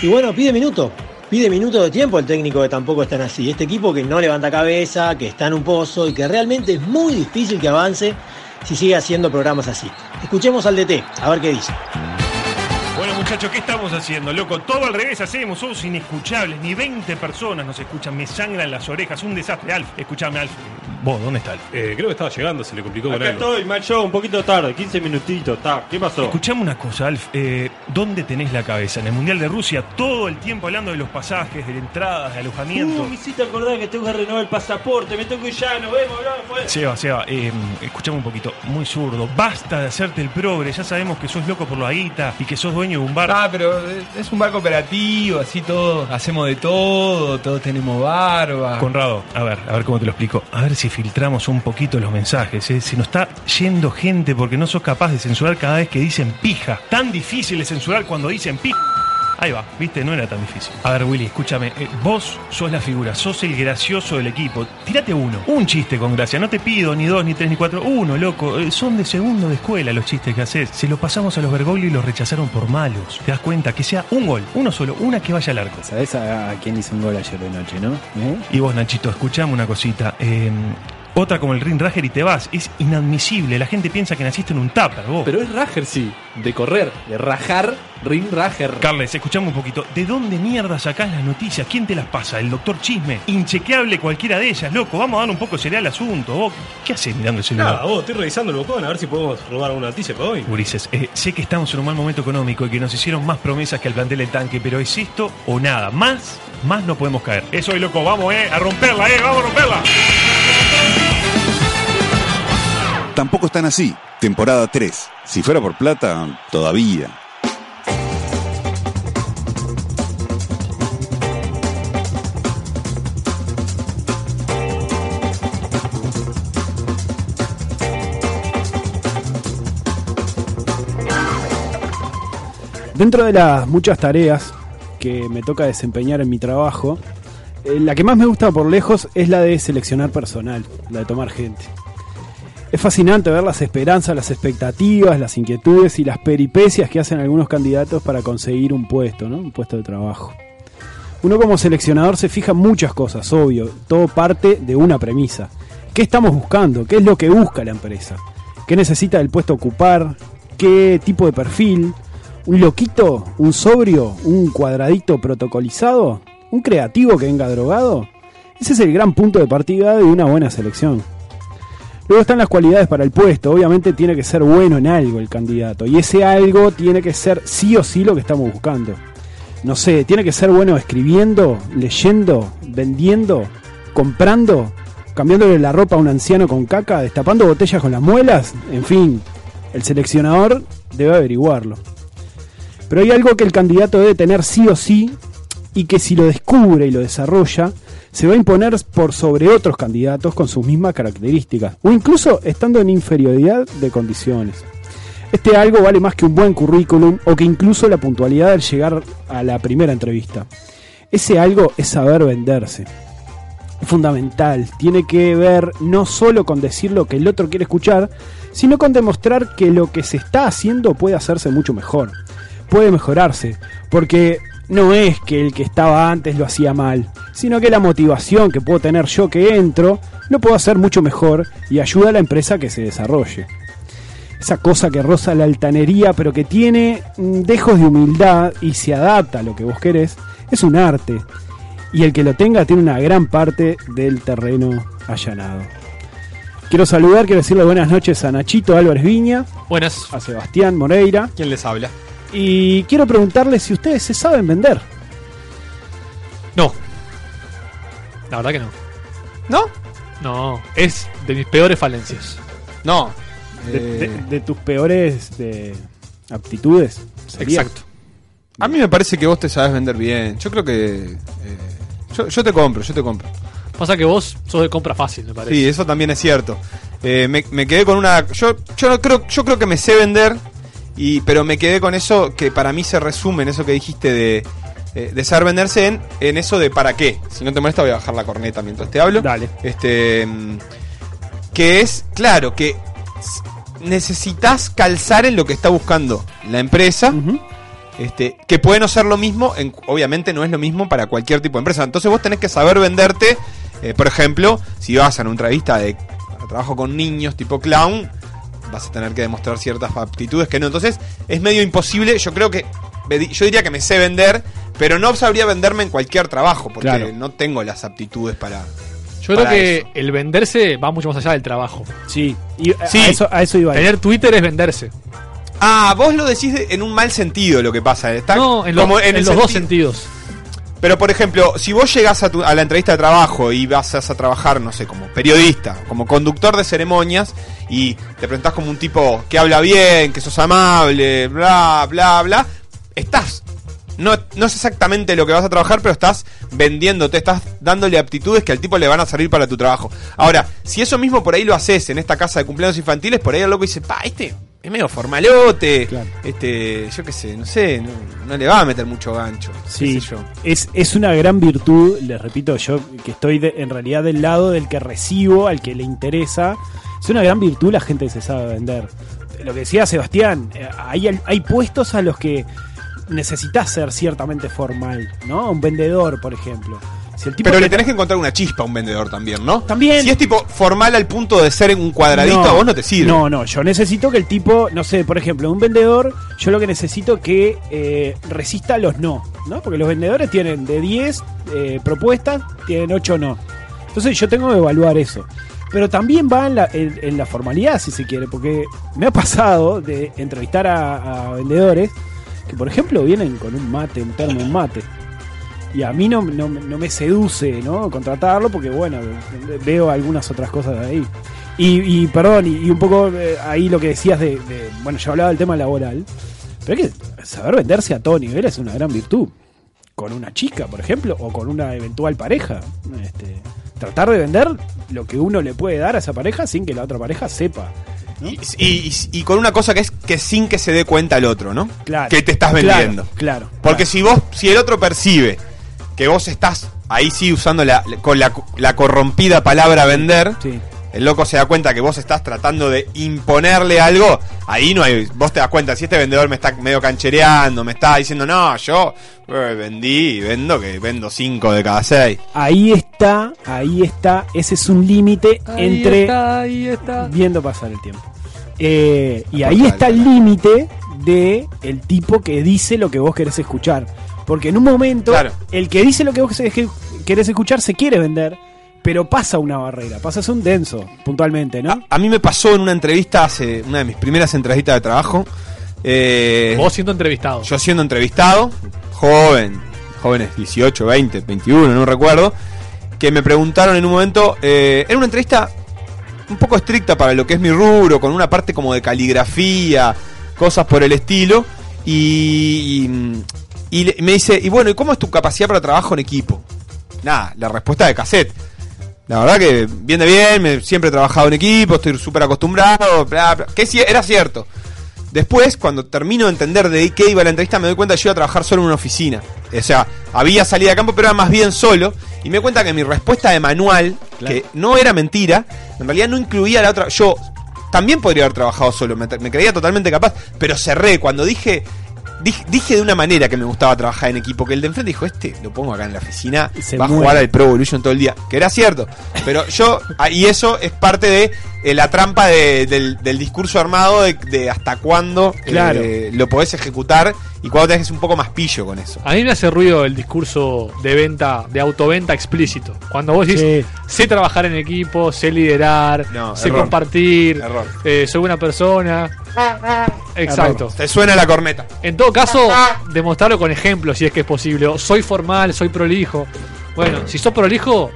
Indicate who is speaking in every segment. Speaker 1: Y bueno, pide minuto. Pide minutos de tiempo el técnico que tampoco están así. Este equipo que no levanta cabeza, que está en un pozo y que realmente es muy difícil que avance si sigue haciendo programas así. Escuchemos al DT, a ver qué dice.
Speaker 2: Bueno, muchachos, ¿qué estamos haciendo, loco? Todo al revés hacemos, somos inescuchables, ni 20 personas nos escuchan, me sangran las orejas, un desastre, Alf. Escuchame, Alf.
Speaker 3: ¿Vos dónde está Alf?
Speaker 4: Eh, creo que estaba llegando, se le complicó con
Speaker 5: Acá
Speaker 4: algo.
Speaker 5: estoy, macho, un poquito tarde, 15 minutitos, ta. ¿Qué pasó?
Speaker 2: Escuchame una cosa, Alf. eh, ¿Dónde tenés la cabeza? En el Mundial de Rusia, todo el tiempo hablando de los pasajes, de las entradas, de alojamiento.
Speaker 5: Uh, me hiciste acordar que tengo que renovar el pasaporte, me tengo que ir ya, nos vemos, bro, pues.
Speaker 2: Seba, Seba, eh, escuchame un poquito, muy zurdo. Basta de hacerte el progre, ya sabemos que sos loco por la guita y que sos dueño de un bar.
Speaker 3: Ah, pero eh, es un bar cooperativo, así todos hacemos de todo, todos tenemos
Speaker 6: Ah.
Speaker 3: barba.
Speaker 2: Conrado, a ver, a ver cómo te lo explico. A ver si filtramos un poquito los mensajes. ¿eh? Se nos está yendo gente porque no sos capaz de censurar cada vez que dicen pija. Tan difícil es censurar cuando dicen pija. Ahí va, viste, no era tan difícil. A ver, Willy, escúchame. eh, vos sos la figura, sos el gracioso del equipo. Tírate uno, un chiste con gracia. No te pido ni dos, ni tres, ni cuatro. Uno, loco. Eh, son de segundo de escuela los chistes que haces. Se los pasamos a los Bergoglio y los rechazaron por malos. Te das cuenta que sea un gol, uno solo, una que vaya al arco.
Speaker 7: ¿Sabés a, a quién hizo un gol ayer de noche, no? ¿Eh?
Speaker 2: Y vos, Nachito, escuchame una cosita. eh, otra como el Ring Rager y te vas. Es inadmisible. La gente piensa que naciste en un tupper, vos.
Speaker 8: Pero es Rager, sí. De correr, de rajar, ring Rager.
Speaker 2: Carles, escuchame un poquito. ¿De dónde mierda sacás las noticias? ¿Quién te las pasa? ¿El doctor Chisme? Inchequeable cualquiera de ellas, loco. Vamos a dar un poco sería el asunto. ¿Vos qué haces mirando el celular?
Speaker 4: Nada, vos, estoy revisando el bocón a ver si podemos robar alguna noticia para hoy.
Speaker 2: Ulises, eh, sé que estamos en un mal momento económico y que nos hicieron más promesas que al plantel del tanque, pero es esto o nada. Más, más no podemos caer. Eso es loco, vamos, eh, a romperla, eh, vamos a romperla.
Speaker 9: Tampoco están así. Temporada 3. Si fuera por plata, todavía.
Speaker 7: Dentro de las muchas tareas que me toca desempeñar en mi trabajo, eh, la que más me gusta por lejos es la de seleccionar personal, la de tomar gente. Es fascinante ver las esperanzas, las expectativas, las inquietudes y las peripecias que hacen algunos candidatos para conseguir un puesto, ¿no? Un puesto de trabajo. Uno como seleccionador se fija en muchas cosas, obvio, todo parte de una premisa. ¿Qué estamos buscando? ¿Qué es lo que busca la empresa? ¿Qué necesita el puesto a ocupar? ¿Qué tipo de perfil? ¿Un loquito? ¿Un sobrio? ¿Un cuadradito protocolizado? ¿Un creativo que venga drogado? Ese es el gran punto de partida de una buena selección. Luego están las cualidades para el puesto. Obviamente tiene que ser bueno en algo el candidato. Y ese algo tiene que ser sí o sí lo que estamos buscando. No sé, tiene que ser bueno escribiendo, leyendo, vendiendo, comprando, cambiándole la ropa a un anciano con caca, destapando botellas con las muelas. En fin, el seleccionador debe averiguarlo. Pero hay algo que el candidato debe tener sí o sí y que si lo descubre y lo desarrolla, se va a imponer por sobre otros candidatos con sus mismas características, o incluso estando en inferioridad de condiciones. Este algo vale más que un buen currículum o que incluso la puntualidad al llegar a la primera entrevista. Ese algo es saber venderse. Es fundamental, tiene que ver no solo con decir lo que el otro quiere escuchar, sino con demostrar que lo que se está haciendo puede hacerse mucho mejor puede mejorarse, porque no es que el que estaba antes lo hacía mal, sino que la motivación que puedo tener yo que entro lo puedo hacer mucho mejor y ayuda a la empresa que se desarrolle. Esa cosa que roza la altanería, pero que tiene mm, dejos de humildad y se adapta a lo que vos querés, es un arte. Y el que lo tenga tiene una gran parte del terreno allanado. Quiero saludar, quiero decirle buenas noches a Nachito Álvarez Viña,
Speaker 8: Buenas.
Speaker 7: a Sebastián Moreira,
Speaker 8: ¿Quién les habla?
Speaker 7: y quiero preguntarles si ustedes se saben vender.
Speaker 8: No. La verdad que no.
Speaker 6: ¿No?
Speaker 8: No. Es de mis peores falencias.
Speaker 6: No.
Speaker 7: De, de- de tus peores de, aptitudes. sería.
Speaker 8: Exacto.
Speaker 6: A mí me parece que vos te sabes vender bien. Yo creo que. eh, yo, yo te compro, yo te compro.
Speaker 8: Pasa que vos sos de compra fácil, me parece.
Speaker 6: Sí, eso también es cierto. Eh, me, me quedé con una. Yo, yo no creo, yo creo que me sé vender, y, pero me quedé con eso que para mí se resume en eso que dijiste de, eh, de saber venderse en, en eso de para qué. Si no te molesta, voy a bajar la corneta mientras te hablo.
Speaker 7: Dale.
Speaker 6: Este. mm, Que es, claro, que s- necesitas calzar en lo que está buscando la empresa
Speaker 7: Ujú.
Speaker 6: Este, que puede no ser lo mismo, en- obviamente no es lo mismo para cualquier tipo de empresa. Entonces vos tenés que saber venderte, eh, por ejemplo, si vas a una entrevista de trabajo con niños tipo clown, vas a tener que demostrar ciertas aptitudes que no. Entonces es medio imposible, yo creo que, me di- yo diría que me sé vender, pero no sabría venderme en cualquier trabajo, porque
Speaker 7: Claro.
Speaker 6: no tengo las aptitudes para...
Speaker 8: Yo creo
Speaker 6: para
Speaker 8: que
Speaker 6: eso.
Speaker 8: el venderse va mucho más allá del trabajo.
Speaker 7: Sí, y a-
Speaker 6: Sí.
Speaker 7: A, eso, a eso iba.
Speaker 8: Tener Twitter es venderse.
Speaker 6: Ah, vos lo decís de- en un mal sentido lo que pasa. ¿eh? Está
Speaker 8: no, en, los-
Speaker 6: como
Speaker 8: en
Speaker 6: el
Speaker 8: los dos
Speaker 6: sentido-
Speaker 8: sentidos.
Speaker 6: Pero por ejemplo, si vos llegás a, tu- a la entrevista de trabajo y vas a trabajar, no sé, como periodista, como conductor de ceremonias, y te presentás como un tipo que habla bien, que sos amable, bla, bla, bla, estás... No, no es exactamente lo que vas a trabajar, pero estás vendiéndote, estás dándole aptitudes que al tipo le van a servir para tu trabajo. Ahora, si eso mismo por ahí lo haces en esta casa de cumpleaños infantiles, por ahí el loco dice, pa, este es medio formalote,
Speaker 7: Claro.
Speaker 6: este, yo qué sé, no sé, no, no le va a meter mucho gancho. qué
Speaker 7: Sí,
Speaker 6: sé yo.
Speaker 7: es, es una gran virtud, les repito, yo que estoy de- en realidad del lado del que recibo, al que le interesa. Es una gran virtud la gente que se sabe vender. Lo que decía Sebastián, eh, hay, al- hay puestos a los que necesitas ser ciertamente formal, ¿no? Un vendedor, por ejemplo. Si el tipo
Speaker 6: Pero
Speaker 7: que
Speaker 6: le tenés que encontrar una chispa a un vendedor también, ¿no?
Speaker 7: También.
Speaker 6: Si es tipo formal al punto de ser en un cuadradito, a vos no te sirve.
Speaker 7: No, no, yo necesito que el tipo, no sé, por ejemplo, un vendedor, yo lo que necesito que eh, resista a los no, ¿no? Porque los vendedores tienen de 10 eh, propuestas, tienen 8 no. Entonces yo tengo que evaluar eso. Pero también va en la, en- en la formalidad, si se quiere, porque me ha pasado de entrevistar a, a vendedores que, por ejemplo, vienen con un mate, un termo, un mate. Y a mí no, no, no me seduce, ¿no? Contratarlo porque, bueno, veo algunas otras cosas ahí. Y, y, perdón, y, y un poco eh, ahí lo que decías de, de- Bueno, yo hablaba del tema laboral. Pero es que saber venderse a todo nivel es una gran virtud. Con una chica, por ejemplo, o con una eventual pareja. Este, tratar de vender lo que uno le puede dar a esa pareja sin que la otra pareja sepa.
Speaker 6: Y, y- y- y con una cosa que es que sin que se dé cuenta el otro, ¿no?
Speaker 7: Claro.
Speaker 6: Que te estás
Speaker 7: Claro,
Speaker 6: vendiendo.
Speaker 7: Claro.
Speaker 6: Porque
Speaker 7: claro.
Speaker 6: si vos, si el otro percibe que vos estás ahí sí usando la, con la, la corrompida palabra vender,
Speaker 7: Sí.
Speaker 6: el loco se da cuenta que vos estás tratando de imponerle algo, ahí no hay, vos te das cuenta, si este vendedor me está medio canchereando, me está diciendo, no, yo eh, vendí, vendo, que vendo 5 de cada 6.
Speaker 7: Ahí está, ahí está. Ese es un límite entre.
Speaker 8: ahí está.
Speaker 7: viendo pasar el tiempo. Eh, y
Speaker 6: Aporta
Speaker 7: ahí está
Speaker 6: algo,
Speaker 7: el
Speaker 6: ¿no?
Speaker 7: límite de el tipo que dice lo que vos querés escuchar. Porque en un momento,
Speaker 6: Claro.
Speaker 7: el que dice lo que vos que- querés escuchar se quiere vender, pero pasa una barrera, pasas un denso, puntualmente, ¿no?
Speaker 6: A, a mí me pasó en una entrevista hace, una de mis primeras entrevistas de trabajo, eh,
Speaker 8: Vos siendo entrevistado.
Speaker 6: yo siendo entrevistado, joven, jóvenes 18, 20, 21, no recuerdo, que me preguntaron en un momento, eh, era una entrevista un poco estricta para lo que es mi rubro, con una parte como de caligrafía, cosas por el estilo, y, y, le- me dice, y bueno, ¿y cómo es tu capacidad para trabajo en equipo? Nada, la respuesta de cassette. La verdad que viene bien, me- siempre he trabajado en equipo, estoy súper acostumbrado, bla, bla, que sí, era cierto. Después, cuando termino de entender de qué iba la entrevista, me doy cuenta que yo iba a trabajar solo en una oficina. O sea, había salida a campo, pero era más bien solo. Y me doy cuenta que mi respuesta de manual, que no era mentira, en realidad no incluía la otra. Yo también podría haber trabajado solo, me, me creía totalmente capaz, pero cerré. Cuando dije, dije, dije de una manera que me gustaba trabajar en equipo, que el de enfrente dijo: Este lo pongo acá en la oficina,
Speaker 7: Y se
Speaker 6: va a
Speaker 7: muere.
Speaker 6: jugar al Pro Evolution todo el día. Que era cierto. Pero yo, ah, y eso es parte de eh, la trampa de- del, del discurso armado de, de hasta cuándo eh,
Speaker 7: Claro.
Speaker 6: lo podés ejecutar y cuándo tenés que ser un poco más pillo con eso.
Speaker 8: A mí me hace ruido el discurso de venta, de autoventa explícito. Cuando vos
Speaker 7: Sí.
Speaker 8: dices, sé trabajar en equipo, sé liderar,
Speaker 6: No,
Speaker 8: sé
Speaker 6: error.
Speaker 8: compartir,
Speaker 6: Error.
Speaker 8: eh, soy buena persona. Exacto.
Speaker 6: Te suena la corneta.
Speaker 8: En todo caso, demostrarlo con ejemplos si es que es posible. O soy formal, soy prolijo. Bueno, si sos prolijo,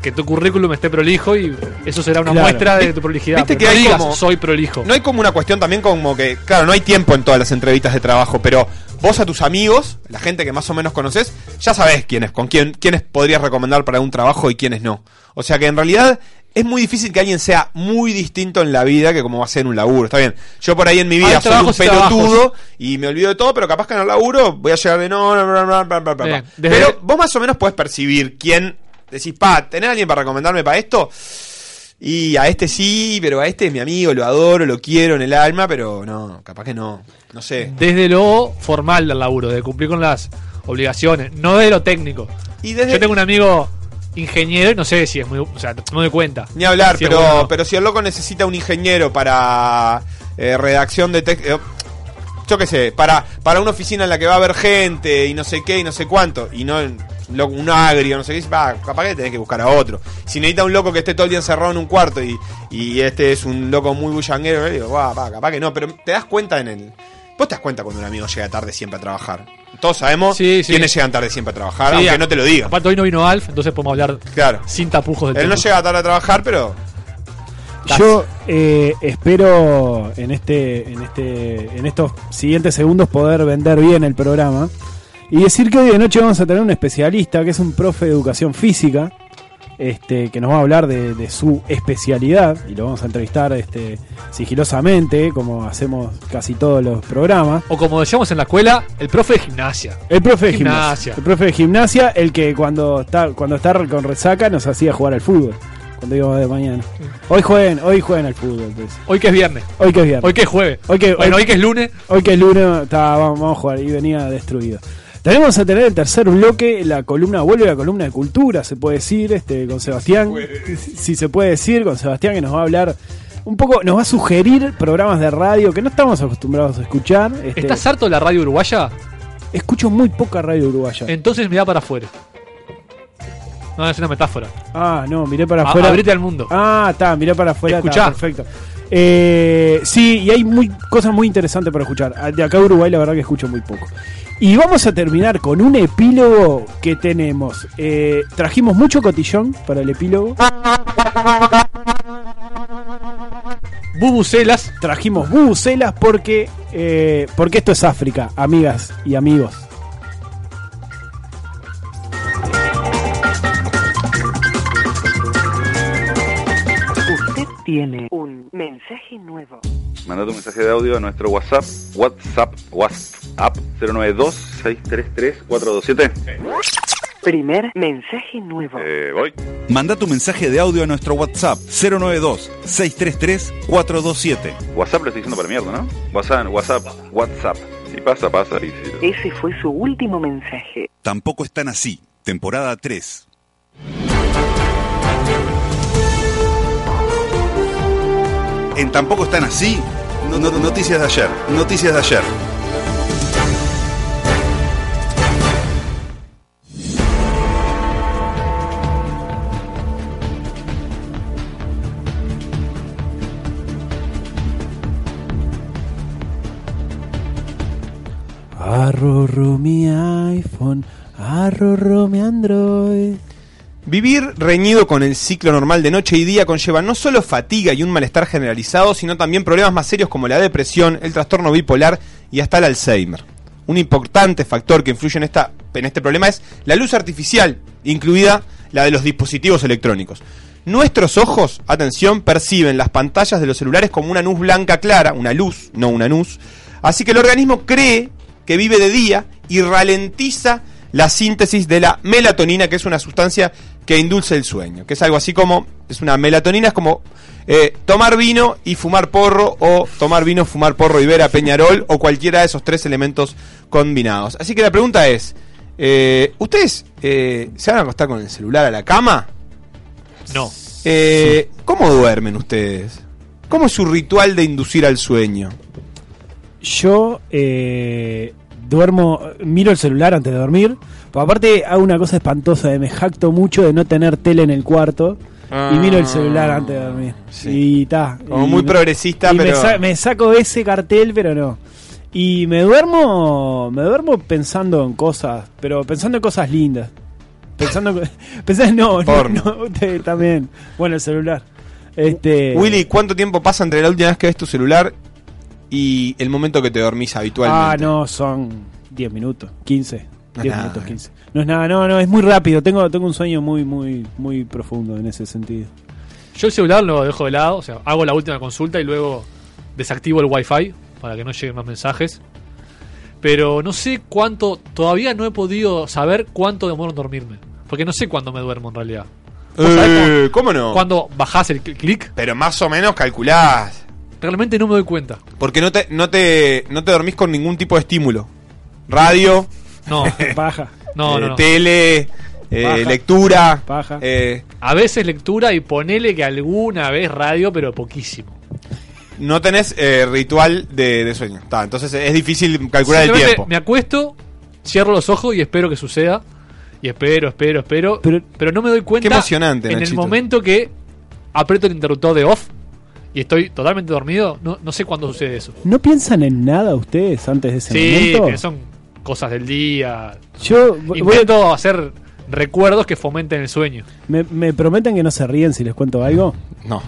Speaker 8: que tu currículum esté prolijo y eso será una
Speaker 7: Claro.
Speaker 8: muestra de
Speaker 6: Vi-
Speaker 8: tu prolijidad.
Speaker 6: viste
Speaker 8: Pero
Speaker 6: que
Speaker 8: no
Speaker 6: hay
Speaker 8: digas,
Speaker 6: como-
Speaker 8: soy prolijo.
Speaker 6: No hay como una cuestión también como que, claro, no hay tiempo en todas las entrevistas de trabajo, pero vos a tus amigos, la gente que más o menos conoces, ya sabés quiénes, con quién, quiénes podrías recomendar para un trabajo y quiénes no. O sea que en realidad es muy difícil que alguien sea muy distinto en la vida que como va a ser en un laburo. Está bien, yo por ahí en mi vida
Speaker 8: Hay
Speaker 6: soy un
Speaker 8: trabajos y
Speaker 6: pelotudo y me olvido de todo, pero capaz que en el laburo voy a llegar de no, no, no, no, no, no, no,
Speaker 8: Bien,
Speaker 6: no".
Speaker 8: desde-
Speaker 6: Pero vos más o menos podés percibir quién. Decís, pa, ¿tenés alguien para recomendarme para esto? Y a este sí, pero a este es mi amigo, lo adoro, lo quiero en el alma, pero no, capaz que no. No sé.
Speaker 8: Desde lo formal del laburo, de cumplir con las obligaciones, no de lo técnico.
Speaker 6: Y desde-
Speaker 8: Yo tengo un amigo ingeniero y no sé si es muy. O sea, no me doy cuenta.
Speaker 6: Ni hablar,
Speaker 8: Si es
Speaker 6: pero,
Speaker 8: bueno o no.
Speaker 6: pero si el loco necesita un ingeniero para eh, redacción de texto. yo qué sé, para, para una oficina en la que va a haber gente y no sé qué y no sé cuánto. Y no lo- un agrio, no sé qué. Va, capaz que tenés que buscar a otro. Si necesita un loco que esté todo el día encerrado en un cuarto y, y este es un loco muy bullanguero, eh, digo, va, va, capaz que no. Pero te das cuenta en el. Vos te das cuenta cuando un amigo llega tarde siempre a trabajar. Todos sabemos
Speaker 8: Sí, sí.
Speaker 6: quiénes llegan tarde siempre a trabajar,
Speaker 8: Sí,
Speaker 6: aunque
Speaker 8: a-
Speaker 6: no te lo diga.
Speaker 8: Aparte, hoy no vino Alf, entonces podemos hablar
Speaker 6: Claro.
Speaker 8: sin tapujos del
Speaker 6: Él no
Speaker 8: tema.
Speaker 6: llega tarde a trabajar, pero
Speaker 7: Yo eh, espero en este, en este, en estos siguientes segundos poder vender bien el programa y decir que hoy de noche vamos a tener un especialista que es un profe de educación física, este, que nos va a hablar de, de su especialidad y lo vamos a entrevistar este, sigilosamente, como hacemos casi todos los programas.
Speaker 8: O como decíamos en la escuela, el profe de gimnasia.
Speaker 7: El profe de gimnasia.
Speaker 8: Gimnasia.
Speaker 7: El profe de gimnasia, el que cuando está, cuando está con resaca nos hacía jugar al fútbol. Cuando íbamos de mañana. Hoy jueguen, hoy jueguen al fútbol. pues.
Speaker 8: Hoy que es viernes,
Speaker 7: Hoy que es viernes.
Speaker 8: hoy que es jueves,
Speaker 7: Hoy que-
Speaker 8: bueno,
Speaker 7: hoy-
Speaker 8: hoy que es lunes.
Speaker 7: Hoy que es lunes, está, vamos, vamos a jugar. Y venía destruido. Tenemos a tener el tercer bloque, la columna vuelve, la columna de cultura, se puede decir, este, con Sebastián.
Speaker 6: Pues.
Speaker 7: Si se puede decir, con Sebastián, que nos va a hablar un poco, nos va a sugerir programas de radio que no estamos acostumbrados a escuchar. Este,
Speaker 8: ¿Estás harto de la radio uruguaya?
Speaker 7: Escucho muy poca radio uruguaya.
Speaker 8: Entonces mirá para afuera. No, es una metáfora.
Speaker 7: Ah, no, miré para
Speaker 8: A-
Speaker 7: afuera.
Speaker 8: abrite al mundo.
Speaker 7: Ah, está, mirá para afuera. está,
Speaker 8: Escuchá.
Speaker 7: perfecto. Eh, sí, y hay muy, cosas muy interesantes para escuchar. Ah, De acá a Uruguay la verdad que escucho muy poco. Y vamos a terminar con un epílogo que tenemos. Eh, trajimos mucho cotillón para el epílogo.
Speaker 8: Bubucelas.
Speaker 7: Trajimos bubucelas porque, eh, porque esto es África, amigas y amigos.
Speaker 10: Usted tiene un mensaje nuevo.
Speaker 11: Mandate un mensaje de audio a nuestro WhatsApp, WhatsApp, WhatsApp 092-633-427.
Speaker 10: Primer mensaje nuevo.
Speaker 11: Eh, voy.
Speaker 9: Manda tu mensaje de audio a nuestro WhatsApp 092-633-427.
Speaker 11: WhatsApp lo estoy diciendo para mierda, ¿no? WhatsApp, WhatsApp, WhatsApp. Si pasa, pasa. Y si-
Speaker 10: Ese fue su último mensaje.
Speaker 9: Tampoco están así. Temporada 3. En Tampoco están así. no- no- noticias de ayer. Noticias de ayer.
Speaker 7: Arrorro mi iPhone, arrorro mi Android.
Speaker 6: Vivir reñido con el ciclo normal de noche y día conlleva no solo fatiga y un malestar generalizado, sino también problemas más serios como la depresión, el trastorno bipolar y hasta el Alzheimer. Un importante factor que influye en, esta, en este problema es la luz artificial, incluida la de los dispositivos electrónicos. Nuestros ojos, atención, perciben las pantallas de los celulares como una luz blanca clara, una luz, no una luz. Así que el organismo cree que vive de día y ralentiza la síntesis de la melatonina, que es una sustancia que indulce el sueño, que es algo así como, es una melatonina, es como eh, tomar vino y fumar porro, o tomar vino, fumar porro y ver a Peñarol, o cualquiera de esos tres elementos combinados. Así que la pregunta es, eh, ¿ustedes eh, se van a acostar con el celular a la cama?
Speaker 8: No.
Speaker 6: Eh, ¿Cómo duermen ustedes? ¿Cómo es su ritual de inducir al sueño?
Speaker 7: Yo eh, duermo, miro el celular antes de dormir. Pero aparte hago una cosa espantosa, de me jacto mucho de no tener tele en el cuarto. Y miro el celular antes de dormir. Y ta.
Speaker 6: Como
Speaker 7: Y
Speaker 6: muy
Speaker 7: me-
Speaker 6: progresista,
Speaker 7: y me
Speaker 6: pero...
Speaker 7: sa- me saco ese cartel, pero no. Y me duermo, me duermo pensando en cosas, pero pensando en cosas lindas. Pensando, en co- pensando no, no,
Speaker 6: Porno.
Speaker 7: no, usted también. Bueno, el celular.
Speaker 8: Eh.
Speaker 7: Este,
Speaker 6: Willy, ¿cuánto tiempo pasa entre la última vez que ves tu celular y el momento que te dormís habitualmente?
Speaker 7: Ah, no, son 10 minutos, 15.
Speaker 6: No es
Speaker 7: 10
Speaker 6: nada.
Speaker 7: minutos, 15. No es nada, no, no, es muy rápido. Tengo, tengo un sueño muy, muy, muy profundo en ese sentido.
Speaker 8: Yo el celular lo dejo de lado, o sea, hago la última consulta y luego desactivo el wifi para que no lleguen más mensajes. Pero no sé cuánto, todavía no he podido saber cuánto demoro en dormirme. Porque no sé cuándo me duermo en realidad. ¿Vos sabés
Speaker 6: Eh, ¿Cómo no?
Speaker 8: Cuando bajás el clic.
Speaker 6: Pero más o menos calculás.
Speaker 8: Realmente no me doy cuenta.
Speaker 6: Porque no te, no te, no te dormís con ningún tipo de estímulo. Radio,
Speaker 8: No.
Speaker 7: Baja.
Speaker 8: No,
Speaker 6: eh,
Speaker 8: no, no.
Speaker 6: tele, eh,
Speaker 8: Baja.
Speaker 6: lectura.
Speaker 7: Baja.
Speaker 6: eh,
Speaker 8: A veces lectura y ponele que alguna vez radio, pero poquísimo.
Speaker 6: no tenés eh, ritual de, de sueño. Está, entonces es difícil calcular el
Speaker 8: Simplemente
Speaker 6: tiempo.
Speaker 8: Me acuesto, cierro los ojos y espero que suceda. Y espero, espero, espero. Pero, no me doy cuenta.
Speaker 6: Qué emocionante,
Speaker 8: En el
Speaker 6: Nachito.
Speaker 8: momento que aprieto el interruptor de off y estoy totalmente dormido, no, no sé cuándo sucede eso.
Speaker 7: ¿No piensan en nada ustedes antes de ese
Speaker 8: Sí,
Speaker 7: momento?
Speaker 8: que son cosas del día.
Speaker 7: Yo voy- voy a-
Speaker 8: Intento hacer recuerdos que fomenten el sueño.
Speaker 7: me, me prometen que no se ríen si les cuento algo.
Speaker 6: No.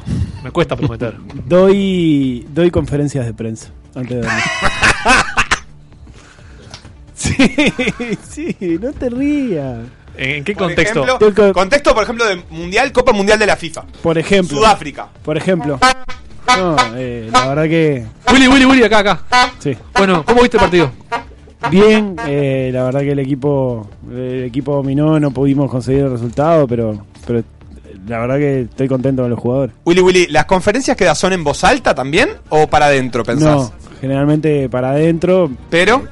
Speaker 8: Me cuesta prometer.
Speaker 7: Doy doy conferencias de prensa antes de dormir. sí, sí, no te rías.
Speaker 8: ¿En qué
Speaker 6: Por
Speaker 8: contexto?
Speaker 6: ejemplo, contexto, por ejemplo, de Mundial, Copa Mundial de la FIFA.
Speaker 7: Por ejemplo.
Speaker 6: Sudáfrica.
Speaker 7: Por ejemplo. No, eh, la verdad que
Speaker 8: Willy, Willy, Willy, acá, acá.
Speaker 7: sí.
Speaker 8: Bueno, ¿cómo viste el partido?
Speaker 7: Bien, eh, la verdad que el equipo el equipo dominó, no pudimos conseguir el resultado, pero pero la verdad que estoy contento con los jugadores.
Speaker 6: Willy Willy, ¿las conferencias que das son en voz alta también o para adentro pensás?
Speaker 7: No, generalmente para adentro,
Speaker 6: Pero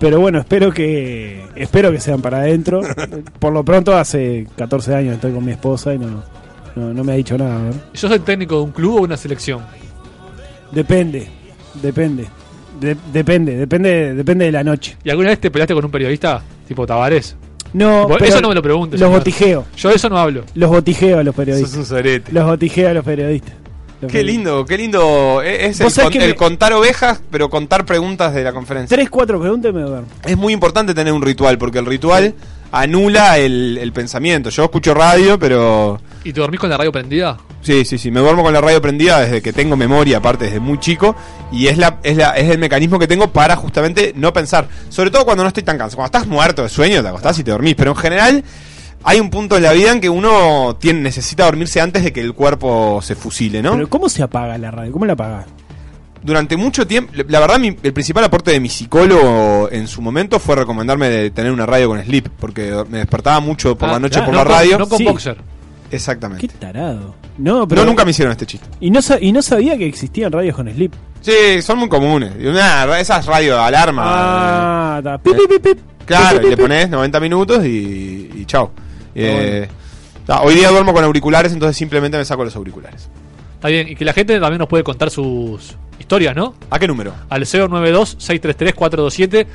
Speaker 7: pero bueno, espero que espero que sean para adentro. Por lo pronto hace 14 años estoy con mi esposa y no no, no me ha dicho nada. ¿verdad?
Speaker 8: ¿Yo soy técnico de un club o una selección?
Speaker 7: Depende, depende. De- depende, depende, depende de la noche.
Speaker 8: ¿Y alguna vez te peleaste con un periodista? Tipo Tavares.
Speaker 7: No,
Speaker 8: Vos-
Speaker 7: pero
Speaker 8: eso no me lo preguntes.
Speaker 7: Los
Speaker 8: señor.
Speaker 7: botijeo.
Speaker 8: Yo de eso no hablo.
Speaker 7: Los botijeo a los periodistas.
Speaker 6: un sorete.
Speaker 7: Los botijeo a los periodistas. Los
Speaker 6: Qué
Speaker 7: periodistas.
Speaker 6: lindo, qué lindo. E- Es el,
Speaker 7: Vos sabés
Speaker 6: con-
Speaker 7: que
Speaker 6: el
Speaker 7: me-
Speaker 6: contar ovejas, pero contar preguntas de la conferencia.
Speaker 7: Tres, cuatro preguntas y me duermo.
Speaker 6: Es muy importante tener un ritual, porque el ritual anula el, el pensamiento. Yo escucho radio, pero...
Speaker 8: ¿Y te dormís con la radio prendida?
Speaker 6: Sí, sí, sí, me duermo con la radio prendida desde que tengo memoria, aparte desde muy chico, y es, la, es, la, es el mecanismo que tengo para justamente no pensar, sobre todo cuando no estoy tan cansado, cuando estás muerto de sueño, te acostás y te dormís, pero en general hay un punto en la vida en que uno tiene, necesita dormirse antes de que el cuerpo se fusile, ¿no?
Speaker 7: Pero ¿cómo se apaga la radio? ¿Cómo la apaga?
Speaker 6: durante mucho tiempo, la verdad, mi- el principal aporte de mi psicólogo en su momento fue recomendarme de tener una radio con sleep, porque me despertaba mucho por
Speaker 8: Ah,
Speaker 6: la noche
Speaker 8: claro,
Speaker 6: por
Speaker 8: no
Speaker 6: la
Speaker 8: con-
Speaker 6: radio.
Speaker 8: No con
Speaker 7: Sí.
Speaker 8: boxer.
Speaker 6: Exactamente.
Speaker 7: Qué tarado. No, pero
Speaker 6: No, nunca me hicieron este chiste.
Speaker 7: y no sa- y no sabía que existían radios con sleep.
Speaker 6: Sí, son muy comunes. Y una- esas radio de alarma.
Speaker 7: Ah, está. Pip, pip, pip, pip.
Speaker 6: eh,
Speaker 7: Pip,
Speaker 6: claro, y
Speaker 7: pip,
Speaker 6: le
Speaker 7: pip.
Speaker 6: pones 90 minutos y, y chao. Eh, ta, hoy día duermo con auriculares, entonces simplemente me saco los auriculares.
Speaker 8: Está bien. Y que la gente también nos puede contar sus historias, ¿no?
Speaker 6: ¿A qué número?
Speaker 8: Al 092-633-427.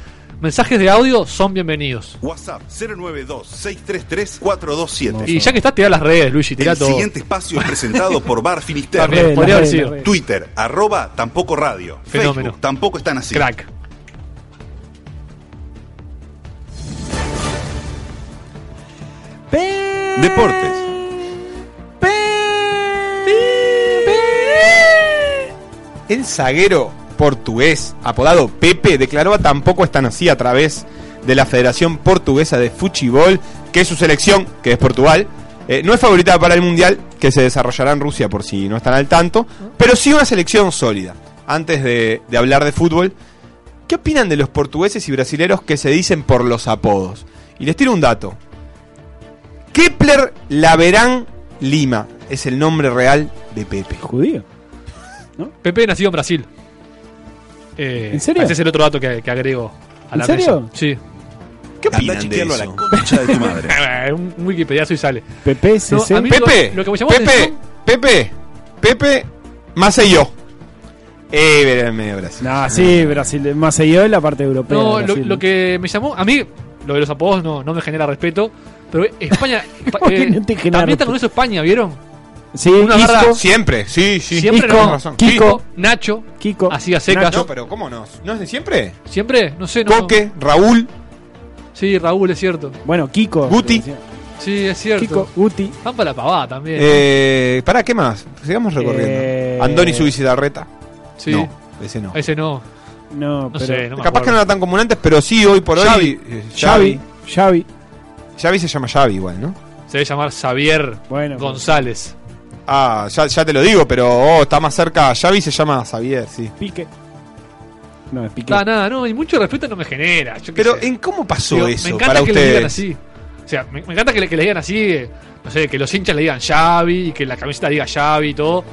Speaker 8: Mensajes de audio son bienvenidos.
Speaker 9: WhatsApp 092-633-427.
Speaker 8: Y ya que estás, tirá las redes, Luigi. Tirá
Speaker 9: El
Speaker 8: todo.
Speaker 9: siguiente espacio es presentado por Bar Finisterre.
Speaker 8: También,
Speaker 7: Las
Speaker 8: podría haber
Speaker 7: redes,
Speaker 8: sido.
Speaker 7: las redes.
Speaker 9: Twitter, arroba tampoco radio.
Speaker 8: Fenómeno.
Speaker 9: Facebook, tampoco están así.
Speaker 8: Crack.
Speaker 9: Deportes.
Speaker 6: El zaguero portugués, apodado Pepe, declaró a tampoco están así a través de la Federación Portuguesa de Fútbol, que es su selección, que es Portugal. eh, no es favorita para el Mundial, que se desarrollará en Rusia por si no están al tanto, pero sí una selección sólida. Antes de, de hablar de fútbol, ¿qué opinan de los portugueses y brasileros que se dicen por los apodos? Y les tiro un dato. Kepler Laverán Lima es el nombre real de Pepe.
Speaker 7: Judío.
Speaker 8: Pepe nacido en Brasil. Eh,
Speaker 7: ¿En serio?
Speaker 8: Ese es el otro dato que, que agrego a
Speaker 7: ¿En
Speaker 8: la
Speaker 7: serio?
Speaker 8: mesa. Sí.
Speaker 6: ¿Qué
Speaker 9: Anda a
Speaker 6: opinan de
Speaker 9: chequearlo a
Speaker 6: eso?
Speaker 9: la concha de tu madre.
Speaker 8: Eh, un un wikipediazo y sale.
Speaker 7: Pepe,
Speaker 8: No, a mí-
Speaker 7: CC.
Speaker 6: Pepe,
Speaker 8: Lo- lo que me llamó la
Speaker 6: Pepe,
Speaker 8: atención-
Speaker 6: Pepe, Pepe, más yo. Eh, verá en medio Brasil. Ah.
Speaker 7: No, sí, Brasil. Más allá de la parte europea.
Speaker 8: No,
Speaker 7: de
Speaker 8: lo,
Speaker 7: Brasil,
Speaker 8: lo que me llamó, a mí, lo de los apodos no, no me genera respeto, pero España, pa-
Speaker 7: ¿Cómo que
Speaker 8: eh,
Speaker 7: no te genera
Speaker 8: también está
Speaker 7: respeto?
Speaker 8: con eso España, ¿vieron?
Speaker 7: Sí,
Speaker 8: una
Speaker 7: Isco,
Speaker 8: barra-
Speaker 6: Siempre, sí, sí.
Speaker 8: Siempre
Speaker 7: Kiko,
Speaker 8: no razón.
Speaker 7: Kiko.
Speaker 8: Nacho,
Speaker 7: Kiko.
Speaker 8: así a secas.
Speaker 6: No, pero ¿cómo no? ¿No es de siempre?
Speaker 8: Siempre, no sé, no.
Speaker 6: Coque, Raúl,
Speaker 8: Sí, Raúl, es cierto.
Speaker 7: Bueno, Kiko.
Speaker 6: Guti.
Speaker 7: decía.
Speaker 8: Sí, es cierto.
Speaker 7: Kiko, Guti.
Speaker 8: Van para la pavada también.
Speaker 6: eh, ¿para qué más? Sigamos recorriendo.
Speaker 7: Eh,
Speaker 6: Andoni Subicidarreta.
Speaker 8: sí,
Speaker 6: No, ese no.
Speaker 8: ese no.
Speaker 7: No,
Speaker 8: No
Speaker 7: pero.
Speaker 8: sé, no me
Speaker 6: Capaz que no
Speaker 8: acuerdo.
Speaker 6: eran tan comunantes, pero sí, hoy por hoy.
Speaker 7: Xavi.
Speaker 6: eh,
Speaker 7: Xavi. Xavi.
Speaker 6: Xavi se llama Xavi igual, ¿no?
Speaker 8: Se debe llamar Xavier
Speaker 7: Bueno. pues.
Speaker 8: González.
Speaker 6: Ah, ya, ya te lo digo, pero oh, está más cerca. Xavi se llama Xavier, sí.
Speaker 7: Pique. No, es Pique.
Speaker 8: Está nada, no, y mucho respeto no me genera. yo qué
Speaker 6: Pero
Speaker 8: sé.
Speaker 6: ¿en cómo pasó
Speaker 8: Digo,
Speaker 6: eso
Speaker 8: me encanta
Speaker 6: para
Speaker 8: que
Speaker 6: ustedes?
Speaker 8: lo digan así. O sea, me, me encanta que, le- que le digan así, eh, no sé, que los hinchas le digan Xavi, y que la camiseta diga Xavi y todo,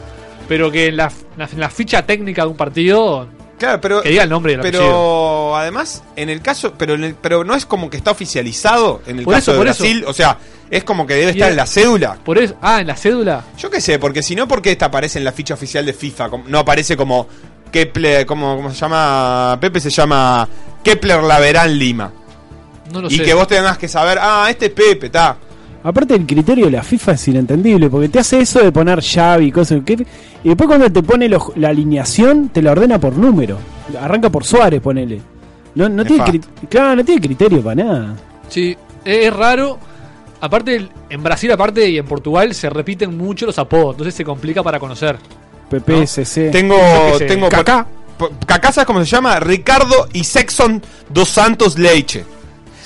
Speaker 8: pero que en la, la- en la ficha técnica de un partido
Speaker 6: claro, pero,
Speaker 8: que diga el nombre del apellido.
Speaker 6: Pero además, en el caso, pero, en el- pero no es como que está oficializado en el
Speaker 8: Por
Speaker 6: caso
Speaker 8: eso,
Speaker 6: de
Speaker 8: por eso.
Speaker 6: Brasil, o sea, es como que debe
Speaker 8: Y
Speaker 6: estar
Speaker 8: el-
Speaker 6: en la cédula.
Speaker 8: Por eso, ah, en la cédula.
Speaker 6: Yo qué sé, porque si no, ¿por qué esta aparece en la ficha oficial de FIFA? Como- No aparece como Kepler, como, como se llama Pepe, se llama Kepler Laverán Lima.
Speaker 8: No lo
Speaker 6: y
Speaker 8: sé.
Speaker 6: que vos tengas que saber, ah, este es Pepe, está.
Speaker 7: Aparte el criterio de la FIFA es inentendible, porque te hace eso de poner Xavi y cosas que- y después cuando te pone los- la alineación te la ordena por número. Arranca por Suárez, ponele. No, no tiene
Speaker 8: Nefasto.
Speaker 7: cri- claro, no tiene criterio para nada.
Speaker 8: Sí, es es raro. Aparte, el- en Brasil aparte y en Portugal se repiten mucho los apodos, entonces se complica para conocer.
Speaker 7: PP, CC.
Speaker 6: Tengo,
Speaker 8: Yo qué sé,
Speaker 6: tengo
Speaker 8: Kaká.
Speaker 6: por- por- Kaká, ¿sabes cómo se llama? Ricardo y Sexton dos Santos Leiche.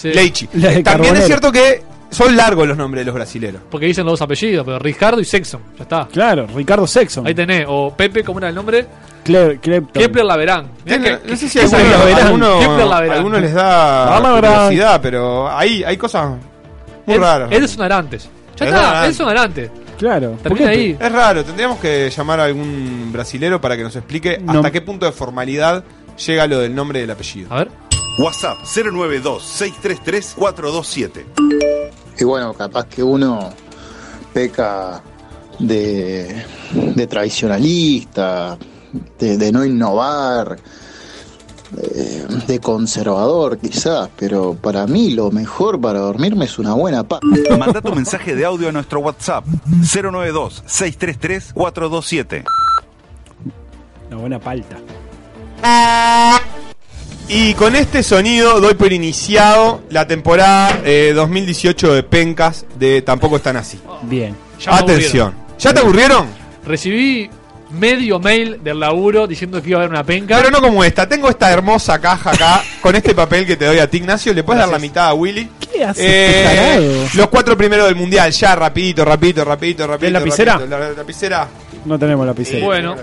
Speaker 6: Leiche.
Speaker 8: La de
Speaker 6: Eh, También
Speaker 8: Carbonero.
Speaker 6: es cierto que son largos los nombres de los brasileros.
Speaker 8: Porque dicen los dos apellidos, pero Ricardo y Sexton, ya está.
Speaker 7: Claro, Ricardo Sexton.
Speaker 8: Ahí tenés, o Pepe, ¿cómo era el nombre?
Speaker 7: Cle- Clepton.
Speaker 8: Kepler Laverán. Mirá
Speaker 6: Tiene-
Speaker 8: que-
Speaker 6: no sé si
Speaker 8: que-
Speaker 6: alguno,
Speaker 8: Laverán.
Speaker 6: alguno-
Speaker 8: Kepler Laverán.
Speaker 6: alguno les
Speaker 8: La
Speaker 6: da
Speaker 8: Laverán.
Speaker 6: curiosidad, pero ahí hay cosas muy
Speaker 8: Ed-
Speaker 6: raras.
Speaker 8: Edson Arantes. Ya
Speaker 6: Edson
Speaker 8: está,
Speaker 6: Arantes.
Speaker 8: Edson Arantes.
Speaker 7: Claro.
Speaker 8: ¿por qué ahí.
Speaker 6: Es raro, tendríamos que llamar a algún brasilero para que nos explique
Speaker 7: No.
Speaker 6: hasta qué punto de formalidad llega lo del nombre y del apellido.
Speaker 8: A ver.
Speaker 12: WhatsApp 092-633-427.
Speaker 13: Y bueno, capaz que uno peca de, de tradicionalista, de, de no innovar, eh, de conservador quizás, pero para mí lo mejor para dormirme es una buena paz.
Speaker 12: Manda tu mensaje de audio a nuestro WhatsApp 092-633-427.
Speaker 7: Una buena palta.
Speaker 6: Y con este sonido doy por iniciado la temporada eh, 2018 de Pencas de Tampoco están así.
Speaker 7: Bien.
Speaker 8: Ya me
Speaker 6: Atención.
Speaker 8: aburrieron.
Speaker 6: ¿Ya te aburrieron?
Speaker 8: Recibí medio mail del laburo diciendo que iba a haber una penca.
Speaker 6: Pero no como esta. Tengo esta hermosa caja acá con este papel que te doy a ti, Ignacio. Le puedes dar la mitad a Willy.
Speaker 7: ¿Qué haces,
Speaker 6: Eh,
Speaker 7: este tarado?
Speaker 6: los cuatro primeros del mundial. Ya, rapidito, rapidito, rapidito, rapidito.
Speaker 7: lapicera?
Speaker 6: rapidito. La- la lapicera.
Speaker 7: No tenemos la piscina.
Speaker 8: Bueno,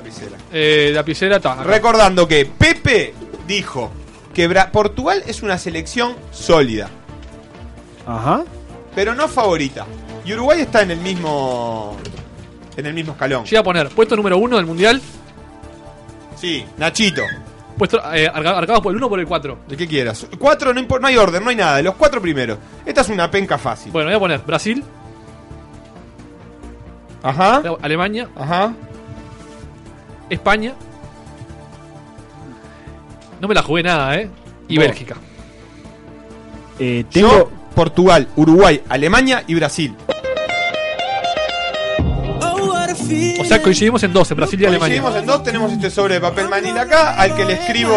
Speaker 8: eh, lapicera está.
Speaker 6: Recordando que Pepe dijo que Bra- Portugal es una selección sólida,
Speaker 7: Ajá.
Speaker 6: pero no favorita. Y Uruguay está en el mismo en el mismo escalón.
Speaker 8: Yo iba a poner puesto número uno del mundial.
Speaker 6: Sí, Nachito.
Speaker 8: Puesto, eh, arca- arcados por el uno o por el cuatro.
Speaker 6: El que quieras. Cuatro, no, impo- no hay orden, no hay nada. Los cuatro primeros. Esta es una penca fácil.
Speaker 8: Bueno, voy a poner Brasil.
Speaker 6: Ajá.
Speaker 8: Alemania.
Speaker 6: Ajá.
Speaker 8: España. No me la jugué nada, ¿eh? Y
Speaker 6: Vos.
Speaker 8: Bélgica.
Speaker 7: Eh,
Speaker 6: Yo, Portugal, Uruguay, Alemania y Brasil.
Speaker 8: O sea, coincidimos en dos, en Brasil y Alemania.
Speaker 6: Coincidimos en dos, tenemos este sobre de papel manila acá, al que le escribo,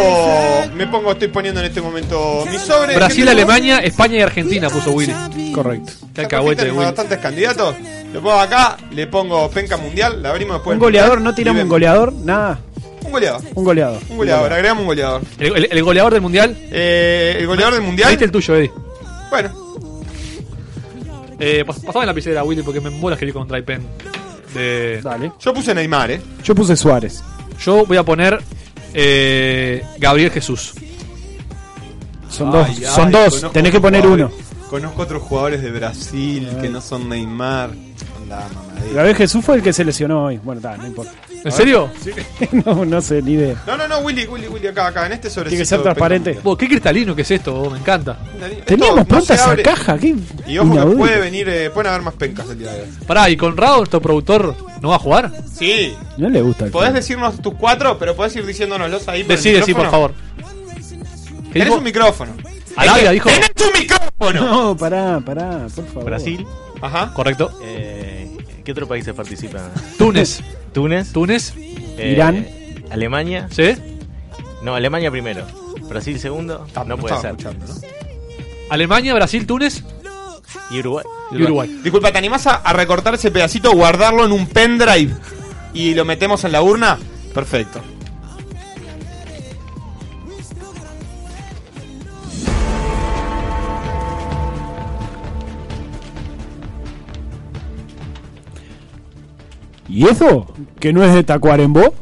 Speaker 6: me pongo, estoy poniendo en este momento mi sobre.
Speaker 8: Brasil,
Speaker 6: Gente,
Speaker 8: Alemania, España y Argentina puso Willy.
Speaker 7: Correcto.
Speaker 8: Qué alcahuete,
Speaker 6: Tenemos
Speaker 8: Willy.
Speaker 6: bastantes candidatos. Lo pongo acá, le pongo penca mundial, la abrimos después.
Speaker 7: Un goleador, no tiramos un goleador, nada.
Speaker 6: Un goleador.
Speaker 7: Un goleador.
Speaker 6: Un goleador, agregamos un goleador. Eh,
Speaker 8: ¿El, el- el goleador del mundial?
Speaker 6: ¿El goleador del mundial?
Speaker 8: Viste el tuyo, Eddie.
Speaker 6: Bueno.
Speaker 8: Eh, pas- pasame la piscera, Willy, porque me mola escribir con Dry Pen. De...
Speaker 7: Dale.
Speaker 6: Yo puse Neymar, ¿eh?
Speaker 7: Yo puse Suárez.
Speaker 8: Yo voy a poner eh, Gabriel Jesús.
Speaker 7: Son dos,
Speaker 6: Ay, ay,
Speaker 7: son dos.
Speaker 6: conozco
Speaker 7: Tenés que poner uno.
Speaker 6: jugadores- Conozco otros jugadores de Brasil que no son Neymar. Andá, mamadera.
Speaker 7: Gabriel Jesús fue el que se lesionó hoy. Bueno, está, no importa.
Speaker 6: ¿En serio?
Speaker 7: no, no sé, ni idea.
Speaker 6: No, no, no, Willy, Willy, Willy, acá, acá, en este sobre.
Speaker 7: Tiene que ser transparente.
Speaker 8: Vos, qué cristalino que es esto, vos, me encanta.
Speaker 7: Teníamos
Speaker 6: no
Speaker 7: pronta
Speaker 6: se
Speaker 7: esa
Speaker 6: abre.
Speaker 7: caja. qué
Speaker 6: Y ojo que
Speaker 7: inaudito.
Speaker 6: puede venir, eh, pueden haber más pencas el día de hoy.
Speaker 8: Pará, ¿y Conrado, nuestro productor, no va a jugar?
Speaker 6: Sí,
Speaker 7: No le gusta el
Speaker 6: podés decirnos tus cuatro, pero podés ir diciéndonoslos ahí.
Speaker 8: Decí,
Speaker 6: Decide,
Speaker 8: decí, por favor.
Speaker 6: Tenés un micrófono.
Speaker 8: Arabia dijo.
Speaker 7: No, pará, pará, por favor.
Speaker 14: Brasil.
Speaker 6: Ajá.
Speaker 8: Correcto.
Speaker 14: Eh, ¿Qué otros países participan?
Speaker 8: Túnez.
Speaker 14: Túnez.
Speaker 8: Túnez.
Speaker 7: Irán.
Speaker 14: Eh, Alemania.
Speaker 8: Sí.
Speaker 14: No, Alemania primero. Brasil segundo. no puede ser.
Speaker 8: Alemania, Brasil, Túnez.
Speaker 14: Y Uruguay.
Speaker 8: Y Uruguay.
Speaker 6: Disculpa, ¿te animás a, a recortar ese pedacito, guardarlo en un pendrive y lo metemos en la urna? Perfecto.
Speaker 7: ¿Y eso? ¿Que no es de Tacuarembó?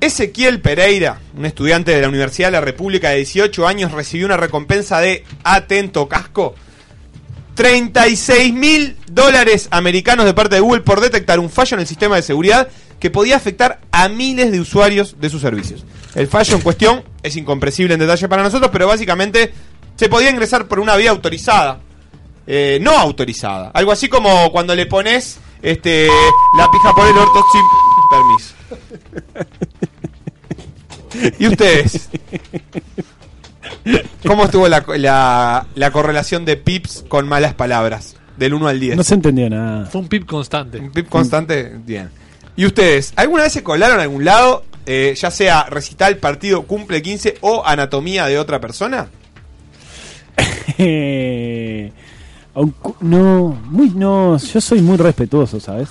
Speaker 6: Ezequiel Pereira, un estudiante de la Universidad de la República de 18 años, recibió una recompensa de atento casco 36 mil dólares americanos de parte de Google por detectar un fallo en el sistema de seguridad que podía afectar a miles de usuarios de sus servicios. El fallo en cuestión es incomprensible en detalle para nosotros, pero básicamente se podía ingresar por una vía autorizada, eh, no autorizada. Algo así como cuando le pones este, la pija por el orto sin permiso. ¿Y ustedes? ¿Cómo estuvo la, la- la correlación de pips con malas palabras? Del 1 al 10.
Speaker 7: No se entendió nada.
Speaker 8: Fue un pip constante.
Speaker 6: Un pip constante, bien. ¿Y ustedes? ¿Alguna vez se colaron a algún lado? eh, ya sea recital, partido, cumple 15 o anatomía de otra persona.
Speaker 7: Eh, aunque- no, muy no, yo soy muy respetuoso, ¿sabes?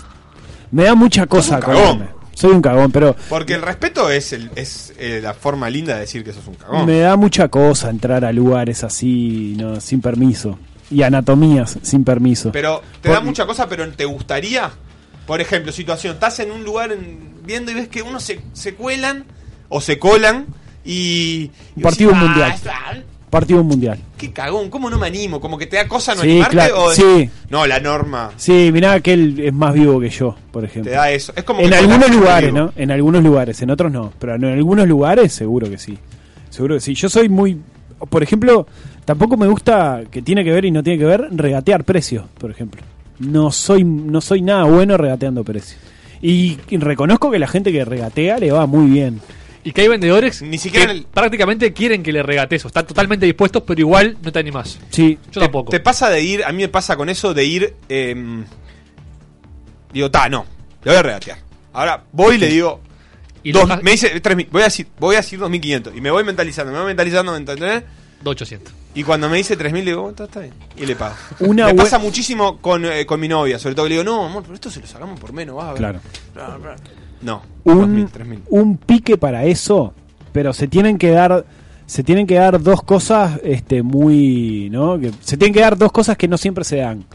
Speaker 7: Me da mucha cosa
Speaker 6: Sos un cagón.
Speaker 7: colarme. Soy un cagón, pero
Speaker 6: Porque el respeto es, el- es eh, la forma linda de decir que sos un cagón.
Speaker 7: me da mucha cosa entrar a lugares así, no, sin permiso. Y anatomías sin permiso.
Speaker 6: Pero te da mucha cosa, pero te gustaría. Por ejemplo, situación, estás en un lugar en- viendo y ves que unos se, se cuelan o se colan y... y
Speaker 7: Partido
Speaker 6: decís, "Ah,
Speaker 7: mundial.
Speaker 6: está-
Speaker 7: Partido mundial.
Speaker 6: qué cagón, ¿cómo no me animo? Como que te da cosa no
Speaker 7: Sí,
Speaker 6: animarte
Speaker 7: claro,
Speaker 6: o decís,
Speaker 7: sí.
Speaker 6: No, la norma
Speaker 7: Sí, mirá que él es más vivo que yo, por
Speaker 6: te
Speaker 7: ejemplo.
Speaker 6: da eso. Es como
Speaker 7: en
Speaker 6: que
Speaker 7: algunos
Speaker 6: colgás
Speaker 7: lugares,
Speaker 6: vivo.
Speaker 7: ¿no? En algunos lugares, en otros no. Pero en algunos lugares seguro que sí. Seguro que sí. Yo soy muy... Por ejemplo, tampoco me gusta, que tiene que ver y no tiene que ver, regatear precios, por ejemplo. No soy, no soy nada bueno regateando precios. Y, y reconozco que la gente que regatea le va muy bien.
Speaker 8: Y que hay vendedores
Speaker 6: Ni siquiera
Speaker 8: que
Speaker 6: en el-
Speaker 8: prácticamente quieren que le regates o están totalmente dispuestos, pero igual no te animás.
Speaker 7: Sí.
Speaker 8: Yo
Speaker 6: te,
Speaker 8: tampoco.
Speaker 6: te pasa de ir, a mí me pasa con eso de ir. em, digo, ta, no, le voy a regatear. Ahora voy y le digo.
Speaker 8: Y
Speaker 6: dos-
Speaker 8: lo dejas-
Speaker 6: me dice, tres mil, voy a decir, voy a decir 2500. Y me voy mentalizando, me voy mentalizando, ¿me entendés?
Speaker 8: 2800.
Speaker 6: Y cuando me dice 3000, le digo, bueno, está, está bien. Y le pago.
Speaker 7: Una
Speaker 6: me
Speaker 7: bue-
Speaker 6: pasa muchísimo con, eh, con mi novia, sobre todo que le digo, no, amor, pero esto se lo sacamos por menos, vas a ver.
Speaker 7: Claro.
Speaker 6: Bla, bla. No,
Speaker 7: un,
Speaker 6: 2000, 3000.
Speaker 7: un pique para eso, pero se tienen que dar se tienen que dar dos cosas este muy, ¿no? Que se tienen que dar dos cosas que no siempre se dan.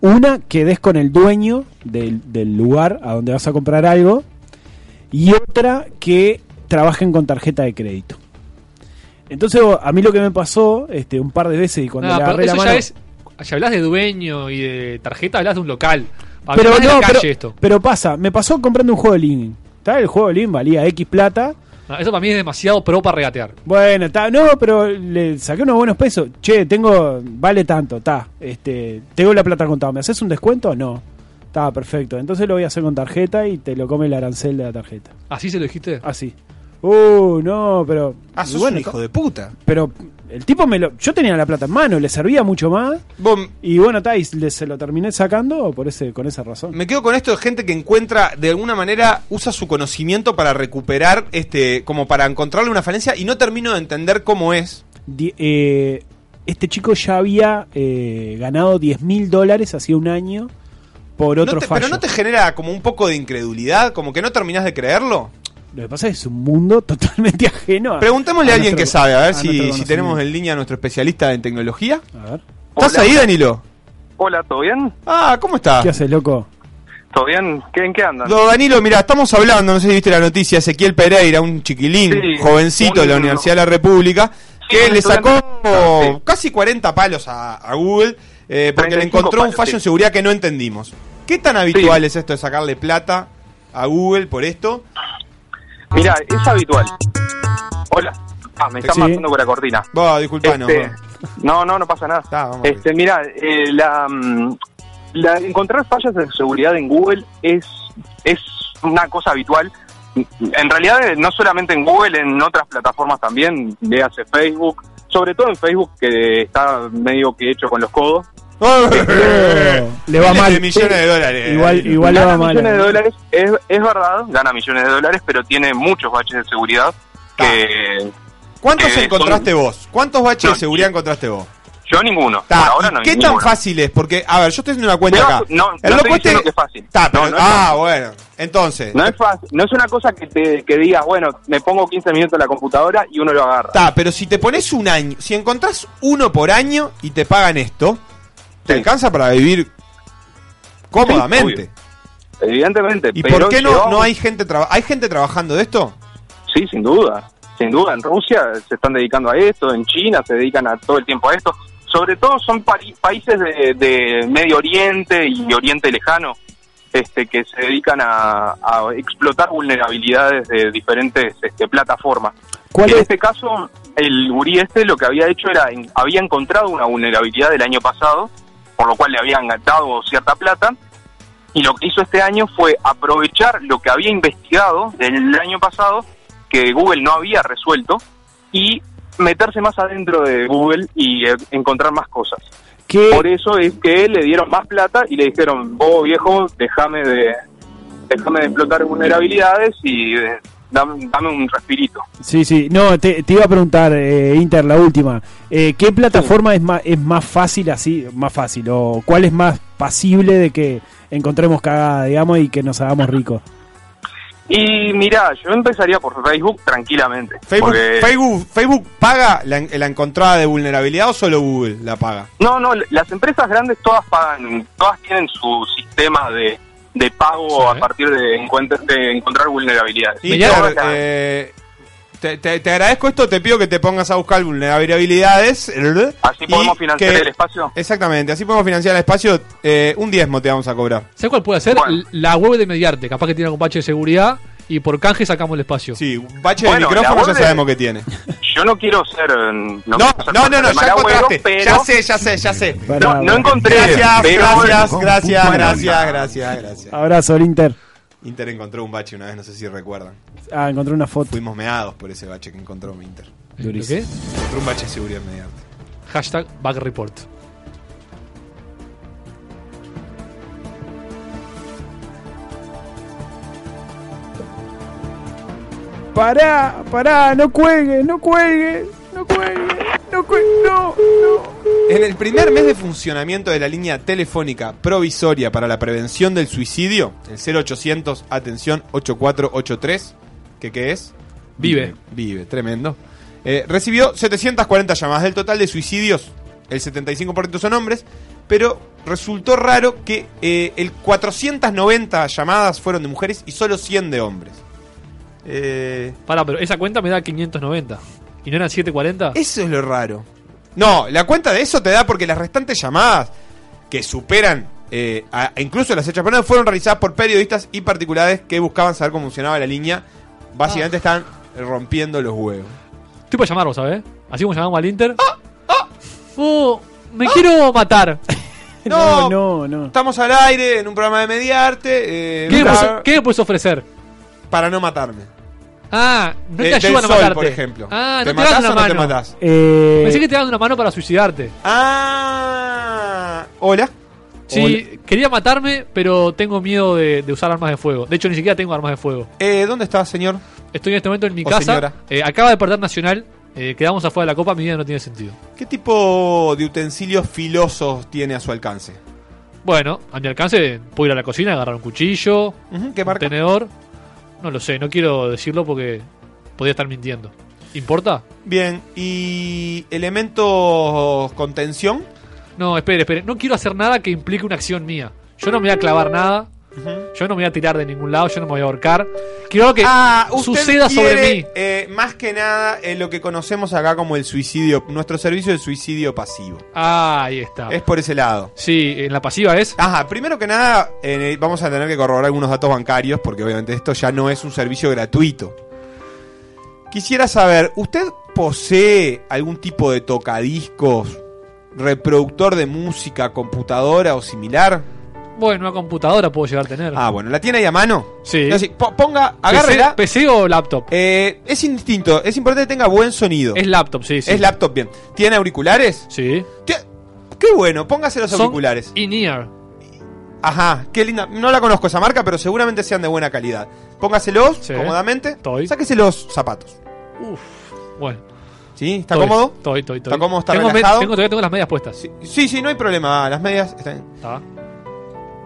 Speaker 7: Una que des con el dueño del, del lugar a donde vas a comprar algo y otra que trabajen con tarjeta de crédito. Entonces a mí lo que me pasó este un par de veces y cuando
Speaker 8: Nada,
Speaker 7: le
Speaker 8: pero
Speaker 7: agarré
Speaker 8: eso
Speaker 7: la mano
Speaker 8: ya es. Si hablas de dueño y de tarjeta, hablas de un local. Para
Speaker 7: pero
Speaker 8: mí no es
Speaker 7: no,
Speaker 8: la calle
Speaker 7: pero,
Speaker 8: esto.
Speaker 7: pero pasa, me pasó comprando un juego de Link. ¿tá? El juego de Link valía X plata
Speaker 8: No, Ah, eso para mí es demasiado pro para regatear.
Speaker 7: Bueno, ta, no, pero le saqué unos buenos pesos. Che, tengo, vale tanto, ta. Este, tengo la plata contada. ¿Me haces un descuento? No. Está perfecto. Entonces lo voy a hacer con tarjeta y te lo come el arancel de la tarjeta.
Speaker 8: ¿Así se lo dijiste?
Speaker 7: Así. Uh, no, pero.
Speaker 6: Ah, sos
Speaker 7: ah, y bueno,
Speaker 6: un hijo de puta.
Speaker 7: Pero el tipo me lo. Yo tenía la plata en mano, le servía mucho más.
Speaker 6: Vos-
Speaker 7: Y bueno, ta, y le- se lo terminé sacando por ese, con esa razón.
Speaker 6: Me quedo con esto de gente que encuentra, de alguna manera, usa su conocimiento para recuperar, este, como para encontrarle una falencia y no termino de entender cómo es.
Speaker 7: Di- eh, este chico ya había eh, ganado 10 mil dólares hacía un año por otro
Speaker 6: No te-
Speaker 7: fallo.
Speaker 6: pero no te genera como un poco de incredulidad, como que no terminás de creerlo.
Speaker 7: Lo que pasa es que es un mundo totalmente ajeno Eh, a.
Speaker 6: Preguntémosle a, alguien
Speaker 7: nuestro-
Speaker 6: que sabe, a ver
Speaker 7: nuestro
Speaker 6: si, si
Speaker 7: conocimiento.
Speaker 6: tenemos en línea a nuestro especialista en tecnología.
Speaker 7: A ver.
Speaker 6: ¿Estás
Speaker 11: Hola.
Speaker 6: ahí, Danilo?
Speaker 11: Hola, ¿todo bien?
Speaker 6: Ah, ¿cómo estás?
Speaker 7: ¿Qué haces, loco?
Speaker 11: ¿Todo bien? ¿Qué, ¿En qué andan?
Speaker 6: No, Danilo, mira, estamos hablando, no sé si viste la noticia, Ezequiel Pereira, un chiquilín,
Speaker 11: Sí,
Speaker 6: jovencito de la
Speaker 11: un-
Speaker 6: Universidad de la República, que
Speaker 11: un
Speaker 6: le
Speaker 11: estudiante.
Speaker 6: sacó
Speaker 11: Ah, sí.
Speaker 6: casi 40 palos a, a Google eh, porque le
Speaker 11: 35
Speaker 6: encontró un
Speaker 11: palos,
Speaker 6: fallo
Speaker 11: sí.
Speaker 6: en seguridad que no entendimos. ¿Qué tan habitual es esto de sacarle plata a Google por esto?
Speaker 11: Mira, es habitual. Hola. eh, Ah, me están
Speaker 6: Sí.
Speaker 11: pasando por la cortina.
Speaker 6: Bah, disculpanos.
Speaker 11: Este, no, no, no pasa nada.
Speaker 6: Ah,
Speaker 11: este, mira, eh, la, mm, la- encontrar fallas de seguridad en Google es, es una cosa habitual. En realidad, eh, no solamente en Google, en otras plataformas también, hace Facebook, sobre todo en Facebook, que está medio que hecho con los codos.
Speaker 6: Este,
Speaker 7: Le va
Speaker 11: Miles
Speaker 7: mal.
Speaker 11: de millones de dólares.
Speaker 7: Igual, igual le va
Speaker 11: Gana
Speaker 7: mal.
Speaker 11: millones de dólares, es, es verdad, gana millones de dólares, pero tiene muchos baches de seguridad que...
Speaker 6: ¿Cuántos
Speaker 11: que son-
Speaker 6: encontraste vos? ¿Cuántos baches de seguridad encontraste vos?
Speaker 11: Yo ninguno.
Speaker 6: Ta,
Speaker 11: Por ahora
Speaker 6: ¿y
Speaker 11: no
Speaker 6: ¿Qué tan
Speaker 11: ninguno.
Speaker 6: fácil es? Porque, a ver, yo estoy haciendo una cuenta
Speaker 11: No,
Speaker 6: acá.
Speaker 11: no, no
Speaker 6: El
Speaker 11: estoy
Speaker 6: loco este-
Speaker 11: diciendo que es fácil.
Speaker 6: Ta, pero-
Speaker 11: No, no es
Speaker 6: ah,
Speaker 11: fácil.
Speaker 6: bueno. Entonces,
Speaker 11: No es fácil, no es una cosa que te que digas, bueno, me pongo 15 minutos en la computadora y uno lo agarra.
Speaker 6: Ta, pero si te pones un año, si encontrás uno por año y te pagan esto, te alcanza para vivir cómodamente.
Speaker 11: Evidentemente.
Speaker 6: ¿Y
Speaker 11: pero
Speaker 6: por qué no,
Speaker 11: llegó-
Speaker 6: no hay gente traba- hay gente trabajando de esto?
Speaker 11: Sí, sin duda. Sin duda, en Rusia se están dedicando a esto, en China se dedican a todo el tiempo a esto. sobre todo son pari- países de, de Medio Oriente y Oriente Lejano este, que se dedican a, a explotar vulnerabilidades de diferentes este, plataformas.
Speaker 7: ¿Cuál
Speaker 11: en este caso, el gurí este lo que había hecho era, en- había encontrado una vulnerabilidad del año pasado, por lo cual le habían gastado cierta plata, y lo que hizo este año fue aprovechar lo que había investigado del año pasado, que Google no había resuelto, y meterse más adentro de Google y eh, encontrar más cosas. Por eso es que le dieron más plata y le dijeron, vos viejo, déjame de, déjame de explotar vulnerabilidades y eh, dame, dame un respirito.
Speaker 7: Sí, sí. No, te, te iba a preguntar, eh, Inter, la última. Eh, ¿Qué plataforma es, más, es más fácil así? Más fácil. ¿O cuál es más pasible de que encontremos cagada, digamos, y que nos hagamos ricos?
Speaker 11: Y mirá, yo empezaría por Facebook tranquilamente.
Speaker 6: Facebook,
Speaker 11: porque-
Speaker 6: Facebook, Facebook paga la, en- la encontrada de vulnerabilidad o solo Google la paga.
Speaker 11: No, no, las empresas grandes todas pagan, todas tienen su sistema de, de pago a partir de, encuent- de encontrar vulnerabilidades.
Speaker 6: Y Ter, eh, te, te- te agradezco esto, te pido que te pongas a buscar vulnerabilidades. Así
Speaker 11: podemos financiar el espacio.
Speaker 6: Exactamente, así podemos financiar el espacio. Eh, un diezmo te vamos a cobrar.
Speaker 8: ¿Sabes cuál puede hacer? La web de Mediarte. Capaz que tiene algún bache de seguridad y por canje sacamos el espacio.
Speaker 6: Sí, bache de micrófono ya sabemos que tiene.
Speaker 11: Yo no quiero ser... eh, No,
Speaker 6: No, no, no, ya encontraste. Ya sé,
Speaker 11: ya sé, ya
Speaker 6: sé.
Speaker 11: No, no encontré.
Speaker 6: Gracias,
Speaker 11: pero-
Speaker 6: gracias, gracias, gracias, gracias, gracias.
Speaker 7: Abrazo, el Inter.
Speaker 6: Inter encontró un bache una vez, no sé si recuerdan.
Speaker 7: Ah, encontré una foto.
Speaker 6: Fuimos meados por ese bache que encontró Inter.
Speaker 8: Durísimo.
Speaker 6: qué? Encontró un bache de seguridad mediante.
Speaker 8: Hashtag backreport.
Speaker 7: Pará, pará, no cuelgues, no cuelgues, no cuelgues, no cuelgues, no, no.
Speaker 6: En el primer mes de funcionamiento de la línea telefónica provisoria para la prevención del suicidio, el 0800, atención, 8483, que qué es?
Speaker 8: Vive.
Speaker 6: Vive, tremendo. Eh, recibió 740 llamadas. Del total de suicidios, el 75% son hombres, pero resultó raro que eh, el 490 llamadas fueron de mujeres y solo 100 de hombres. Eh,
Speaker 8: Pará, pero esa cuenta me da 590. ¿Y no eran 740?
Speaker 6: Eso es lo raro. No, la cuenta de eso te da porque las restantes llamadas que superan eh, a- a incluso las hechas por hombres fueron realizadas por periodistas y particulares que buscaban saber cómo funcionaba la línea.
Speaker 7: Ah.
Speaker 6: Básicamente están rompiendo los huevos. Ah,
Speaker 8: Estoy para llamarlo, ¿sabes? Así como llamamos al Inter. Oh, me quiero matar.
Speaker 6: No,
Speaker 7: no, no.
Speaker 6: Estamos al aire en un programa de mediarte. eh,
Speaker 8: ¿Qué, me
Speaker 6: para-
Speaker 8: puedes, qué me puedes ofrecer?
Speaker 6: Para no matarme.
Speaker 8: Ah, no
Speaker 6: Eh,
Speaker 8: te
Speaker 6: del
Speaker 8: ayudan a
Speaker 6: sol,
Speaker 8: matarte.
Speaker 6: por ejemplo.
Speaker 8: Ah,
Speaker 6: ¿Te
Speaker 8: no te
Speaker 6: matás
Speaker 8: dan una
Speaker 6: o no te
Speaker 8: mano.
Speaker 6: matás?
Speaker 7: Eh,
Speaker 8: Pensé que te daban una mano para suicidarte.
Speaker 6: Ah, hola.
Speaker 8: Sí, quería matarme, pero tengo miedo de, de usar armas de fuego. De hecho, ni siquiera tengo armas de fuego.
Speaker 6: Eh, ¿Dónde está, señor?
Speaker 8: Estoy en este momento en mi
Speaker 6: O señora.
Speaker 8: casa. Eh, acaba de perder Nacional. eh, quedamos afuera de la Copa. Mi vida no tiene sentido.
Speaker 6: ¿Qué tipo de utensilios filosos tiene a su alcance?
Speaker 8: Bueno, a mi alcance puedo ir a la cocina, agarrar un cuchillo, un tenedor. No lo sé, no quiero decirlo porque podría estar mintiendo. ¿Importa?
Speaker 6: Bien, ¿y elementos contención?
Speaker 8: No, espere, espere. No quiero hacer nada que implique una acción mía. Yo no me voy a clavar nada. Yo no me voy a tirar de ningún lado. Yo no me voy a ahorcar. Quiero algo que
Speaker 6: Ah, usted
Speaker 8: suceda sobre
Speaker 6: quiere,
Speaker 8: mí.
Speaker 6: eh, más que nada, eh, lo que conocemos acá como el suicidio, nuestro servicio de suicidio pasivo.
Speaker 8: Ah, ahí está.
Speaker 6: Es por ese lado.
Speaker 8: Sí, en la pasiva es.
Speaker 6: Ajá, primero que nada, eh, vamos a tener que corroborar algunos datos bancarios, porque obviamente esto ya no es un servicio gratuito. Quisiera saber, ¿usted posee algún tipo de tocadiscos, reproductor de música, computadora o similar?
Speaker 8: Bueno, una computadora puedo llegar a tener.
Speaker 6: Ah, bueno, ¿la tiene ahí a mano?
Speaker 8: Sí.
Speaker 6: No, sí, po- ponga, agárrela. Eh,
Speaker 8: PC, o laptop?
Speaker 6: es indistinto, es importante que tenga buen sonido.
Speaker 8: Es laptop, sí, sí.
Speaker 6: Es laptop, bien. ¿Tiene auriculares?
Speaker 8: Sí.
Speaker 6: Qué bueno, póngase los
Speaker 8: Son
Speaker 6: auriculares.
Speaker 8: in-ear.
Speaker 6: Ajá, qué linda. No la conozco esa marca, pero seguramente sean de buena calidad. Póngaselos cómodamente. Sáquese los zapatos.
Speaker 8: Uf, bueno.
Speaker 6: ¿Sí? ¿Está
Speaker 8: Estoy,
Speaker 6: cómodo?
Speaker 8: Estoy, estoy, estoy.
Speaker 6: ¿Está cómodo? ¿Está
Speaker 8: tengo, me-
Speaker 6: relajado?
Speaker 8: tengo- todavía tengo las medias puestas.
Speaker 6: Sí, sí, no hay problema. Ah, Las medias están bien.
Speaker 8: Está.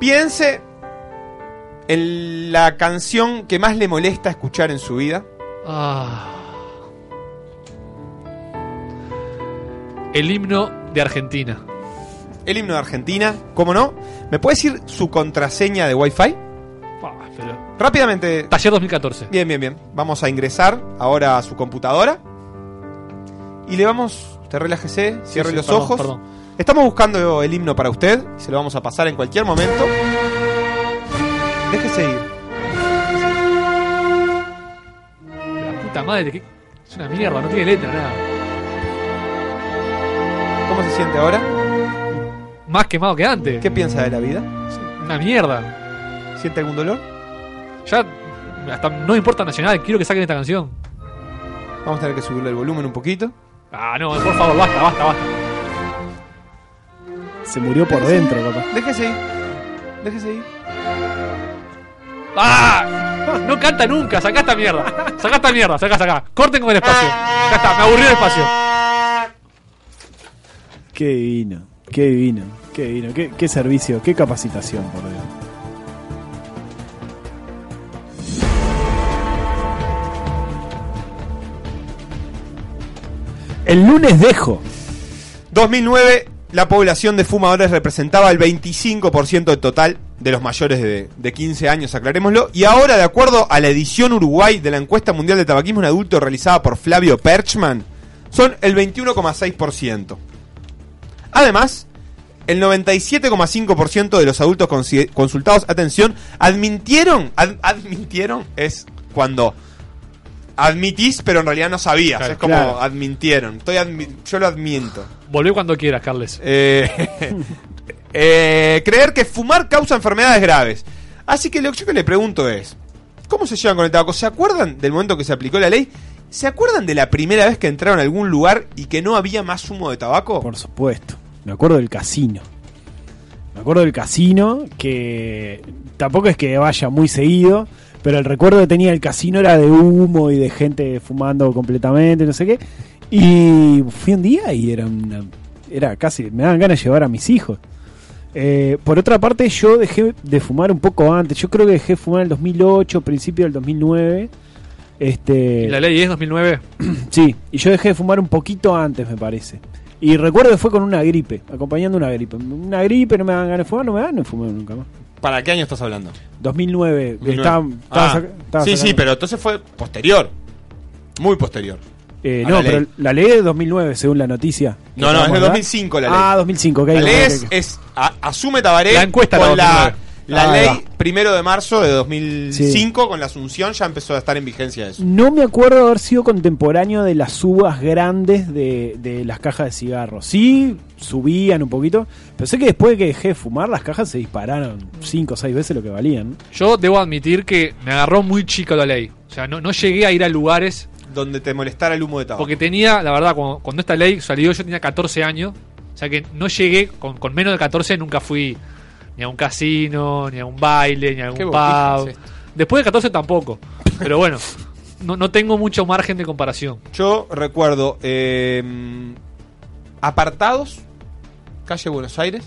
Speaker 6: Piense en la canción que más le molesta escuchar en su vida.
Speaker 8: Ah. El himno de Argentina.
Speaker 6: El himno de Argentina, ¿cómo no? ¿Me puede decir su contraseña de Wi-Fi?
Speaker 8: Ah, pero-
Speaker 6: Rápidamente.
Speaker 8: Taller 2014.
Speaker 6: Bien, bien, bien. Vamos a ingresar ahora a su computadora. Y le vamos Te relájese, cierre
Speaker 8: sí,
Speaker 6: los
Speaker 8: perdón,
Speaker 6: ojos.
Speaker 8: perdón.
Speaker 6: Estamos buscando el himno para usted. Se lo vamos a pasar en cualquier momento. Déjese ir.
Speaker 8: Puta madre, que es una mierda, no tiene letra, nada.
Speaker 6: ¿Cómo se siente ahora?
Speaker 8: Más quemado que antes.
Speaker 6: ¿Qué piensa de la vida?
Speaker 8: Una mierda.
Speaker 6: ¿Siente algún dolor?
Speaker 8: Ya, hasta no importa Nacional, quiero que saquen esta canción.
Speaker 6: Vamos a tener que subirle el volumen un poquito.
Speaker 8: Ah, no, por favor, basta, basta, basta.
Speaker 7: Se murió por dentro, papá.
Speaker 6: Déjese ir. Déjese ir.
Speaker 8: ¡Ah! No canta nunca, sacá esta mierda. Sacá esta mierda, sacá, sacá. Corten con el espacio. Ya está, me aburrió el espacio.
Speaker 7: Qué divino, qué divino, qué divino, qué, qué servicio, qué capacitación, por Dios. El lunes dejo.
Speaker 6: 2009, la población de fumadores representaba el 25% del total de los mayores de, de 15 años, aclarémoslo. Y ahora, de acuerdo a la edición Uruguay de la encuesta mundial de tabaquismo en adulto realizada por Flavio Perchman, son el 21,6%. Además, el 97,5% de los adultos consi- consultados, atención, admitieron, ad- admitieron es cuando admitís, pero en realidad no sabías.
Speaker 8: Claro.
Speaker 6: es como
Speaker 8: Claro.
Speaker 6: admitieron. Estoy admi- yo lo admiento.
Speaker 8: Volvé cuando quieras, Carles.
Speaker 6: Eh, eh, creer que fumar causa enfermedades graves. Así que lo que yo que le pregunto es, ¿cómo se llevan con el tabaco? ¿Se acuerdan del momento que se aplicó la ley? ¿Se acuerdan de la primera vez que entraron a algún lugar y que no había más humo de tabaco?
Speaker 7: Por supuesto. Me acuerdo del casino. Me acuerdo del casino, que tampoco es que vaya muy seguido, pero el recuerdo que tenía el casino era de humo y de gente fumando completamente, no sé qué. Y fui un día y era una. Era casi. Me daban ganas de llevar a mis hijos. Eh, por otra parte, yo dejé de fumar un poco antes. Yo creo que dejé de fumar en el 2008, principio del 2009. Este,
Speaker 8: Y La ley es 2009.
Speaker 7: Sí, y yo dejé de fumar un poquito antes, me parece. Y recuerdo que fue con una gripe, acompañando una gripe. Una gripe, no me dan ganas de fumar, no me dan ganas de fumar nunca más.
Speaker 6: ¿Para qué año estás hablando?
Speaker 7: 2009, que
Speaker 6: 2009.
Speaker 7: estaba- estaba
Speaker 6: Ah,
Speaker 7: saca- estaba
Speaker 6: sí, sí,
Speaker 7: sacando-
Speaker 6: pero entonces fue posterior. Muy posterior.
Speaker 7: Eh,
Speaker 6: a
Speaker 7: no,
Speaker 6: la ley.
Speaker 7: pero la ley es de 2009, según la noticia.
Speaker 6: No, no, es de
Speaker 7: ¿Verdad?
Speaker 6: 2005 la ley.
Speaker 7: Ah, 2005, ok.
Speaker 6: La
Speaker 7: ok,
Speaker 6: ley
Speaker 7: ok,
Speaker 6: es,
Speaker 7: ok.
Speaker 6: es- a- asume Tabaré
Speaker 7: La encuesta la
Speaker 6: con la,
Speaker 7: 2009.
Speaker 6: la
Speaker 7: Ahí
Speaker 6: ley primero de marzo de 2005 con la asunción ya empezó a estar en vigencia eso.
Speaker 7: No me acuerdo de haber sido contemporáneo de las uvas grandes de, de las cajas de cigarros. Sí, subían un poquito, pero sé que después de que dejé de fumar, las cajas se dispararon 5 o 6 veces lo que valían.
Speaker 8: Yo debo admitir que me agarró muy chico la ley. O sea, no, no llegué a ir a lugares.
Speaker 6: Donde te molestara el humo de tabaco.
Speaker 8: Porque tenía, la verdad, cuando, cuando esta ley salió, yo tenía 14 años. O sea que no llegué, con, con menos de 14 nunca fui ni a un casino, ni a un baile, ni a
Speaker 6: Qué
Speaker 8: un
Speaker 6: botija
Speaker 8: pub.
Speaker 6: es esto.
Speaker 8: Después de 14 tampoco. Pero bueno, no, no tengo mucho margen de comparación.
Speaker 6: Yo recuerdo eh, apartados, calle Buenos Aires.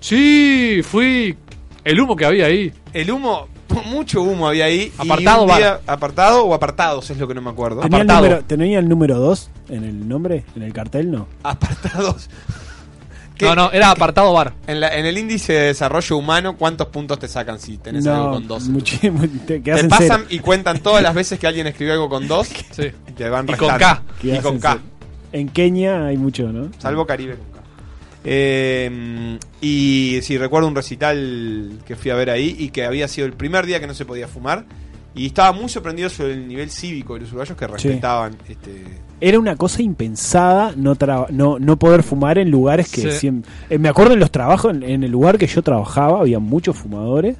Speaker 8: Sí, fui. El humo que había ahí.
Speaker 6: El humo, mucho humo había ahí. y
Speaker 8: Apartado,
Speaker 6: un día- apartado o apartados es lo que no me acuerdo.
Speaker 7: ¿Tenía el, número, ¿Tenía el número 2 en el nombre? ¿En el cartel? No.
Speaker 6: Apartados.
Speaker 8: No, no, era apartado bar.
Speaker 6: En, la- en el índice de desarrollo humano, ¿cuántos puntos te sacan si tenés algo con dos?
Speaker 7: muchi- mu- te quedás
Speaker 6: Te
Speaker 7: en
Speaker 6: pasan
Speaker 7: cero.
Speaker 6: y cuentan todas las veces que alguien escribió algo con dos. Y te van
Speaker 7: Y
Speaker 6: restando.
Speaker 7: con K.
Speaker 6: Y
Speaker 7: Quedás
Speaker 6: con
Speaker 7: en
Speaker 6: K.
Speaker 7: cero. En Kenia hay mucho, ¿no?
Speaker 6: Salvo Caribe con K. Eh, y sí, recuerdo un recital que fui a ver ahí y que había sido el primer día que no se podía fumar. Y estaba muy sorprendido sobre el nivel cívico de los uruguayos que respetaban. Este,
Speaker 7: Era una cosa impensada no, traba- no, no poder fumar en lugares que
Speaker 6: Sí.
Speaker 7: siempre... eh, me acuerdo en los trabajos, en, en el lugar que yo trabajaba, había muchos fumadores.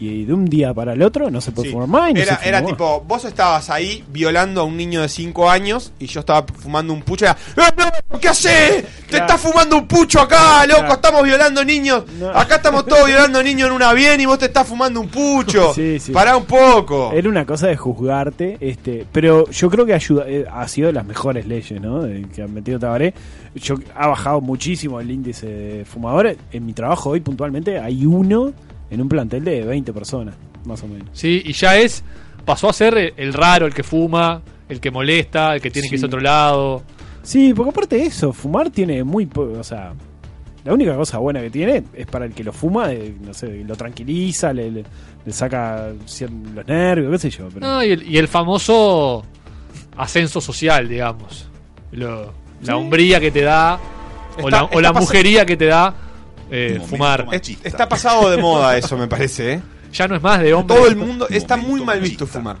Speaker 7: Y de un día para el otro no se puede
Speaker 6: sí.
Speaker 7: fumar más. y no se
Speaker 6: era,
Speaker 7: fumó
Speaker 6: era
Speaker 7: más.
Speaker 6: tipo, vos estabas ahí violando a un niño de 5 años y yo estaba fumando un pucho. y era, "Eh, no, ¿Qué haces? Te estás fumando un pucho acá, loco.
Speaker 7: Claro.
Speaker 6: Estamos violando niños. Acá estamos todos violando niños en una bien y vos te estás fumando un pucho.
Speaker 7: Sí, sí.
Speaker 6: Pará un poco.
Speaker 7: Era una cosa de juzgarte, este, pero yo creo que ayuda, eh, ha sido de las mejores leyes, ¿no? de- que han metido Tabaré. Yo ha bajado muchísimo el índice de fumadores. En mi trabajo hoy puntualmente hay uno en un plantel de 20 personas, más o menos.
Speaker 8: Sí, y ya es. Pasó a ser el raro, el que fuma, el que molesta, el que tiene que irse a
Speaker 7: Sí.
Speaker 8: otro lado.
Speaker 7: Sí, porque aparte de eso, fumar tiene muy po- o sea, la única cosa buena que tiene es para el que lo fuma, eh, no sé, lo tranquiliza, le, le- le saca cien- los nervios, qué sé yo. Pero...
Speaker 8: No, y, el, y el famoso ascenso social, digamos. Lo- la hombría que te da o
Speaker 6: Está-
Speaker 8: la, o
Speaker 6: está
Speaker 8: la
Speaker 6: pasa-
Speaker 8: mujería que te da eh, fumar.
Speaker 6: Es- está pasado de moda eso, me parece. ¿eh?
Speaker 8: Ya no es más de hombre.
Speaker 6: Todo el mundo está muy mal visto fumar.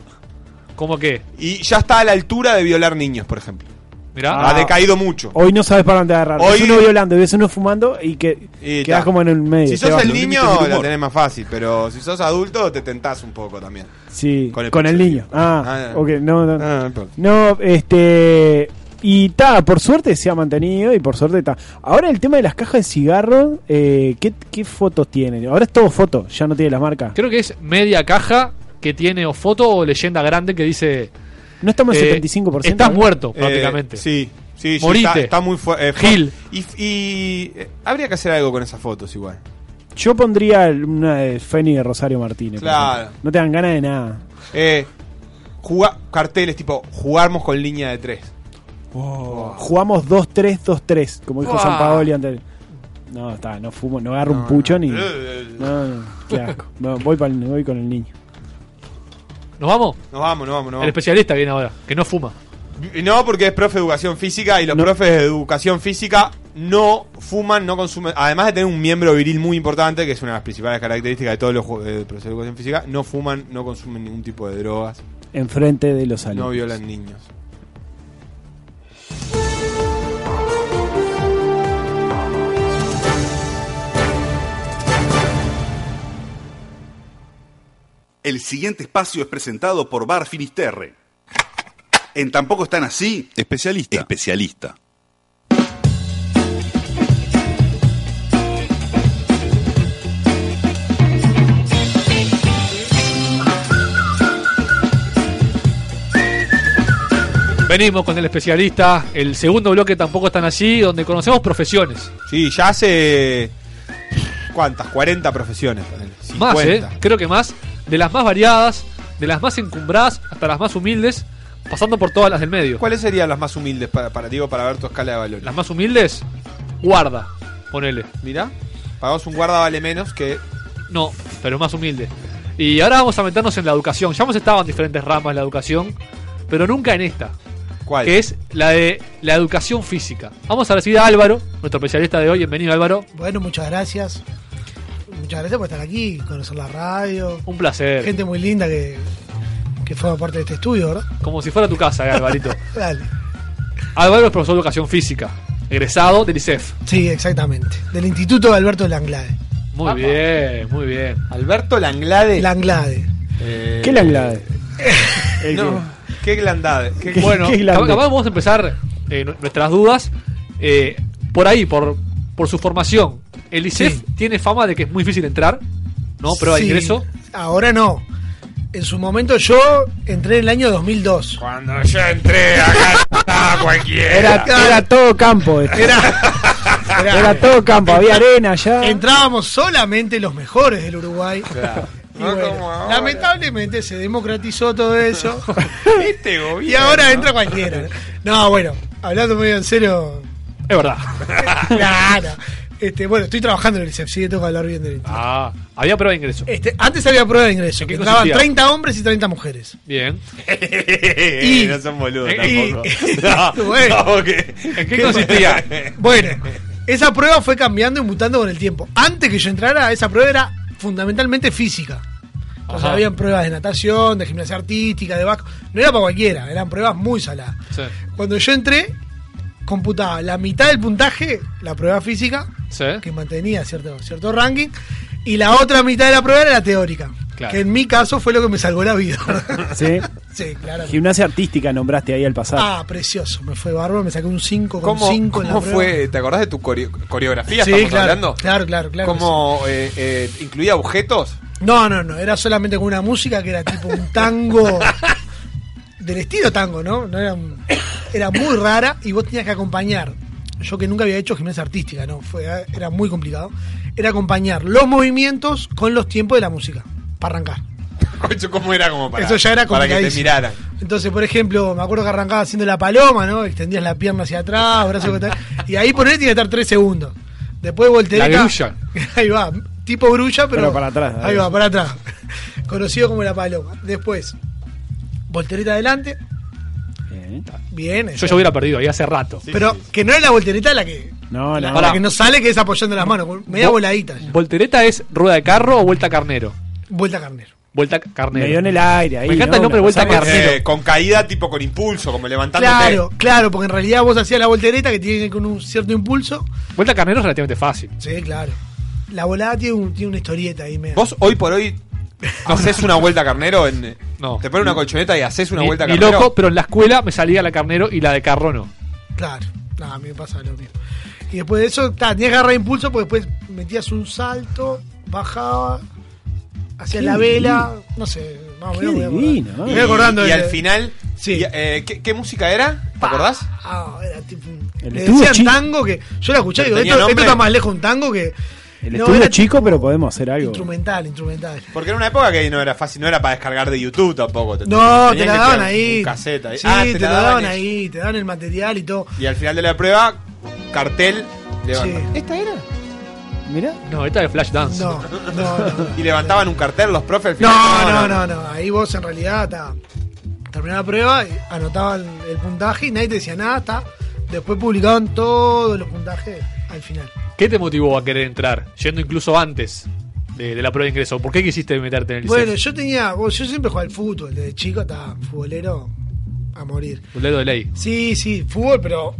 Speaker 8: ¿Cómo qué?
Speaker 6: Y ya está a la altura de violar niños, por ejemplo.
Speaker 8: Mirá. Ah.
Speaker 6: Ha decaído mucho.
Speaker 7: Hoy no sabes para dónde agarrar.
Speaker 6: Hoy-
Speaker 7: Hoy uno violando y ves uno fumando y que
Speaker 6: Y
Speaker 7: quedas
Speaker 6: ta.
Speaker 7: como en el medio.
Speaker 6: Si
Speaker 7: te
Speaker 6: sos
Speaker 7: vas.
Speaker 6: el niño, la tenés más fácil, pero si sos adulto, te tentás un poco también.
Speaker 7: Sí,
Speaker 6: con
Speaker 7: con
Speaker 6: el
Speaker 7: el,
Speaker 6: pincel.
Speaker 7: niño. Ah,
Speaker 6: Ah,
Speaker 7: ok, no, no.
Speaker 6: perdón.
Speaker 7: no, este. Y ta, por suerte se ha mantenido y por suerte está. Ahora el tema de las cajas de cigarro, eh, ¿qué, ¿qué fotos tienen? Ahora es todo foto, ya no tiene las marcas.
Speaker 8: Creo que es media caja que tiene o foto o leyenda grande que dice.
Speaker 7: No estamos en
Speaker 8: eh,
Speaker 7: 75%.
Speaker 8: Estás
Speaker 7: ¿no?
Speaker 8: muerto,
Speaker 6: Eh,
Speaker 8: prácticamente.
Speaker 6: sí, sí, sí,
Speaker 8: Morite.
Speaker 6: Está, está muy fuerte. eh,
Speaker 8: Gil.
Speaker 6: Y, y, eh, habría que hacer algo con esas fotos igual.
Speaker 7: Yo pondría una de Feni de Rosario Martínez. por
Speaker 6: Claro.
Speaker 7: ejemplo. No te dan ganas de nada.
Speaker 6: Eh, juga- carteles tipo, jugamos con línea de tres.
Speaker 7: Jugamos 2-3-2-3, como dijo
Speaker 6: Buah.
Speaker 8: Ah.
Speaker 7: San Paoli antes. No, está, no fumo, no agarro un pucho ni.
Speaker 6: Eh,
Speaker 7: No, no, qué asco. No, voy, pa'l- voy con el niño.
Speaker 8: ¿Nos vamos?
Speaker 6: Nos vamos, nos vamos,
Speaker 8: El
Speaker 6: nos vamos.
Speaker 8: especialista viene ahora, que no fuma.
Speaker 6: Y No, porque es profe de educación física y los profes de educación física no fuman, no consumen. Además de tener un miembro viril muy importante, que es una de las principales características de todos los ju- eh, profesores de educación física, no fuman, no consumen ningún tipo de drogas,
Speaker 7: Enfrente de los alumnos.
Speaker 6: no violan niños.
Speaker 12: El siguiente espacio es presentado por Bar Finisterre. En Tampoco están así, especialista. Especialista.
Speaker 8: Venimos con el especialista, el segundo bloque tampoco están así, donde conocemos profesiones.
Speaker 6: Sí, ya hace. ¿Cuántas? 40 profesiones. ponele,
Speaker 8: Más,
Speaker 6: 50.
Speaker 8: ¿eh? Creo que más. De las más variadas, de las más encumbradas hasta las más humildes, pasando por todas las del
Speaker 15: ¿eh?
Speaker 8: medio.
Speaker 6: ¿Cuáles serían las más humildes para, para, digo, para ver tu escala de valores?
Speaker 8: Las más humildes, guarda, ponele.
Speaker 6: Mirá, pagamos un guarda vale menos que.
Speaker 8: No, pero más humilde. Y ahora vamos a meternos en la educación. Ya hemos estado en diferentes ramas de la educación, pero nunca en esta.
Speaker 6: ¿Cuál?
Speaker 8: Que es la de la educación física. Vamos a recibir a Álvaro, nuestro especialista de hoy. Bienvenido, Álvaro.
Speaker 15: Bueno, muchas gracias. Muchas gracias por estar aquí, conocer la radio.
Speaker 8: Un placer.
Speaker 15: Gente muy linda que, que forma parte de este estudio, ¿verdad?
Speaker 8: Como si fuera tu casa, eh, Alvarito.
Speaker 15: Dale.
Speaker 8: Álvaro es profesor de educación física, egresado del ICEF.
Speaker 15: Sí, exactamente. Del Instituto de Alberto Langlade.
Speaker 8: Muy bien, muy bien.
Speaker 6: Alberto Langlade.
Speaker 15: Langlade.
Speaker 7: ¿Qué Langlade?
Speaker 6: No, qué glandade. qué-
Speaker 8: bueno,
Speaker 6: qué
Speaker 8: capaz,
Speaker 6: glandade.
Speaker 8: capaz vamos a empezar eh, nu- nuestras dudas eh, por ahí, por, por su formación. El ICEF tiene fama de que es muy difícil entrar, ¿no? Prueba
Speaker 15: Sí.
Speaker 8: de ingreso.
Speaker 15: Ahora no. En su momento yo entré en el año 2002.
Speaker 6: Cuando yo entré acá estaba cualquiera.
Speaker 7: Era, era todo campo. esto. Era, todo campo, había arena allá.
Speaker 15: Entrábamos solamente los mejores del Uruguay. Y
Speaker 6: No
Speaker 15: bueno,
Speaker 6: como ahora.
Speaker 15: lamentablemente se democratizó todo eso.
Speaker 6: Este gobierno.
Speaker 15: Y ahora entra cualquiera. No, bueno, hablando medio en serio.
Speaker 8: Es verdad.
Speaker 15: Claro. Este, bueno, estoy trabajando en el ICEF, sí, tengo que hablar bien del ICEF.
Speaker 8: Ah, había prueba de ingreso.
Speaker 15: Este, antes había prueba de ingreso, que entraban
Speaker 8: consistía?
Speaker 15: 30 hombres y 30 mujeres.
Speaker 8: Bien.
Speaker 15: Y-
Speaker 6: Eh, no son boludos
Speaker 15: y-
Speaker 6: tampoco.
Speaker 15: Bueno.
Speaker 8: ¿En qué consistía?
Speaker 15: Bueno, esa prueba fue cambiando y mutando con el tiempo. Antes que yo entrara, esa prueba era fundamentalmente física. Entonces
Speaker 8: Ajá.
Speaker 15: habían pruebas de natación, de gimnasia artística, de vasco. No era para cualquiera, eran pruebas muy saladas.
Speaker 8: Sí.
Speaker 15: Cuando yo entré, computaba la mitad del puntaje, la prueba física,
Speaker 8: Sí.
Speaker 15: que mantenía cierto, cierto ranking, y la otra mitad de la prueba era la teórica.
Speaker 7: Claro.
Speaker 15: Que en mi caso fue lo que me salvó la vida.
Speaker 7: Sí.
Speaker 15: sí, claramente.
Speaker 7: Gimnasia artística nombraste ahí al pasar.
Speaker 15: Ah, precioso, me fue bárbaro, me saqué un 5,5
Speaker 6: ¿Cómo,
Speaker 15: en la
Speaker 6: cómo
Speaker 15: prueba.
Speaker 6: fue? ¿Te acordás de tu coreo- coreografía?
Speaker 15: Sí,
Speaker 6: estamos
Speaker 15: claro,
Speaker 6: hablando.
Speaker 15: claro, claro, claro que
Speaker 6: ¿Cómo eh, eh, incluía objetos?
Speaker 15: No, no, no, era solamente con una música que era tipo un tango del estilo tango, ¿no? No era, un- era muy rara y vos tenías que acompañar. Yo que nunca había hecho gimnasia artística, no, fue era muy complicado. Era acompañar los movimientos con los tiempos de la música para arrancar.
Speaker 6: Eso cómo era como para
Speaker 15: Eso ya era
Speaker 6: para que te
Speaker 15: complicadísimo.
Speaker 6: miraran.
Speaker 15: Entonces, por ejemplo, me acuerdo que arrancaba haciendo la paloma, ¿no? Extendías la pierna hacia atrás, brazo hacia atrás, y ahí ponés tiene que estar tres segundos. Después voltereca.
Speaker 8: La grulla.
Speaker 15: Ahí va, tipo grulla, pero,
Speaker 7: Pero para atrás,
Speaker 15: Ahí
Speaker 7: ahí.
Speaker 15: va, para atrás. Conocido como la paloma. Después, voltereta adelante, Bien,
Speaker 8: Yo ya hubiera perdido ahí hace rato.
Speaker 15: Pero que no es la voltereta la que,
Speaker 7: No,
Speaker 15: la,
Speaker 8: no. Pará.
Speaker 15: que no sale, que es apoyando las manos. Media
Speaker 8: Vo-
Speaker 15: voladita.
Speaker 8: ¿Voltereta es rueda de carro o vuelta carnero?
Speaker 15: Vuelta carnero.
Speaker 8: Vuelta carnero.
Speaker 7: Medio en el aire ahí,
Speaker 8: Me encanta
Speaker 7: ¿no?
Speaker 8: el nombre
Speaker 7: Una
Speaker 8: vuelta
Speaker 7: cosa que-
Speaker 8: carnero.
Speaker 6: Eh, con caída, tipo con impulso, como levantándote.
Speaker 15: Claro, claro, porque en realidad vos hacías la voltereta que tiene con un cierto impulso.
Speaker 8: Vuelta carnero es relativamente fácil.
Speaker 15: Sí, claro. La volada tiene, un- tiene una historieta ahí. media.
Speaker 6: Vos hoy por hoy haces una vuelta carnero en.
Speaker 8: No.
Speaker 6: Te pones una colchoneta y haces una
Speaker 8: Ni-
Speaker 6: vuelta
Speaker 8: ni
Speaker 6: carnero.
Speaker 8: loco, pero en la escuela me salía la carnero y la de carro no.
Speaker 15: Claro, nada, a mí me pasa lo mismo. Y después de eso, ta, tenías que agarrar impulso porque después metías un salto, bajaba, hacia
Speaker 6: Qué
Speaker 15: la vela, no sé, más o menos. me voy acordando. Me voy acordando
Speaker 6: Y,
Speaker 15: de-
Speaker 6: al final.
Speaker 15: Sí.
Speaker 6: y, eh, ¿qué, qué música era? ¿Te acordás?
Speaker 15: Ah, era tipo un-
Speaker 6: El
Speaker 15: le
Speaker 6: estudio
Speaker 15: decían
Speaker 6: chico.
Speaker 15: tango que. Yo la escuché y digo,
Speaker 6: ¿Tenía
Speaker 15: esto, esto
Speaker 6: nombre?
Speaker 15: está más lejos un tango que.
Speaker 7: El
Speaker 15: No,
Speaker 7: estudio
Speaker 15: era
Speaker 7: es chico, pero podemos hacer algo.
Speaker 15: instrumental, instrumental.
Speaker 6: Porque era una época que no era fácil, no era para descargar de YouTube tampoco.
Speaker 15: No, te
Speaker 6: tenían
Speaker 15: la
Speaker 6: que
Speaker 15: daban
Speaker 6: tirar un-
Speaker 15: ahí.
Speaker 6: un cassette ahí.
Speaker 15: Sí,
Speaker 6: Ah,
Speaker 15: te, la daban, ahí, te daban el material y todo.
Speaker 6: Y al final de la prueba, cartel, levanta.
Speaker 15: ¿Esta era?
Speaker 7: Mirá.
Speaker 8: No, esta de Flash Dance.
Speaker 15: No, no, no.
Speaker 6: Y levantaban un cartel los profes al final.
Speaker 15: No, no, no, no. Ahí vos en realidad ta, terminaba la prueba, y anotaban el puntaje y nadie te decía nada, ta. Después publicaban todos los puntajes al final.
Speaker 8: ¿Qué te motivó a querer entrar? Yendo incluso antes de, de la prueba de ingreso. ¿Por qué quisiste meterte en el liceo?
Speaker 15: Bueno, yo tenía, vos- yo siempre jugaba al fútbol, desde chico ta, futbolero a morir.
Speaker 8: Boleto de ley.
Speaker 15: Sí, sí, fútbol, pero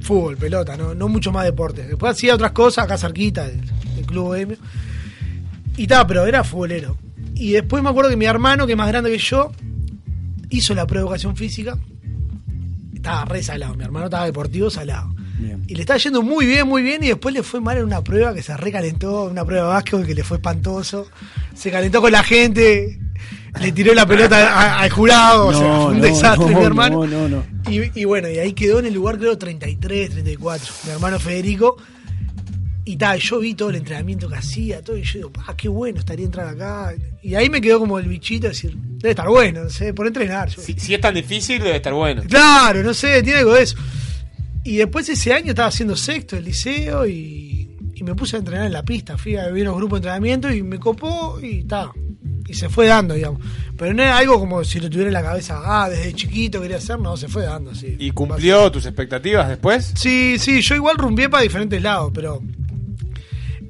Speaker 15: fútbol, pelota, no, no mucho más deporte. Después hacía otras cosas acá cerquita del, del club bohemio. Y ta, pero era futbolero. Y después me acuerdo que mi hermano, que es más grande que yo, hizo la prueba de educación física. Estaba re salado, mi hermano estaba deportivo salado. Y le estaba yendo muy bien, muy bien, y después le fue mal en una prueba que se recalentó, una prueba de básquet que le fue espantoso. Se calentó con la gente, le tiró la pelota a- al jurado, o sea,
Speaker 7: No,
Speaker 15: fue un
Speaker 7: no,
Speaker 15: desastre,
Speaker 7: no,
Speaker 15: mi hermano.
Speaker 7: No, no, no.
Speaker 15: Y, y bueno, y ahí quedó en el lugar creo 33, 34, mi hermano Federico. Y tal, yo vi todo el entrenamiento que hacía, todo, y yo digo, ah, qué bueno estaría entrar acá. Y ahí me quedó como el bichito, de decir, debe estar bueno, no sé, por entrenar. yo.
Speaker 6: Si, si es tan difícil, debe estar bueno.
Speaker 15: Claro, no sé, tiene algo de eso. Y después ese año estaba haciendo sexto el liceo y, y me puse a entrenar en la pista. Fui a ver unos grupos de entrenamiento y me copó y ta. Y se fue dando, digamos. Pero no era algo como si lo tuviera en la cabeza, ah, desde chiquito quería hacer, no, se fue dando, sí.
Speaker 6: ¿Y cumplió tus expectativas después?
Speaker 15: Sí, sí, yo igual rumbié para diferentes lados, pero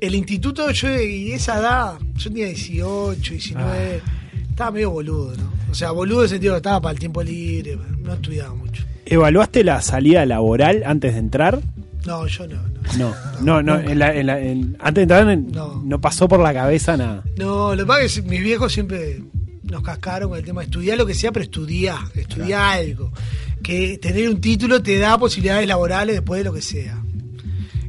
Speaker 15: el instituto, yo y esa edad, yo tenía 18, 19,
Speaker 6: Ah.
Speaker 15: estaba medio boludo, ¿no? O sea, boludo en el sentido que estaba para el tiempo libre, no estudiaba mucho.
Speaker 7: ¿Evaluaste la salida laboral antes de entrar?
Speaker 15: No, yo no.
Speaker 7: No, no, no. en la- en la- en- antes de entrar en- no. pasó por la cabeza nada.
Speaker 15: No, lo que pasa es que mis viejos siempre nos cascaron con el tema de estudiar lo que sea, pero estudiar, estudiar algo. Que tener un título te da posibilidades laborales después de lo que sea.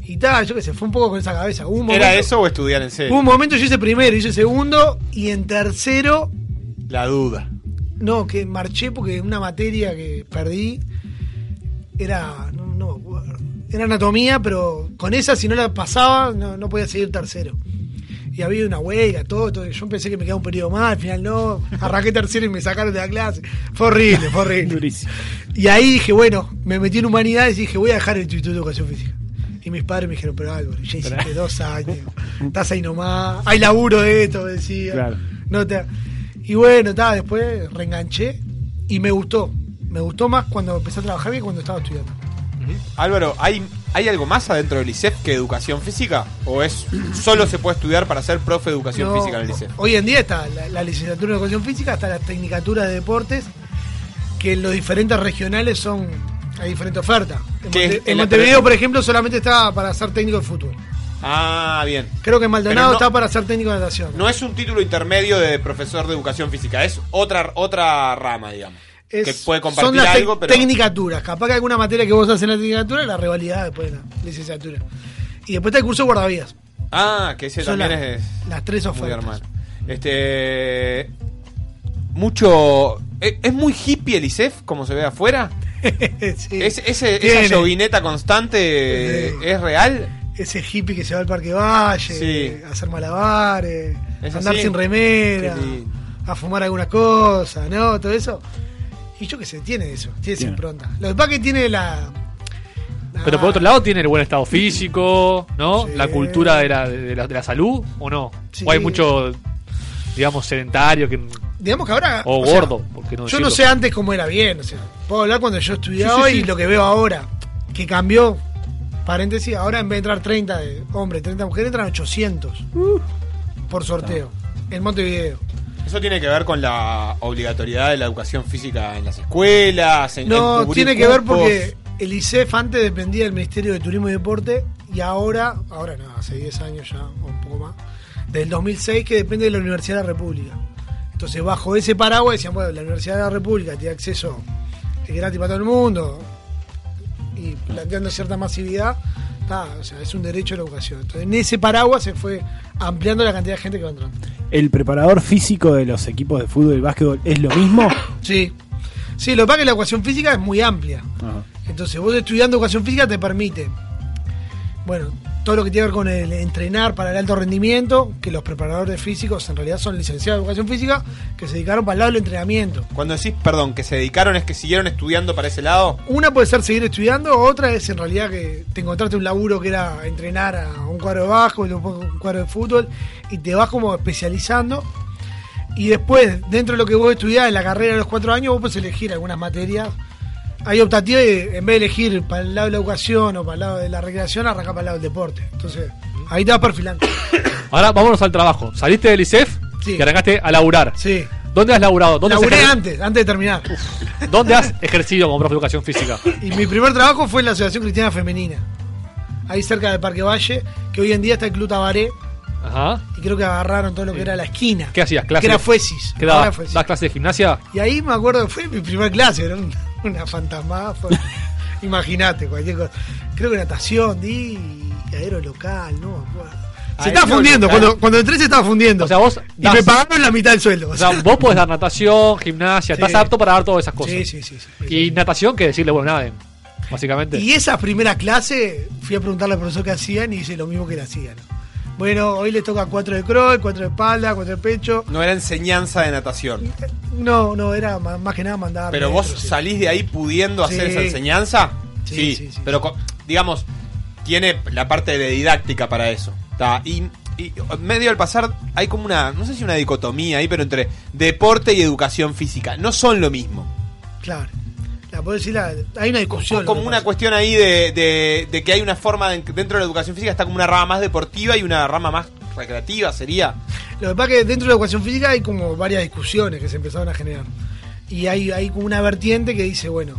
Speaker 15: Y tal, yo qué sé, fue un poco con esa cabeza. Hubo un momento,
Speaker 6: ¿Era eso o estudiar en serio?
Speaker 15: hubo un momento yo hice primero, hice segundo, y en tercero,
Speaker 6: La duda.
Speaker 15: no, que marché porque una materia que perdí era, no, no me acuerdo, era anatomía, pero con esa si no la pasaba no, no podía seguir tercero. Y había una huelga, todo, todo. Yo pensé que me quedaba un periodo más, al final no. Arranqué tercero y me sacaron de la clase. Fue horrible, fue horrible. Y ahí dije, bueno, me metí en humanidades y dije, voy a dejar el Instituto de Educación Física. Y mis padres me dijeron, pero Álvaro, ya hiciste dos años, estás ahí nomás, hay laburo de esto, me decía.
Speaker 7: Claro.
Speaker 15: No te... Y bueno, ta, después reenganché y me gustó. Me gustó más cuando empecé a trabajar que cuando estaba estudiando.
Speaker 6: Álvaro, ¿hay, ¿hay algo más adentro del ISEF que educación física? ¿O es solo se puede estudiar para ser profe de educación
Speaker 15: No,
Speaker 6: física en el ISEF?
Speaker 15: Hoy en día está la, la licenciatura de educación física, está la tecnicatura de deportes, que en los diferentes regionales son hay diferente oferta. En,
Speaker 6: ¿Qué?
Speaker 15: Monte- en
Speaker 6: En la-
Speaker 15: Montevideo, por ejemplo, solamente está para ser técnico de fútbol.
Speaker 6: Ah, bien.
Speaker 15: Creo que en Maldonado
Speaker 6: Pero no-
Speaker 15: está para ser técnico de natación.
Speaker 6: No es un título intermedio de profesor de educación física, es otra, otra rama, digamos.
Speaker 15: Es-
Speaker 6: que puede
Speaker 15: son
Speaker 6: compartir
Speaker 15: las
Speaker 6: algo,
Speaker 15: tec-
Speaker 6: pero.
Speaker 15: tecnicaturas. Capaz que alguna materia que vos haces en la tecnicatura la revalidás después de la licenciatura. Y después está el curso de guardavías.
Speaker 6: Ah, que ese
Speaker 15: Son
Speaker 6: también
Speaker 15: las-
Speaker 6: es.
Speaker 15: las tres
Speaker 6: muy
Speaker 15: ofertas.
Speaker 6: hermano. Este. Mucho. ¿e- ¿Es muy hippie el ISEF, como se ve afuera? Es- ese-
Speaker 15: Tiene.
Speaker 6: ¿Esa llovineta constante eh, es real?
Speaker 15: Ese hippie que se va al Parque Valle,
Speaker 6: Sí.
Speaker 15: a hacer malabares,
Speaker 6: ¿Es
Speaker 15: andar
Speaker 6: así?
Speaker 15: sin remera,
Speaker 6: Qué lindo.
Speaker 15: a fumar alguna cosa, ¿no? Todo eso. Y yo que sé, tiene eso, tiene esa
Speaker 8: Tiene.
Speaker 15: impronta. Lo que pasa que tiene la.
Speaker 8: Pero por otro lado tiene el buen estado físico, ¿no? La cultura de la, de la, de la salud, ¿o no?
Speaker 15: Sí.
Speaker 8: O hay mucho, digamos, sedentario que
Speaker 15: digamos que ahora.
Speaker 8: O
Speaker 15: sea,
Speaker 8: gordo, ¿por qué no
Speaker 15: yo
Speaker 8: decirlo?
Speaker 15: no sé antes cómo era bien, o sea, puedo hablar cuando yo estudiaba
Speaker 8: Sí, sí, sí.
Speaker 15: y lo que veo ahora, que cambió. Paréntesis, ahora en vez de entrar 30 de hombres, 30 mujeres, entran 800
Speaker 8: Uh.
Speaker 15: por sorteo en Montevideo.
Speaker 6: Eso tiene que ver con la obligatoriedad de la educación física en las escuelas. En, en
Speaker 15: No,
Speaker 6: cubrir
Speaker 15: tiene que ver
Speaker 6: cupos.
Speaker 15: porque el ICEF antes dependía del Ministerio de Turismo y Deporte y ahora, ahora no, hace 10 años ya, o un poco más, del 2006 que depende de la Universidad de la República. Entonces, bajo ese paraguas decían, bueno, la Universidad de la República tiene acceso es gratis para todo el mundo y planteando cierta masividad, está, o sea, es un derecho a la educación. Entonces, en ese paraguas se fue ampliando la cantidad de gente que va entrando.
Speaker 7: ¿El preparador físico de los equipos de fútbol y básquetbol es lo mismo?
Speaker 15: Sí. Sí, lo que pasa es que la educación física es muy amplia.
Speaker 7: Ajá.
Speaker 15: Entonces, vos estudiando educación física te permite, bueno, todo lo que tiene que ver con el entrenar para el alto rendimiento, que los preparadores físicos en realidad son licenciados de educación física, que se dedicaron para el lado del entrenamiento.
Speaker 6: Cuando decís, perdón, que se dedicaron es que siguieron estudiando para ese lado.
Speaker 15: Una puede ser seguir estudiando, otra es en realidad que te encontraste un laburo que era entrenar a un cuadro de básquet, un po- un cuadro de fútbol, y te vas como especializando. Y después, dentro de lo que vos estudiás en la carrera de los cuatro años, vos puedes elegir algunas materias. Hay optativas y en vez de elegir para el lado de la educación o para el lado de la recreación, arranca para el lado del deporte. Entonces, ahí te vas perfilando.
Speaker 8: Ahora vámonos al trabajo. Saliste del ICEF
Speaker 15: Sí.
Speaker 8: y arrancaste a laburar.
Speaker 15: Sí.
Speaker 8: ¿Dónde has laburado? ¿Dónde, has
Speaker 15: Laburé
Speaker 8: ejer-
Speaker 15: antes, antes de terminar.
Speaker 8: ¿Dónde has ejercido como profe de educación física?
Speaker 15: Y mi primer trabajo fue en la Asociación Cristiana Femenina. Ahí cerca de Parque Valle, que hoy en día está el Club Tabaré.
Speaker 8: Ajá.
Speaker 15: Y creo que agarraron todo lo que era la esquina.
Speaker 8: ¿Qué hacías? ¿Clases?
Speaker 15: Que era fuesis.
Speaker 8: ¿Qué dabas?
Speaker 15: Ahora fuesis.
Speaker 8: ¿Das clases de gimnasia?
Speaker 15: Y ahí me acuerdo que fue mi primer clase, era un- una fantasmada. fue- Imagínate, cualquier cosa. Creo que natación, di, y aero local, no me acuerdo. Se estaba
Speaker 8: Aero
Speaker 15: fundiendo,
Speaker 8: local.
Speaker 15: cuando, cuando entré se estaba fundiendo.
Speaker 8: O sea, vos
Speaker 15: Y
Speaker 8: das-
Speaker 15: me pagaron la mitad del sueldo.
Speaker 8: O sea, vos podés dar natación, gimnasia,
Speaker 15: Sí.
Speaker 8: estás apto para dar todas esas cosas.
Speaker 15: Sí, sí, sí. sí.
Speaker 8: Y natación, que decirle, bueno, nada, básicamente.
Speaker 15: Y esa primera clase fui a preguntarle al profesor qué hacían y hice lo mismo que le hacían. Bueno, hoy les toca cuatro de cross, cuatro de espalda, cuatro de pecho.
Speaker 6: No era enseñanza de natación.
Speaker 15: No, no, era ma- más que nada mandar. eh,
Speaker 6: Pero vos salís de ahí pudiendo
Speaker 15: Sí.
Speaker 6: hacer esa enseñanza.
Speaker 15: Sí,
Speaker 6: Sí,
Speaker 15: sí,
Speaker 6: pero co- digamos, tiene la parte de didáctica para eso. Está, Y, y medio al pasar hay como una, no sé si una dicotomía ahí, pero entre deporte y educación física. No son lo mismo.
Speaker 15: Claro. La puedo decir, la- hay una discusión.
Speaker 6: Ah, como
Speaker 15: lo que
Speaker 6: una cuestión ahí de, de- de que hay una forma de- dentro de la educación física está como una rama más deportiva y una rama más recreativa sería
Speaker 15: Lo que pasa es que dentro de la educación física hay como varias discusiones que se empezaron a generar. Y hay, hay como una vertiente que dice, bueno,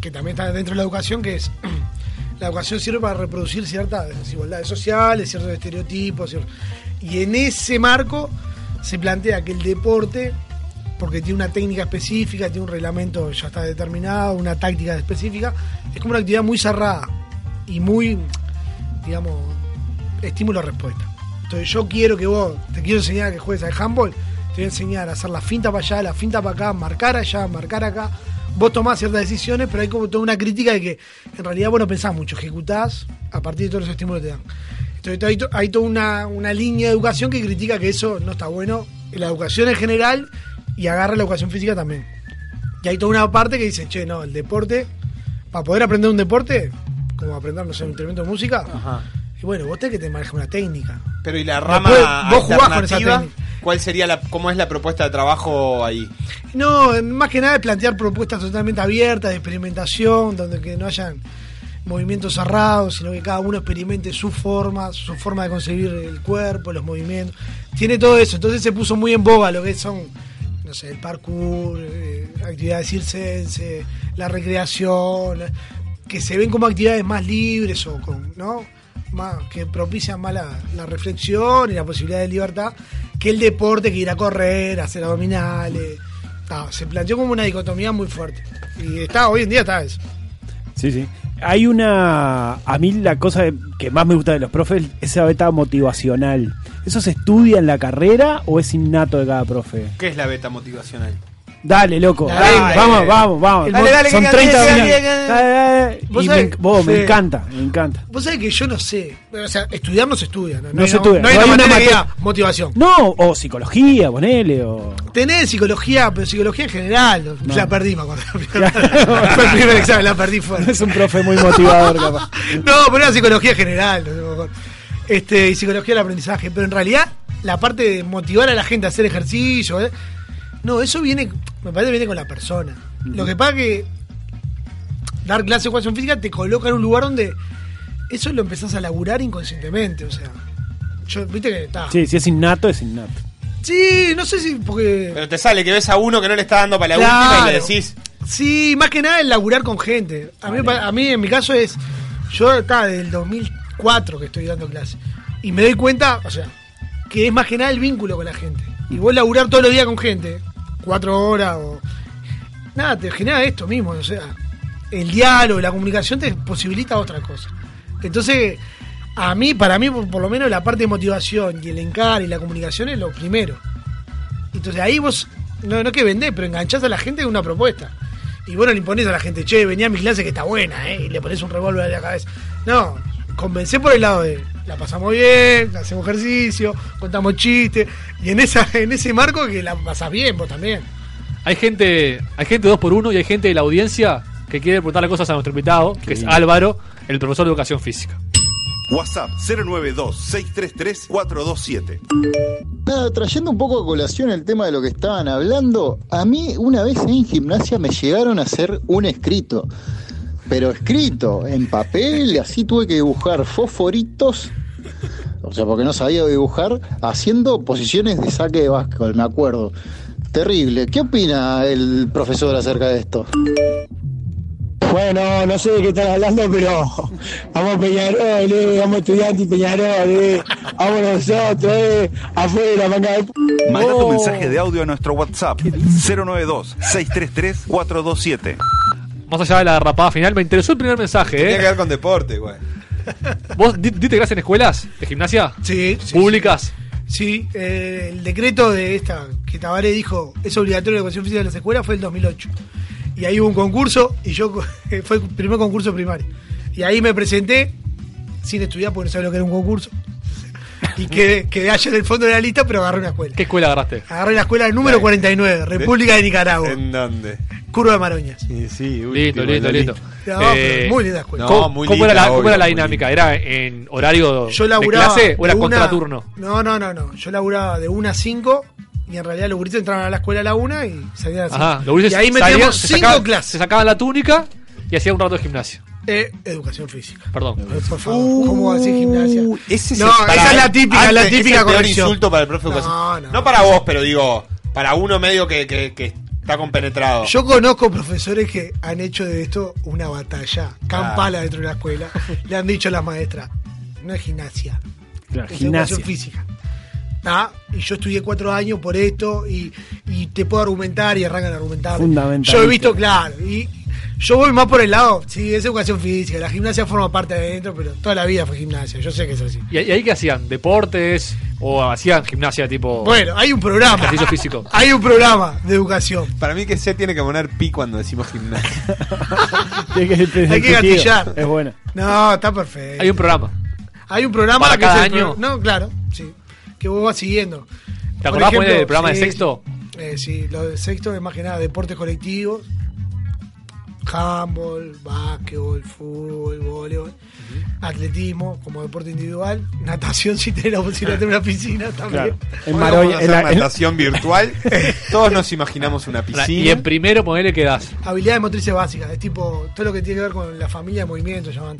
Speaker 15: que también está dentro de la educación, que es, la educación sirve para reproducir ciertas desigualdades sociales, ciertos estereotipos. cier- Y en ese marco se plantea que el deporte, porque tiene una técnica específica, tiene un reglamento ya está determinado, una táctica específica, es como una actividad muy cerrada y muy, digamos, estímulo-respuesta. Entonces yo quiero que vos, te quiero enseñar que juegues al handball, te voy a enseñar a hacer la finta para allá, la finta para acá, marcar allá, marcar acá. Vos tomás ciertas decisiones, pero hay como toda una crítica de que en realidad vos no pensás mucho, ejecutás a partir de todos los estímulos que te dan. Entonces hay, to- hay toda una, una línea de educación que critica que eso no está bueno en la educación en general y agarra la educación física también. Y hay toda una parte que dice, che, no, el deporte, para poder aprender un deporte, como aprender, no sé, un instrumento de música, y bueno, vos tenés que te manejar una técnica.
Speaker 6: pero y la rama
Speaker 15: Después, vos jugás con esa
Speaker 6: alternativa
Speaker 15: técnica.
Speaker 6: cuál sería la cómo es la propuesta de trabajo ahí
Speaker 15: No, más que nada es plantear propuestas totalmente abiertas, de experimentación, donde que no hayan movimientos cerrados, sino que cada uno experimente su forma, su forma de concebir el cuerpo, los movimientos. Tiene todo eso, entonces se puso muy en boga lo que son, no sé, el parkour, eh, actividades circense, la recreación, la- que se ven como actividades más libres o con, ¿no? Más, que propician más la, la reflexión y la posibilidad de libertad que el deporte, que ir a correr, hacer abdominales. Ta, se planteó como una dicotomía muy fuerte. Y está, hoy en día está eso.
Speaker 7: Sí, sí. Hay una. A mí la cosa que más me gusta de los profes es esa beta motivacional. ¿Eso se estudia en la carrera o es innato de cada profe?
Speaker 6: qué es la beta motivacional
Speaker 7: Dale, loco.
Speaker 6: Dale.
Speaker 7: Dale, vamos, vamos, vamos.
Speaker 6: Dale, dale,
Speaker 7: Son
Speaker 6: que
Speaker 7: 30
Speaker 6: gane,
Speaker 7: minutos.
Speaker 6: que gane.
Speaker 7: Dale, dale.
Speaker 15: eh. Vos
Speaker 7: Y me,
Speaker 15: sabés-
Speaker 7: enc- vos, me
Speaker 15: sí.
Speaker 7: encanta, me encanta.
Speaker 15: Vos sabés que yo no sé. O sea, estudiar no se estudia. No,
Speaker 7: No
Speaker 15: hay
Speaker 7: se
Speaker 15: una-
Speaker 7: estudia,
Speaker 15: No hay
Speaker 7: no
Speaker 15: una
Speaker 7: hay una
Speaker 15: materia que
Speaker 7: materia.
Speaker 15: diga motivación.
Speaker 7: No, o psicología, ponele, o.
Speaker 15: Tenés psicología, pero psicología en general.
Speaker 7: No.
Speaker 15: La perdí, me acuerdo. Fue el primer examen, la perdí fuerte.
Speaker 7: Es un profe muy motivador, capaz.
Speaker 15: No, pero era psicología general. no sé, me acuerdo. Este, y psicología del aprendizaje. Pero en realidad, la parte de motivar a la gente a hacer ejercicio, ¿eh? No, eso viene, me parece que viene con la persona. Lo que pasa que dar clase de educación física te coloca en un lugar donde eso lo empezás a laburar inconscientemente, o sea. Yo, viste que
Speaker 6: Ah.
Speaker 15: está.
Speaker 7: Sí, si es innato, es innato.
Speaker 15: Sí, no sé si porque
Speaker 6: Pero te sale que ves a uno que no le está dando para la
Speaker 15: Claro.
Speaker 6: última y le decís.
Speaker 15: sí, más que nada el laburar con gente. A mí, me pa- a mí en mi caso es yo está desde el 2004 que estoy dando clase y me doy cuenta, o sea, que es más que nada el vínculo con la gente. Y vos laburar todos los días con gente, cuatro horas o nada, te genera esto mismo, o sea, el diálogo, la comunicación te posibilita otra cosa. Entonces, a mí, para mí, por, por lo menos la parte de motivación y el encar y la comunicación es lo primero. Entonces ahí vos, no, no que vendés, pero enganchás a la gente con una propuesta. Y bueno, le imponés a la gente, che, vení a mi clase que está buena, ¿eh? Y le pones un revólver a la cabeza. No, convencé por el lado de, la pasamos bien, hacemos ejercicio, contamos chistes. Y en, esa, en ese marco que la pasás bien vos también.
Speaker 8: Hay gente, hay gente dos por uno y hay gente de la audiencia que quiere preguntarle cosas a nuestro invitado, que es
Speaker 12: lindo.
Speaker 8: Álvaro, el profesor de educación física.
Speaker 12: WhatsApp 092-633-427.
Speaker 13: Nada, trayendo un poco a colación el tema de lo que estaban hablando, a mí una vez en gimnasia me llegaron a hacer un escrito, pero escrito en papel, y así tuve que dibujar fosforitos, o sea, porque no sabía dibujar, haciendo posiciones de saque de básquetbol, me acuerdo. Terrible. ¿Qué opina el profesor acerca de esto?
Speaker 16: Bueno, no sé de qué están hablando, pero vamos Peñarol, eh, vamos estudiantes Peñarol, eh, vamos nosotros, eh, afuera, manga de... p-
Speaker 12: Manda tu
Speaker 16: Oh.
Speaker 12: mensaje de audio a nuestro WhatsApp 092-633-427.
Speaker 8: Más allá de la rapada final, me interesó el primer mensaje, ¿eh?
Speaker 6: Tiene que ver con deporte, güey.
Speaker 8: ¿Vos di- diste clases en escuelas de gimnasia?
Speaker 15: Sí.
Speaker 8: ¿Públicas?
Speaker 15: Sí, eh, el decreto de esta, que Tabaré dijo, es obligatorio la educación física en las escuelas, fue el 2008. Y ahí hubo un concurso, y yo, fue el primer concurso primario. Y ahí me presenté, sin estudiar, porque no sabía lo que era un concurso. Y quedé, quedé allá en el fondo de la lista, pero agarré una escuela.
Speaker 8: ¿Qué escuela agarraste?
Speaker 15: Agarré la escuela número 49, República de Nicaragua,
Speaker 6: ¿En dónde?
Speaker 15: Curva de Maroñas.
Speaker 6: Sí, sí,
Speaker 8: Listo, listo,
Speaker 6: último,
Speaker 8: listo.
Speaker 6: la
Speaker 8: Eh,
Speaker 6: lista.
Speaker 15: No, pero muy linda escuela.
Speaker 8: ¿Cómo,
Speaker 6: No, muy
Speaker 8: cómo era
Speaker 6: linda,
Speaker 8: la, cómo
Speaker 6: obvio,
Speaker 8: era la
Speaker 6: muy
Speaker 8: dinámica? ¿Era en horario
Speaker 15: Yo
Speaker 8: de
Speaker 15: laburaba.
Speaker 8: clase o era
Speaker 15: de una-
Speaker 8: contraturno?
Speaker 15: No, no, no, no. Yo laburaba de 1 a 5 y en realidad los gurises entraban a la escuela a la 1 y salían a las
Speaker 8: Ajá,
Speaker 15: cinco.
Speaker 8: los gurises
Speaker 15: Y ahí
Speaker 8: salían,
Speaker 15: metíamos
Speaker 8: se
Speaker 15: 5
Speaker 8: sacaban-
Speaker 15: clases.
Speaker 8: Se sacaban la túnica y hacían un rato de gimnasia.
Speaker 15: Eh, educación física.
Speaker 8: Perdón. Uh.
Speaker 15: Eh, Por favor, ¿cómo va a decir gimnasia?
Speaker 6: Ese
Speaker 15: no,
Speaker 6: el-
Speaker 15: esa
Speaker 6: para-
Speaker 15: es la típica,
Speaker 6: antes,
Speaker 15: la
Speaker 6: ese
Speaker 15: típica
Speaker 6: es el peor
Speaker 15: corrección.
Speaker 6: insulto para el profe de educación.
Speaker 15: No,
Speaker 6: no, para vos, pero digo, para uno medio que, que, que está compenetrado.
Speaker 15: Yo conozco profesores que han hecho de esto una batalla
Speaker 7: Ah.
Speaker 15: campala dentro de la escuela. Le han dicho a las maestras, no es gimnasia, es
Speaker 7: gimnasia.
Speaker 15: educación física. Ah, y yo estudié cuatro años por esto y, y te puedo argumentar y arrancan a argumentar.
Speaker 7: Fundamentalista.
Speaker 15: Yo he visto, claro, y yo voy más por el lado, sí, es educación física, la gimnasia forma parte de adentro, pero toda la vida fue gimnasia, yo sé que es así.
Speaker 8: ¿Y, ahí- y ahí qué hacían? ¿Deportes? ¿O hacían gimnasia tipo.?
Speaker 15: Bueno, hay un programa.
Speaker 8: Ejercicio físico.
Speaker 15: Hay un programa de educación.
Speaker 6: Para mí que se tiene que poner pi cuando decimos gimnasia.
Speaker 7: Hay que,
Speaker 15: Hay que gatillar.
Speaker 7: Es bueno.
Speaker 15: No, está perfecto.
Speaker 8: Hay un programa.
Speaker 15: Hay un programa
Speaker 8: ¿Para
Speaker 15: que
Speaker 8: cada
Speaker 15: es el
Speaker 8: año?
Speaker 15: pro- No, claro, sí. Que vos vas siguiendo.
Speaker 8: ¿Te acordás,
Speaker 15: Por
Speaker 8: ponele, del programa de
Speaker 15: sí,
Speaker 8: sexto?
Speaker 15: eh, sí, lo de sexto es más que nada deportes colectivos. Handball, básquetbol, fútbol, voleibol, atletismo como deporte individual, natación si tenés la posibilidad de una piscina también.
Speaker 6: En natación virtual, todos nos imaginamos una piscina.
Speaker 8: Y en primero ponele que das.
Speaker 15: Habilidades motrices básicas, es tipo todo lo que tiene que ver con la familia de movimiento, llaman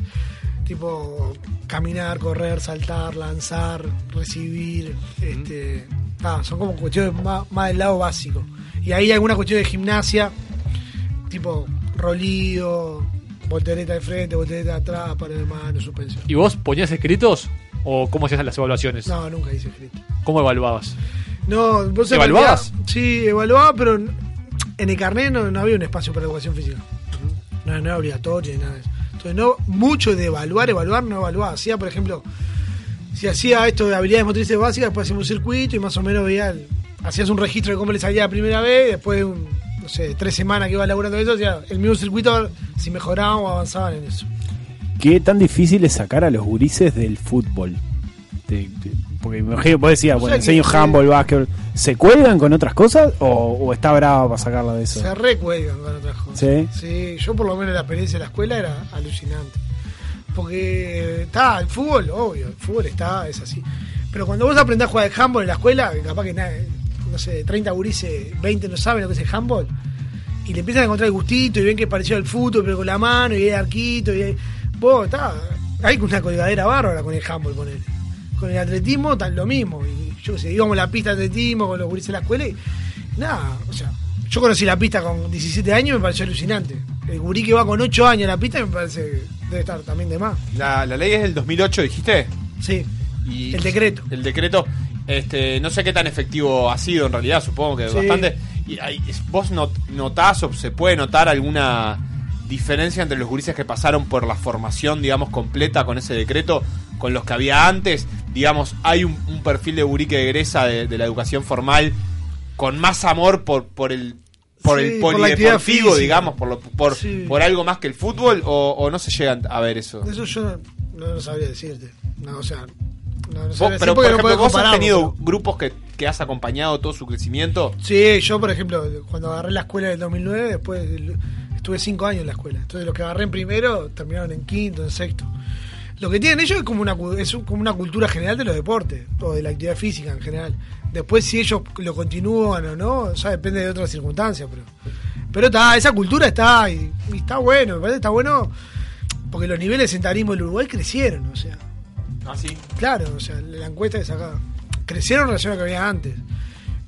Speaker 15: tipo caminar, correr, saltar, lanzar, recibir, este, ah, son como cuestiones más, más del lado básico. Y ahí alguna cuestión de gimnasia, tipo rolío, voltereta de frente, voltereta de atrás, para de mano, suspensión.
Speaker 8: ¿Y vos ponías escritos? ¿O cómo hacías las evaluaciones?
Speaker 15: No, nunca hice escrito.
Speaker 8: ¿Cómo evaluabas?
Speaker 15: No, vos en
Speaker 8: ¿Evaluabas?
Speaker 15: realidad- Sí, evaluaba, pero en en el carnet no, no había un espacio para educación física. No, no era obligatorio ni nada de eso. Entonces, no, mucho de evaluar, evaluar, no evaluaba. Hacía, por ejemplo, si hacía esto de habilidades motrices básicas, después hacíamos un circuito y más o menos veía, el- hacías un registro de cómo le salía la primera vez, y después de un- no sé, de tres semanas que iba laburando eso, hacía el mismo circuito, a ver si mejoraban o avanzaban en eso.
Speaker 7: ¿Qué tan difícil es sacar a los gurises del fútbol? Te- te- porque me imagino, vos decías,
Speaker 15: O
Speaker 7: bueno,
Speaker 15: sea que-
Speaker 7: enseño handball, básquetbol. ¿Se cuelgan con otras cosas o, o está brava para sacarla de eso?
Speaker 15: Se recuelgan con otras cosas.
Speaker 7: ¿Sí?
Speaker 15: Sí, yo por lo menos la experiencia de la escuela era alucinante. Porque eh, está, el fútbol, obvio, el fútbol está, es así. Pero cuando vos aprendés a jugar al handball en la escuela, capaz que na- no, no sé, 30 gurises, 20 no saben lo que es el handball. Y le empiezan a encontrar el gustito y ven que pareció el fútbol, pero con la mano y el arquito. Y el- Vos, está. Hay una colgadera bárbara con el handball, con él. Con el atletismo, tal lo mismo. Y yo qué sé, íbamos a la pista de atletismo con los gurises de la escuela y. Nada, o sea, yo conocí la pista con 17 años y me pareció alucinante. El gurí que va con 8 años a la pista me parece que debe estar también de más.
Speaker 6: La, la ley es del 2008, dijiste.
Speaker 15: Sí.
Speaker 6: el
Speaker 15: decreto.
Speaker 6: El decreto. Este, no sé qué tan efectivo ha sido en realidad, supongo que
Speaker 15: Sí.
Speaker 6: bastante. Y, hay- ¿Vos not- notás o se puede notar alguna diferencia entre los gurises que pasaron por la formación, digamos, completa con ese decreto, con los que había antes? Digamos, hay un, un perfil de gurí que egresa de, de la educación formal con más amor por, por el por
Speaker 15: Sí,
Speaker 6: el
Speaker 15: por la actividad
Speaker 6: polideportivo,
Speaker 15: física.
Speaker 6: digamos, por, lo- por,
Speaker 15: Sí.
Speaker 6: por algo más que el fútbol, o, o no se llegan a ver eso.
Speaker 15: Eso yo no, no lo sabría decirte. No, o sea, no, no
Speaker 6: Vos,
Speaker 15: sabría decir
Speaker 6: pero por
Speaker 15: porque no
Speaker 6: ejemplo,
Speaker 15: puedo
Speaker 6: vos has
Speaker 15: compararlo,
Speaker 6: tenido grupos que, que has acompañado todo su crecimiento.
Speaker 15: Sí, yo por ejemplo, cuando agarré la escuela del 2009, después el- estuve cinco años en la escuela. Entonces los que agarré en primero terminaron en quinto, en sexto. Lo que tienen ellos es como una, cu- es un- como una cultura general de los deportes, o de la actividad física en general. Después si ellos lo continúan o no, ya depende de otras circunstancias, pero... Pero está, esa cultura está, y, y está bueno, me parece que está bueno, porque los niveles de sentarismo del Uruguay crecieron, o sea...
Speaker 6: Ah, sí.
Speaker 15: Claro, o sea, la encuesta que sacaba. Crecieron en relación a lo que había antes.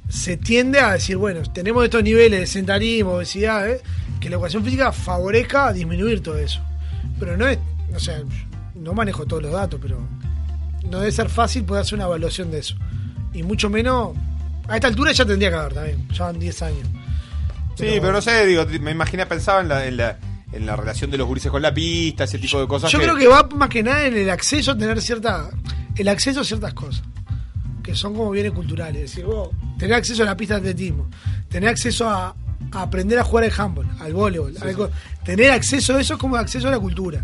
Speaker 15: Se tiende a decir, bueno, tenemos estos niveles de sentarismo, obesidad, ¿eh? que la educación física favorezca a disminuir todo eso. Pero no es, o sea, no manejo todos los datos, pero no debe ser fácil poder hacer una evaluación de eso. Y mucho menos, a esta altura ya tendría que haber también, ya van 10 años.
Speaker 6: Sí,
Speaker 15: Pero-
Speaker 6: pero, no sé, digo, me imagino pensaba en la, en la, en la relación de los gurises con la pista, ese tipo de cosas.
Speaker 15: Yo creo que va más que nada en el acceso a tener cierta. El acceso a ciertas cosas. Que son como bienes culturales. Es decir, vos tenés acceso a la pista de atletismo. Tenés acceso a, a aprender a jugar al handball, al voleibol. al co- Tener acceso a eso es como acceso a la cultura.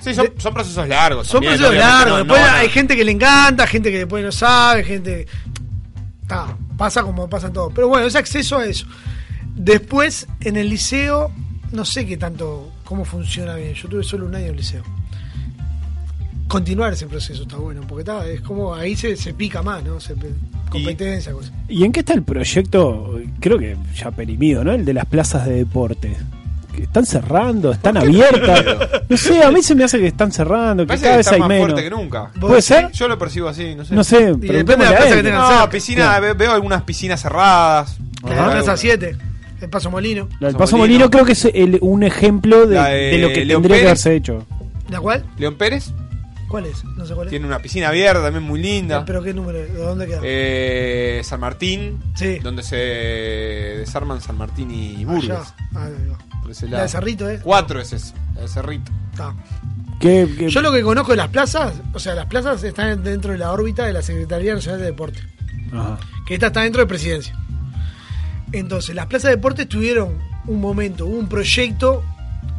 Speaker 6: Sí, son, son procesos largos.
Speaker 15: Son
Speaker 6: también,
Speaker 15: procesos
Speaker 6: obviamente,
Speaker 15: largos.
Speaker 6: no- no
Speaker 15: después
Speaker 6: van a-
Speaker 15: hay gente que le encanta, gente que después no sabe, gente. Ta, pasa como pasa en todo. Pero bueno, es acceso a eso. Después, en el liceo, no sé qué tanto, cómo funciona bien. Yo tuve solo un año en el liceo. Continuar ese proceso está bueno, porque está, es como ahí se, se pica más, ¿no? Se pe- competencia, cosas.
Speaker 7: ¿Y en qué está el proyecto? Creo que ya perimido, ¿no? El de las plazas de deporte. Que Están cerrando, están abiertas. No sé, a mí se me hace que están cerrando,
Speaker 6: me
Speaker 7: que
Speaker 6: parece
Speaker 7: cada
Speaker 6: que
Speaker 7: vez
Speaker 6: está
Speaker 7: hay
Speaker 6: más
Speaker 7: menos.
Speaker 6: fuerte que nunca.
Speaker 7: ¿Puede ser?
Speaker 6: Yo lo percibo así, no sé.
Speaker 7: No sé, Y depende de la preguntémosle a plaza él. que tengan
Speaker 6: No,
Speaker 7: cerca.
Speaker 6: piscina, ve- veo algunas piscinas cerradas.
Speaker 15: La de
Speaker 6: Algo.
Speaker 15: 3 a 7, el paso molino.
Speaker 7: La del Paso Molino creo que es el- un ejemplo de,
Speaker 6: La de
Speaker 7: de lo que
Speaker 6: León
Speaker 7: tendría que
Speaker 6: Pérez.
Speaker 7: haberse hecho.
Speaker 15: ¿La cual?
Speaker 6: León Pérez
Speaker 15: ¿Cuál es? No sé cuál es. Ah,
Speaker 6: tiene una piscina abierta también muy linda.
Speaker 15: ¿Pero qué número? es? ¿De dónde queda?
Speaker 6: Eh, San Martín,
Speaker 15: Sí.
Speaker 6: donde se desarman San Martín y Burgos.
Speaker 15: Allá. Ah, ahí va.
Speaker 6: Por ese
Speaker 15: La
Speaker 6: lado.
Speaker 15: de Cerrito, ¿eh?
Speaker 6: Cuatro es eso, la de Cerrito.
Speaker 15: Está.
Speaker 7: ¿Qué,
Speaker 15: Ah. Yo lo que conozco de las plazas, o sea, las plazas están dentro de la órbita de la Secretaría Nacional de Deporte, que esta está dentro de Presidencia. Entonces, las plazas de deporte tuvieron un momento, un proyecto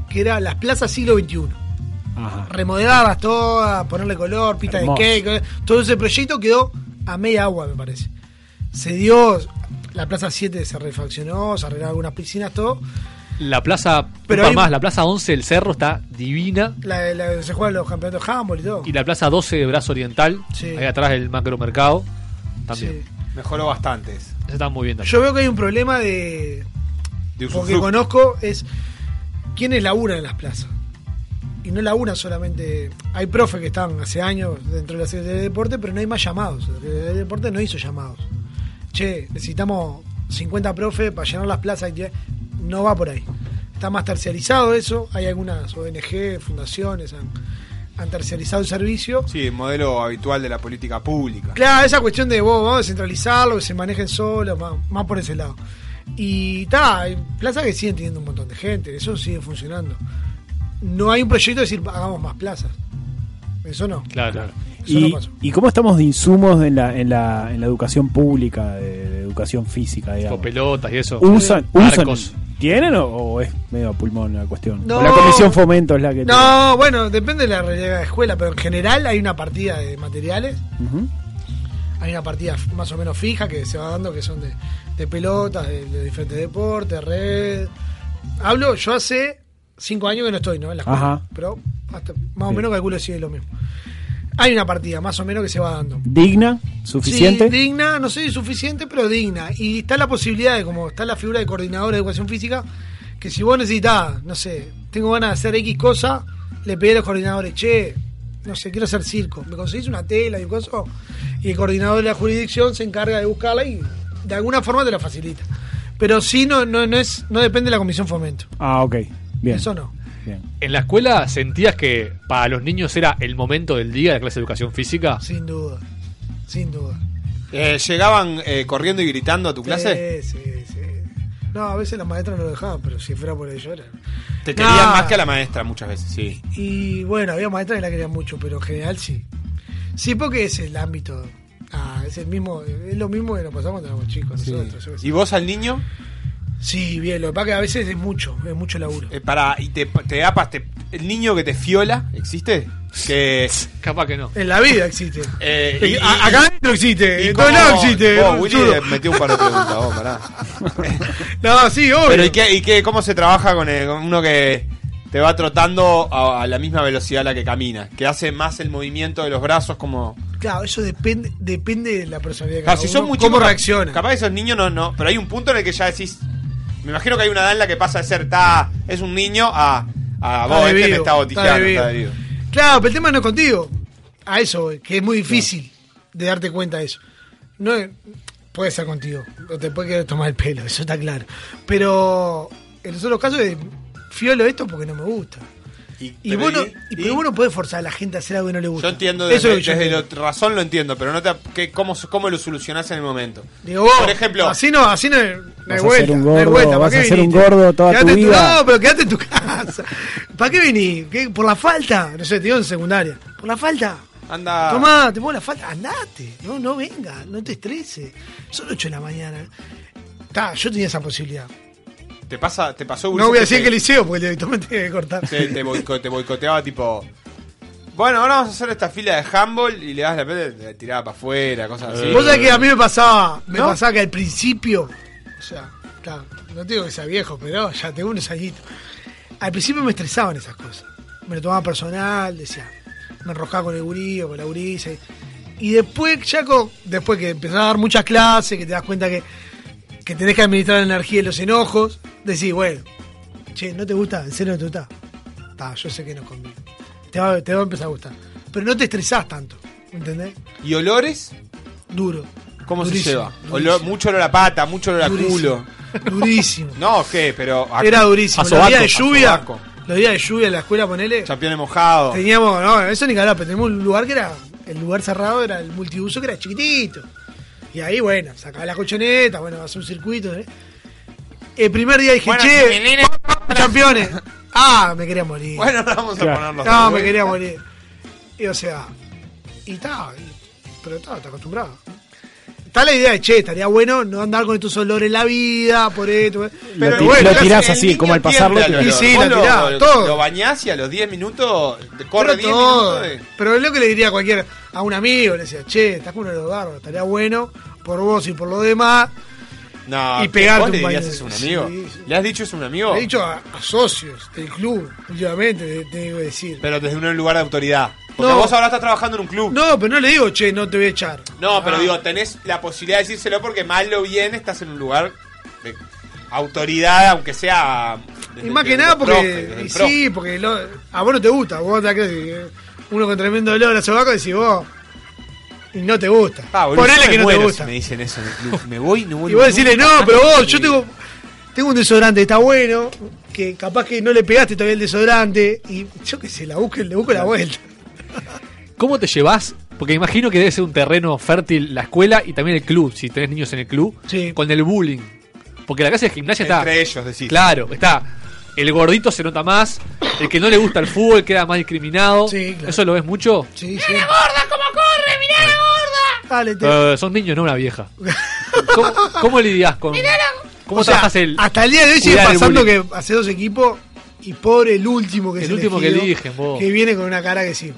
Speaker 15: que era las plazas siglo XXI. Remodeladas todas, ponerle color, pista
Speaker 7: Hermoso.
Speaker 15: de cake, todo ese proyecto quedó a media agua, me parece. Se dio, la plaza 7 se refaccionó, se arreglaron algunas piscinas, todo.
Speaker 8: La plaza,
Speaker 15: Pero
Speaker 8: pero
Speaker 15: hay-
Speaker 8: más, la plaza 11 del Cerro está divina.
Speaker 15: La, la donde se juegan los campeonatos de handball y todo.
Speaker 8: Y la plaza 12 de Brazo Oriental,
Speaker 15: Sí.
Speaker 8: ahí atrás del macromercado, también.
Speaker 6: Mejoró bastantes.
Speaker 8: Esa está muy bien también.
Speaker 15: Yo veo que hay un problema de,
Speaker 6: De
Speaker 15: Porque
Speaker 8: usufructo.
Speaker 15: conozco es quiénes laburan en las plazas. Y no laburan solamente. Hay profes que están hace años dentro de la Secretaría de Deporte, pero no hay más llamados. La Secretaría de Deporte no hizo llamados. Che, necesitamos 50 profes para llenar las plazas. de actividad. No va por ahí. Está más terciarizado eso. Hay algunas ONG, fundaciones, han, han terciarizado el servicio.
Speaker 6: Sí, el modelo habitual de la política pública.
Speaker 15: Claro, esa cuestión de vos, vamos a descentralizarlo, que se manejen solos, más, más por ese lado. Y ta, hay plazas que siguen teniendo un montón de gente, eso sigue funcionando. No hay un proyecto de decir, hagamos más plazas. Eso no.
Speaker 8: Claro,
Speaker 15: Eso no
Speaker 7: ¿Y,
Speaker 15: pasó.
Speaker 7: y cómo estamos de insumos en la, en la, en la educación pública, de, de educación física, digamos?
Speaker 8: Con pelotas y eso.
Speaker 7: ¿Usan? usan
Speaker 8: Arcos.
Speaker 7: ¿Tienen o, o es medio a pulmón la cuestión?
Speaker 15: No.
Speaker 7: O la comisión fomento es la que...
Speaker 15: No, bueno, depende de la realidad de la escuela, pero en general hay una partida de materiales,
Speaker 7: Ujú.
Speaker 15: hay una partida más o menos fija que se va dando, que son de, de pelotas, de, de diferentes deportes, red. Hablo, yo hace cinco años que no estoy, ¿no? En la escuela,
Speaker 7: Ajá.
Speaker 15: pero hasta- más o
Speaker 7: Sí.
Speaker 15: menos calculo si es lo mismo. hay una partida más o menos que se va dando.
Speaker 7: Digna,
Speaker 15: Sí,
Speaker 7: suficiente.
Speaker 15: digna, no sé si suficiente, pero digna. Y está la posibilidad de, como está la figura de coordinador de educación física, que si vos necesitás, no sé, tengo ganas de hacer X cosa, le pedí a los coordinadores, che, no sé, quiero hacer circo, me conseguís una tela y un coso, y el coordinador de la jurisdicción se encarga de buscarla y de alguna forma te la facilita. Pero sí, no, no, no, es, no depende de la comisión fomento.
Speaker 7: Ah, ok. Bien.
Speaker 15: Eso no.
Speaker 8: ¿En la escuela sentías que para los niños era el momento del día de la clase de educación física?
Speaker 15: Sin duda. Sin duda.
Speaker 6: Eh, ¿Llegaban eh, corriendo y gritando a tu clase?
Speaker 15: Sí, sí, sí. No, a veces las maestras no lo dejaban, pero si fuera por ello era.
Speaker 6: Te querían
Speaker 15: No.
Speaker 6: más que a la maestra muchas veces, sí.
Speaker 15: Y bueno, había maestras que la querían mucho, pero en general sí. Sí, porque es el ámbito. Ah, es el mismo, es lo mismo que nos pasamos cuando éramos chicos nosotros. yo qué sé.
Speaker 6: ¿Y vos al niño?
Speaker 15: Sí, bien, lo que pasa que a veces es mucho, es mucho laburo.
Speaker 6: Eh, para, y te, te da pas- te- ¿El niño que te fiola existe? Que,
Speaker 8: Capaz que no.
Speaker 15: En la vida existe.
Speaker 6: Eh,
Speaker 15: Y- a- acá adentro existe,
Speaker 6: y
Speaker 15: en
Speaker 6: cómo-
Speaker 15: todos lados existe,
Speaker 6: vos,
Speaker 15: en el
Speaker 6: Willy,
Speaker 15: sur.
Speaker 6: eh, metí un par de preguntas, vos, pará.
Speaker 15: No, sí, obvio.
Speaker 6: Pero ¿y, qué, y qué- cómo se trabaja con, el- con uno que te va trotando a, a la misma velocidad a la que camina? Que hace más el movimiento de los brazos como...
Speaker 15: Claro, eso depende, depende de la personalidad de cada
Speaker 6: Claro, si son
Speaker 15: uno,
Speaker 6: muy
Speaker 15: cómo
Speaker 6: chicos, cap-
Speaker 15: reacciona.
Speaker 6: Capaz que esos niños no, no. Pero hay un punto en el que ya decís. Me imagino que hay una edad en la que pasa de ser ta, es un niño a. a
Speaker 15: Está
Speaker 6: vos, este
Speaker 15: debido,
Speaker 6: me está botijando,
Speaker 15: está debido.
Speaker 6: está debido.
Speaker 15: Claro, pero el tema no es contigo. A eso, voy, que es muy difícil de darte cuenta de eso. No es- puede ser contigo, o te puede querer tomar el pelo, eso está claro. Pero en los otros casos es fiolo esto porque no me gusta.
Speaker 6: Y,
Speaker 15: Y vos no, y- pero vos no podés forzar a la gente a hacer algo que no le gusta.
Speaker 6: Yo entiendo desde,
Speaker 15: Eso es lo que yo
Speaker 6: desde
Speaker 15: entiendo.
Speaker 6: la razón lo entiendo, pero no te, que, ¿cómo, ¿cómo lo solucionás en el momento?
Speaker 15: Digo, vos,
Speaker 6: Por ejemplo,
Speaker 15: así no, así no, no
Speaker 7: a
Speaker 15: hay
Speaker 7: ser
Speaker 15: vuelta.
Speaker 7: un
Speaker 15: no hay
Speaker 7: gordo,
Speaker 15: vuelta, ¿para
Speaker 7: vas
Speaker 15: qué
Speaker 7: a ser un
Speaker 15: viniste?
Speaker 7: gordo toda tu
Speaker 15: Quédate en
Speaker 7: vida.
Speaker 15: No, pero quédate en tu casa. ¿Para qué venís? ¿Qué? ¿Por la falta? No sé, te digo en secundaria. ¿Por la falta?
Speaker 6: anda.
Speaker 15: Tomá, te pongo la falta, andate, no, no venga, no te estreses. Son 8 de la mañana. Ta, yo tenía esa posibilidad.
Speaker 6: Te, pasa, te pasó
Speaker 15: No voy a decir
Speaker 6: te-
Speaker 15: que liceo porque le me tenía que cortar.
Speaker 6: te, te boico- te boicoteaba tipo. Bueno, ahora vamos a hacer esta fila de handball y le das la pelota, te tiraba para afuera, cosas así.
Speaker 15: Eh. Vos sabés que a mí me pasaba, me
Speaker 6: Eh, ¿No?
Speaker 15: pasaba que al principio, o sea, ta, no te digo que sea viejo, pero ya tengo unos añitos. Al principio me estresaban esas cosas. Me lo tomaba personal, decía, me enroscaba con el gurí o con la gurisa. y- Y después, ya co- después que empezás a dar muchas clases, que te das cuenta que, que tenés que administrar la energía y los enojos, decís, bueno, che, ¿no te gusta? ¿En serio no te gusta? Ta, yo sé que no conviene. Te va, te va a empezar a gustar. Pero no te estresás tanto, ¿entendés?
Speaker 6: ¿Y olores?
Speaker 15: Duro.
Speaker 6: ¿Cómo se
Speaker 15: Durísimo,
Speaker 6: lleva?
Speaker 15: durísimo.
Speaker 6: Olor- mucho olor a pata, mucho olor a
Speaker 15: Durísimo,
Speaker 6: culo.
Speaker 15: Durísimo.
Speaker 6: No, ¿qué? Pero. a-
Speaker 15: Era durísimo.
Speaker 6: a
Speaker 15: Los
Speaker 6: sobaco,
Speaker 15: días de
Speaker 6: a
Speaker 15: lluvia,
Speaker 6: sobaco.
Speaker 15: los días de lluvia en la escuela, ponele,
Speaker 6: Championes mojados.
Speaker 15: teníamos, no, eso ni que hablar, pero teníamos un lugar que era, el lugar cerrado era el multiuso que era chiquitito. Y ahí, bueno, sacaba la colchoneta, bueno, hacer un circuito, ¿eh? El primer día dije,
Speaker 6: Bueno,
Speaker 15: che,
Speaker 6: chiquilines,
Speaker 15: vamos, campeones. Ah, me quería morir.
Speaker 6: Bueno, ahora vamos a
Speaker 15: Claro.
Speaker 6: ponerlos
Speaker 15: No,
Speaker 6: de
Speaker 15: me
Speaker 6: vuelta.
Speaker 15: quería morir. Y o sea, y está, y- pero está, está acostumbrado. Está la idea de, che, estaría bueno no andar con estos olores en la vida, por esto.
Speaker 7: ti- lo
Speaker 15: casi-
Speaker 7: tirás así, como al pasarlo,
Speaker 6: Siempre al
Speaker 15: Y
Speaker 6: olor.
Speaker 15: sí,
Speaker 6: Vos
Speaker 15: lo tirás,
Speaker 6: lo,
Speaker 15: todo.
Speaker 6: Lo bañás y a los 10 minutos. te Corre
Speaker 15: Pero
Speaker 6: 10 minutos
Speaker 15: todo.
Speaker 6: de.
Speaker 15: Pero es lo que le diría a cualquier, a un amigo, le decía, che, estás con un olor bárbaro, estaría bueno por vos y por lo demás.
Speaker 6: No,
Speaker 15: Y pegarte
Speaker 6: ¿Vos le
Speaker 15: un baño
Speaker 6: dirías
Speaker 15: de-
Speaker 6: es un amigo?
Speaker 15: Sí,
Speaker 6: ¿Le has dicho es un amigo?
Speaker 15: Le he dicho a, a socios del club, últimamente, te, te digo decir.
Speaker 6: Pero desde un lugar de autoridad. Porque
Speaker 15: No.
Speaker 6: vos ahora estás trabajando en un club.
Speaker 15: No, pero no le digo, che, no te voy a echar.
Speaker 6: No, pero
Speaker 15: Ah.
Speaker 6: digo, tenés la posibilidad de decírselo porque mal o bien estás en un lugar de autoridad, aunque sea. desde-
Speaker 15: Y más que
Speaker 6: desde
Speaker 15: nada
Speaker 6: el profe,
Speaker 15: porque.
Speaker 6: desde el
Speaker 15: y
Speaker 6: profe.
Speaker 15: sí, porque lo- a vos no te gusta. Vos te crees que eh, uno con tremendo dolor en la sobaco decís vos. Y no te gusta.
Speaker 6: Ah, boludo, yo
Speaker 15: Ponele
Speaker 6: me
Speaker 15: que no te
Speaker 6: muero si
Speaker 15: gusta.
Speaker 6: me dicen eso en el club. Me voy, no
Speaker 15: Y
Speaker 6: vuelvo
Speaker 15: vos decirle, no,
Speaker 6: nunca más
Speaker 15: pero
Speaker 6: en
Speaker 15: vos,
Speaker 6: mi
Speaker 15: yo
Speaker 6: vida".
Speaker 15: tengo, tengo un desodorante, está bueno. Que capaz que no le pegaste todavía el desodorante. Y yo qué sé, la busco, le busco la vuelta.
Speaker 8: ¿Cómo te llevas? Porque imagino que debe ser un terreno fértil la escuela y también el club, si tenés niños en el club, con el bullying. Porque la clase de gimnasia está.
Speaker 6: Entre ellos, decís.
Speaker 8: Claro, está. El gordito se nota más, el que no le gusta el fútbol queda más discriminado. ¿Eso lo ves mucho?
Speaker 15: Sí,
Speaker 17: gorda cómo corre! ¡Mirá la gorda!
Speaker 15: Dale, te-
Speaker 8: Eh, son niños, no una vieja. ¿Cómo, cómo lidias con.? ¿Cómo
Speaker 15: O sea,
Speaker 8: trabajas el.?
Speaker 15: Hasta el día de hoy sigue
Speaker 8: cuidar el
Speaker 15: pasando
Speaker 8: bullying?
Speaker 15: que hace dos equipos y pobre el último que
Speaker 8: El
Speaker 15: se
Speaker 8: último que
Speaker 15: elegido,
Speaker 8: eligen, vos.
Speaker 15: Que viene con una cara que sí.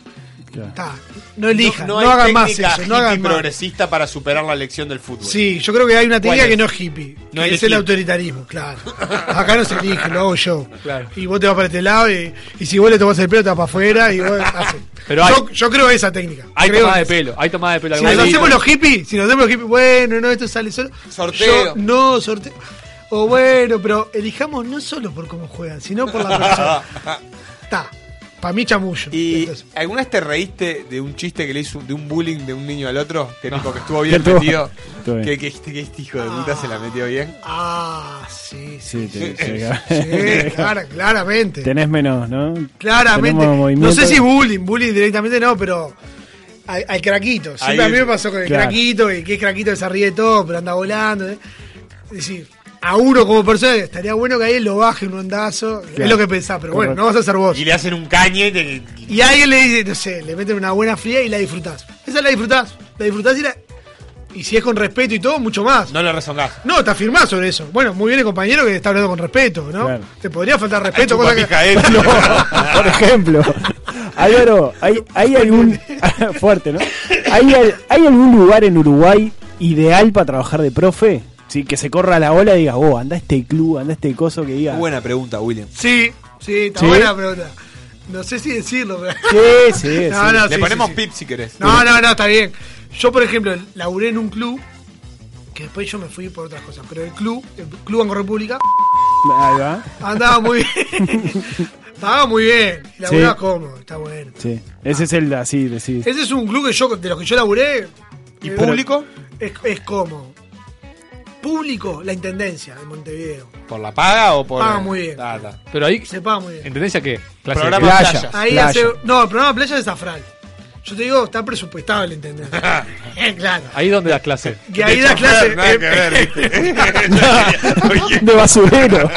Speaker 15: Está, no elijan, no,
Speaker 6: hay
Speaker 15: hagan más
Speaker 6: técnica
Speaker 15: eso, no
Speaker 6: hippie
Speaker 15: hagan más.
Speaker 6: progresista para superar la elección del fútbol.
Speaker 15: Sí, yo creo que hay una técnica
Speaker 6: ¿Cuál
Speaker 15: que
Speaker 6: es?
Speaker 15: no es hippie.
Speaker 6: No
Speaker 15: que
Speaker 6: elegí.
Speaker 15: es el autoritarismo, claro. Acá no se elige, lo hago yo.
Speaker 8: Claro.
Speaker 15: Y vos te vas para este lado y, y si vos le tomás el pelo, te vas para afuera y vos haces.
Speaker 8: Pero hay-
Speaker 15: yo, yo creo esa técnica.
Speaker 8: Hay
Speaker 15: Creo
Speaker 8: tomada de
Speaker 15: esa.
Speaker 8: pelo, hay tomada de pelo.
Speaker 15: Si
Speaker 8: alguna
Speaker 15: nos
Speaker 8: vez.
Speaker 15: hacemos los hippies, si nos hacemos los hippies, bueno, no, esto sale solo.
Speaker 6: Sorteo.
Speaker 15: Yo- no, sorteo. O bueno, pero elijamos no solo por cómo juegan, sino por la persona. Está. Para mí chamullo.
Speaker 6: ¿Y alguna vez te reíste de un chiste que le hizo de un bullying de un niño al otro? Que tipo, que estuvo bien
Speaker 7: Que estuvo-
Speaker 6: metido.
Speaker 7: estuvo bien.
Speaker 6: Que, que este, que este hijo de puta se la metió bien.
Speaker 15: Ah, sí.
Speaker 7: Sí, te-
Speaker 15: Sí, clara- claramente.
Speaker 7: Tenés menos, ¿no?
Speaker 15: Claramente.
Speaker 7: Tenemos
Speaker 15: No
Speaker 7: movimiento.
Speaker 15: sé si bullying, bullying directamente no, pero al, al craquito. Siempre
Speaker 7: Ahí-
Speaker 15: a mí me pasó con el
Speaker 7: claro.
Speaker 15: craquito, y que es craquito que se ríe de todo, pero anda volando. ¿eh? Es decir, a uno como persona estaría bueno que a él lo baje un ondazo. Es
Speaker 14: Claro.
Speaker 15: lo que pensás, pero bueno,
Speaker 14: Correcto.
Speaker 15: no vas a ser vos.
Speaker 14: Y le hacen un cañe. de-
Speaker 15: Y a alguien le dice, no sé, le meten una buena fría y la disfrutás. Esa la disfrutás. La disfrutás y la. Y si es con respeto y todo, mucho más.
Speaker 14: No lo rezongás.
Speaker 15: No, te afirmás sobre eso. Bueno, muy bien el compañero que está hablando con respeto, ¿no? Te podría faltar respeto, cosa que.
Speaker 7: Por ejemplo, Álvaro, ¿hay, hay algún. fuerte, ¿no? ¿Hay, al- hay algún lugar en Uruguay ideal para trabajar de profe? Sí, que se corra la ola y diga, oh, anda este club, anda este coso que diga.
Speaker 6: Buena pregunta, William.
Speaker 15: Sí, sí, está
Speaker 7: ¿Sí?
Speaker 15: buena pregunta. No sé si decirlo, pero.
Speaker 7: Sí, sí,
Speaker 15: No, no,
Speaker 6: Le
Speaker 15: sí,
Speaker 6: ponemos
Speaker 15: sí, sí.
Speaker 6: pip si querés.
Speaker 15: No, no, no, está bien. Yo, por ejemplo, laburé en un club, que después yo me fui por otras cosas, pero el club, el Club Banco República,
Speaker 7: Ahí va.
Speaker 15: andaba muy bien. Estaba muy bien. Y Laburaba
Speaker 7: Sí.
Speaker 15: cómodo, está bueno.
Speaker 7: Sí, ese es el de así, decís.
Speaker 15: Ese es un club que yo, de los que yo laburé. ¿Y
Speaker 7: público?
Speaker 15: Es, es cómodo. Público, la intendencia de Montevideo.
Speaker 6: ¿Por la paga
Speaker 8: Oh,
Speaker 6: o por.?
Speaker 15: Paga muy bien.
Speaker 6: Ah, está.
Speaker 8: Pero ahí.
Speaker 15: Se paga muy bien.
Speaker 8: ¿Entendés a qué? Clase de
Speaker 6: Programa
Speaker 8: qué.
Speaker 6: playa.
Speaker 15: Ahí hace. No, el programa Playa de Zafral. Yo te digo, está presupuestado el intendente. Eh, claro.
Speaker 8: Ahí es donde das clase.
Speaker 15: Que ahí da clase.
Speaker 8: Nada que ver,
Speaker 7: de basurero.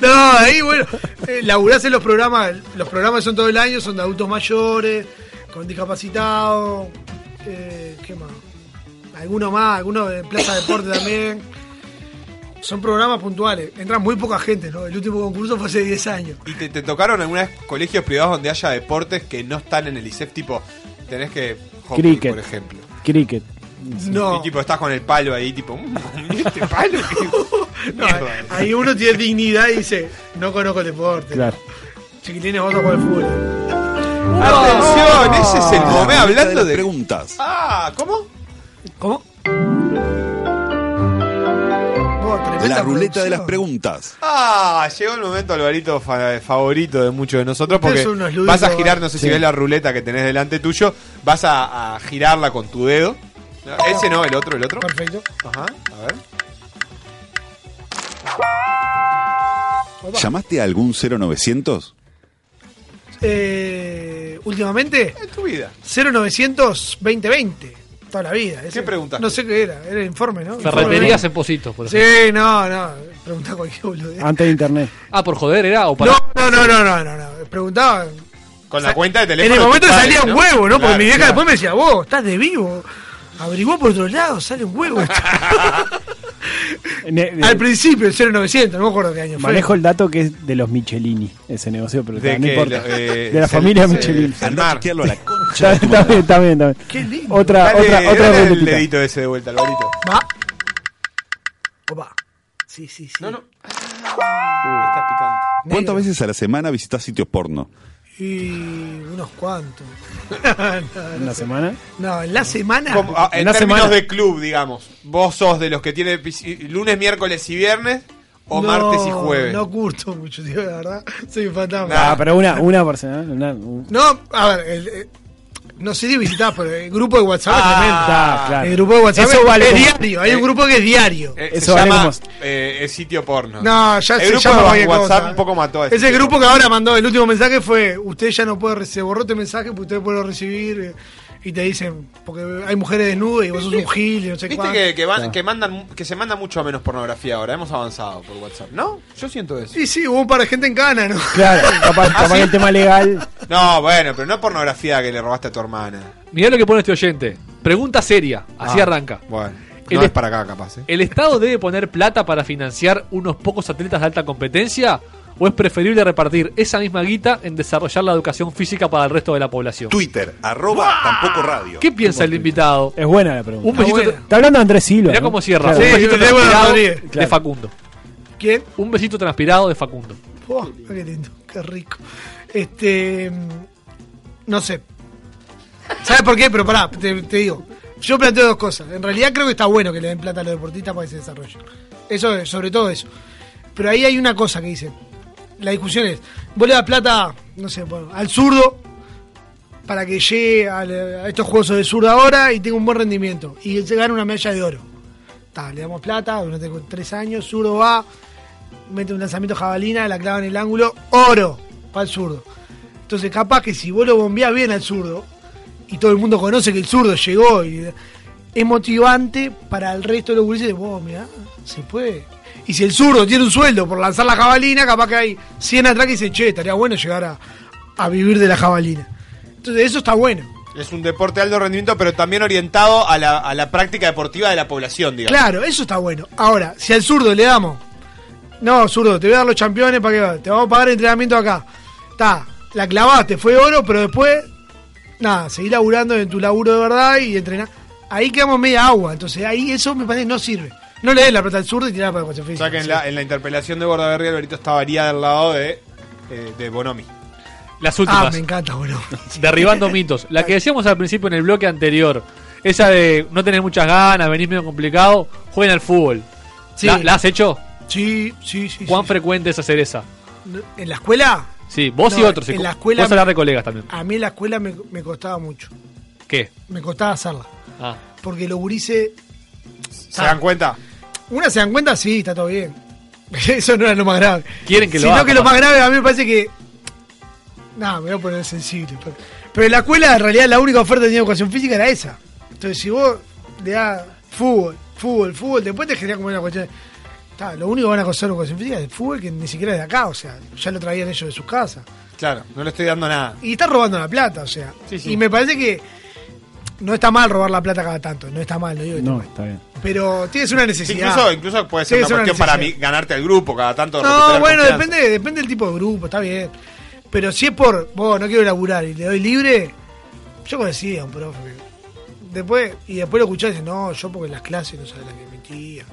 Speaker 15: No, ahí bueno, eh, laburás en los programas, los programas son todo el año, son de adultos mayores, con discapacitados, eh, ¿qué más? Alguno más, alguno de Plaza Deporte también. Son programas puntuales, entran muy poca gente, ¿no? El último concurso fue hace 10 años.
Speaker 6: ¿Y te, te tocaron alguna vez colegios privados donde haya deportes que no están en el ISEF? Tipo, tenés que. hockey,
Speaker 7: Cricket.
Speaker 6: por ejemplo.
Speaker 7: Cricket.
Speaker 6: Y tipo, estás con el palo ahí, tipo. mm, este palo. qué mierda.
Speaker 15: Ahí uno tiene dignidad y dice, no conozco el deporte.
Speaker 7: Claro.
Speaker 15: Chiquilines, vamos a jugar al fútbol.
Speaker 6: Atención, ese es el
Speaker 12: Ah,
Speaker 9: La
Speaker 6: momento
Speaker 9: ruleta de
Speaker 6: hablando
Speaker 9: las
Speaker 6: de.
Speaker 9: preguntas.
Speaker 6: Ah, ¿cómo?
Speaker 15: ¿Cómo?
Speaker 9: La ruleta de las preguntas.
Speaker 6: Ah, llegó el momento, Alvarito, fa- favorito de muchos de nosotros, porque
Speaker 15: Ustedes son unos ludicos,
Speaker 6: vas a girar, no sé si
Speaker 9: Sí.
Speaker 6: ves la ruleta que tenés delante tuyo, vas a, a girarla con tu dedo. No, Ese no, el otro, el otro.
Speaker 15: Perfecto.
Speaker 6: Ajá, a ver.
Speaker 9: ¿Llamaste a algún 0900?
Speaker 15: Eh, últimamente.
Speaker 6: En tu vida.
Speaker 15: 0900 2020. Toda la vida.
Speaker 6: ¿Qué preguntaste?
Speaker 15: No sé qué era. Era el informe, ¿no?
Speaker 8: Ferreterías
Speaker 15: Informe.
Speaker 8: en Positos, por ejemplo.
Speaker 15: Sí, no, no. Preguntaba cualquier boludez.
Speaker 7: Antes de internet.
Speaker 8: Ah, por joder, era o para.
Speaker 15: No, no, no, no, no, no, no. Preguntaba.
Speaker 6: Con
Speaker 15: la
Speaker 6: cuenta de
Speaker 15: en
Speaker 6: teléfono.
Speaker 15: el momento
Speaker 6: de tus
Speaker 15: salía
Speaker 6: padres,
Speaker 15: un huevo, ¿no? Porque
Speaker 6: Claro,
Speaker 15: mi vieja
Speaker 6: claro.
Speaker 15: después me decía, vos, estás de vivo. Averiguó por otro lado, sale un huevo. Al principio, el 0900, no me acuerdo qué año fue.
Speaker 7: Manejo el dato que es de los Michelini, ese negocio, pero
Speaker 6: ¿De
Speaker 7: no
Speaker 6: qué?
Speaker 7: importa.
Speaker 6: Lo- eh,
Speaker 7: de la
Speaker 6: se-
Speaker 7: familia
Speaker 6: se-
Speaker 7: Michelini.
Speaker 6: se- Andá a chequearlo a la
Speaker 7: Está bien, está bien, está bien, está bien. Otra,
Speaker 6: Dale,
Speaker 7: otra, otra
Speaker 6: dale el
Speaker 7: ruletita.
Speaker 6: dedito ese de vuelta, Alvarito.
Speaker 15: Va. Opa. Sí, sí, sí. No, no.
Speaker 6: Uy, estás picante.
Speaker 9: ¿Cuántas veces a la semana visitas sitios porno?
Speaker 15: Y unos cuantos.
Speaker 7: ¿En la semana?
Speaker 15: No, en la semana.
Speaker 6: Como, ah, en términos de club, digamos. Vos sos de los que tiene pis- lunes, miércoles y viernes, o
Speaker 15: No,
Speaker 6: martes y jueves.
Speaker 15: No curto mucho, tío, la verdad. Soy un fantasma.
Speaker 7: Ah, pero una, una por semana. una- un-
Speaker 15: No, a ver, el- eh, no sé si visitás, pero el grupo de WhatsApp es
Speaker 7: Ah,
Speaker 15: tremendo.
Speaker 7: claro.
Speaker 15: El grupo de WhatsApp
Speaker 7: Eso
Speaker 15: es,
Speaker 7: vale
Speaker 15: es
Speaker 7: como-
Speaker 15: diario. Hay un grupo que es diario.
Speaker 6: Eh,
Speaker 7: Eso
Speaker 6: se
Speaker 7: vale
Speaker 6: llama
Speaker 7: como-
Speaker 6: eh, eh, sitio porno.
Speaker 15: No, ya
Speaker 6: El
Speaker 15: se
Speaker 6: grupo
Speaker 15: llama
Speaker 6: de
Speaker 15: cualquier
Speaker 6: WhatsApp
Speaker 15: cosa.
Speaker 6: un poco mató a ese
Speaker 15: Ese
Speaker 6: tipo.
Speaker 15: grupo que ahora mandó el último mensaje fue: Usted ya no puede recibir, se borró este mensaje, pues usted puede recibir. eh, Y te dicen, porque hay mujeres desnudas y vos sos un gil y no sé
Speaker 6: Viste
Speaker 15: cuánto.
Speaker 6: que, que van- que mandan, que se manda mucho menos pornografía ahora, hemos avanzado por WhatsApp, ¿no? Yo siento eso.
Speaker 15: Sí, sí, hubo un par de gente en cana, ¿no?
Speaker 7: Claro, capaz,
Speaker 6: Ah,
Speaker 7: capaz que el tema legal.
Speaker 6: No, bueno, pero no pornografía que le robaste a tu hermana.
Speaker 8: Mirá lo que pone este oyente. Pregunta seria. Así
Speaker 6: Ah,
Speaker 8: arranca.
Speaker 6: Bueno,
Speaker 8: El
Speaker 6: no
Speaker 8: es-
Speaker 6: es para acá capaz, ¿eh?
Speaker 8: ¿El Estado debe poner plata para financiar unos pocos atletas de alta competencia? ¿O es preferible repartir esa misma guita en desarrollar la educación física para el resto de la población?
Speaker 9: Twitter, arroba tampoco radio.
Speaker 8: ¿Qué piensa el invitado?
Speaker 7: Es buena la pregunta. Ah,
Speaker 8: Un besito-
Speaker 7: Está, hablando de Andrés Silva.
Speaker 8: Mirá
Speaker 7: ¿no?
Speaker 8: cómo cierra.
Speaker 7: Claro.
Speaker 8: Un besito
Speaker 15: de Débora
Speaker 8: transpirado
Speaker 15: Rodríguez.
Speaker 8: de
Speaker 7: Claro.
Speaker 8: Facundo.
Speaker 15: ¿Quién?
Speaker 8: Un besito transpirado de Facundo.
Speaker 15: Oh, qué lindo, qué rico. Este. mm, No sé. ¿Sabes por qué? Pero pará, te, te digo. Yo planteo dos cosas. En realidad creo que está bueno que le den plata a los deportistas para que se desarrollen. Eso, sobre todo eso. Pero ahí hay una cosa que dice. La discusión es, vos le das plata, no sé, bueno, al zurdo para que llegue al- a estos juegos de zurdo ahora y tenga un buen rendimiento. Y se gana una medalla de oro. Ta, le damos plata durante tres años, zurdo va, mete un lanzamiento jabalina, la clava en el ángulo, oro para el zurdo. Entonces capaz que si vos lo bombeás bien al zurdo, y todo el mundo conoce que el zurdo llegó y es motivante para el resto de los gurises de vos, mirá, se puede. Y si el zurdo tiene un sueldo por lanzar la jabalina, capaz que hay 100 atrás que dicen, che, estaría bueno llegar a, a vivir de la jabalina. Entonces eso está bueno.
Speaker 6: Es un deporte de alto rendimiento, pero también orientado a la, a la práctica deportiva de la población, digamos.
Speaker 15: Claro, eso está bueno. Ahora, si al zurdo le damos, no, zurdo, te voy a dar los campeones para que va- te vamos a pagar entrenamiento acá. Está, la clavaste, fue oro, pero después, nada, seguí laburando en tu laburo de verdad y entrenar. Ahí quedamos media agua, entonces ahí eso me parece que no sirve. No le des la plata al zurdo y tirá para la educación
Speaker 6: O
Speaker 15: física.
Speaker 6: sea que en la, en la interpelación de Bordaberry, Alberito estaba haría del lado de, eh, de Bonomi.
Speaker 8: Las últimas.
Speaker 15: Ah, me encanta, boludo.
Speaker 8: Derribando mitos. La que decíamos al principio en el bloque anterior. Esa de no tener muchas ganas, venís medio complicado. Jueguen al fútbol.
Speaker 15: Sí.
Speaker 8: ¿La, la has hecho?
Speaker 15: Sí, sí, sí.
Speaker 8: ¿Cuán frecuente es hacer esa?
Speaker 15: ¿En la escuela?
Speaker 8: Sí, vos y
Speaker 15: No,
Speaker 8: otros.
Speaker 15: en
Speaker 8: sí.
Speaker 15: la escuela- Ah.
Speaker 8: Vos hablar de colegas también.
Speaker 15: A mí en la escuela me, me costaba mucho.
Speaker 8: ¿Qué?
Speaker 15: Me costaba hacerla.
Speaker 8: Ah.
Speaker 15: Porque los gurises.
Speaker 6: ¿Se dan cuenta?
Speaker 15: Una se dan cuenta, sí, está todo bien. Eso no era lo más grave.
Speaker 8: Quieren que lo
Speaker 15: Sino
Speaker 8: haga,
Speaker 15: que lo más
Speaker 8: capaz.
Speaker 15: grave a mí me parece que. Nada, me voy a poner sensible. Pero, pero en la escuela, en realidad, la única oferta que tenía educación física era esa. Entonces, si vos le das fútbol, fútbol, fútbol, después te genera como una cuestión. Ta, lo único que van a conocer educación física es el fútbol, que ni siquiera es de acá, o sea, ya lo traían ellos de sus casas.
Speaker 6: Claro, no le estoy dando nada.
Speaker 15: Y está robando la plata, o sea. Y me parece que no está mal robar la plata cada tanto, no está mal, no digo que
Speaker 7: No,
Speaker 15: está mal.
Speaker 7: está bien.
Speaker 15: Pero tienes una necesidad.
Speaker 6: Incluso, incluso puede ser
Speaker 15: Sí,
Speaker 6: una
Speaker 15: es una
Speaker 6: cuestión para mí,
Speaker 15: necesidad.
Speaker 6: ganarte al grupo cada tanto.
Speaker 15: No,
Speaker 6: recuperar
Speaker 15: bueno,
Speaker 6: confianza.
Speaker 15: depende, depende del tipo de grupo, está bien. Pero si es por, vos no quiero laburar y le doy libre, yo conocía a un profe. Después, y después lo escuchás y dices, no, yo porque en las clases no sabes la que metía,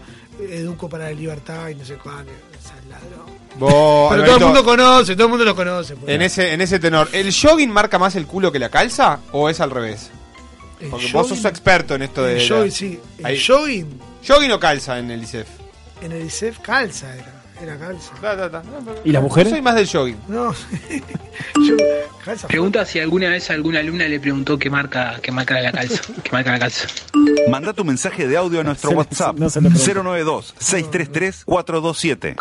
Speaker 15: educo para la libertad y no sé cuál, es ladrón.
Speaker 6: Vos,
Speaker 15: Pero todo
Speaker 6: Alberto,
Speaker 15: el mundo conoce, todo el mundo lo conoce. pues.
Speaker 6: En ese, en ese tenor, ¿el jogging marca más el culo que la calza o es al revés?
Speaker 15: El
Speaker 6: Porque vos
Speaker 15: jogging-
Speaker 6: sos experto en esto de.
Speaker 15: El
Speaker 6: la-
Speaker 15: jogging, sí. El
Speaker 6: Ahí.
Speaker 15: jogging
Speaker 6: ¿Jogging o calza en el ICEF?
Speaker 15: en el ISEF calza era, era calza.
Speaker 7: ¿Y las mujeres?
Speaker 6: Yo soy más del jogging.
Speaker 15: No,
Speaker 18: Pregunta si alguna vez alguna alumna le preguntó qué marca, qué marca la calza, qué marca la calza.
Speaker 12: Manda tu mensaje de audio a nuestro
Speaker 18: Se le-
Speaker 12: WhatsApp
Speaker 18: no se le pregunto.
Speaker 12: 092-633-427.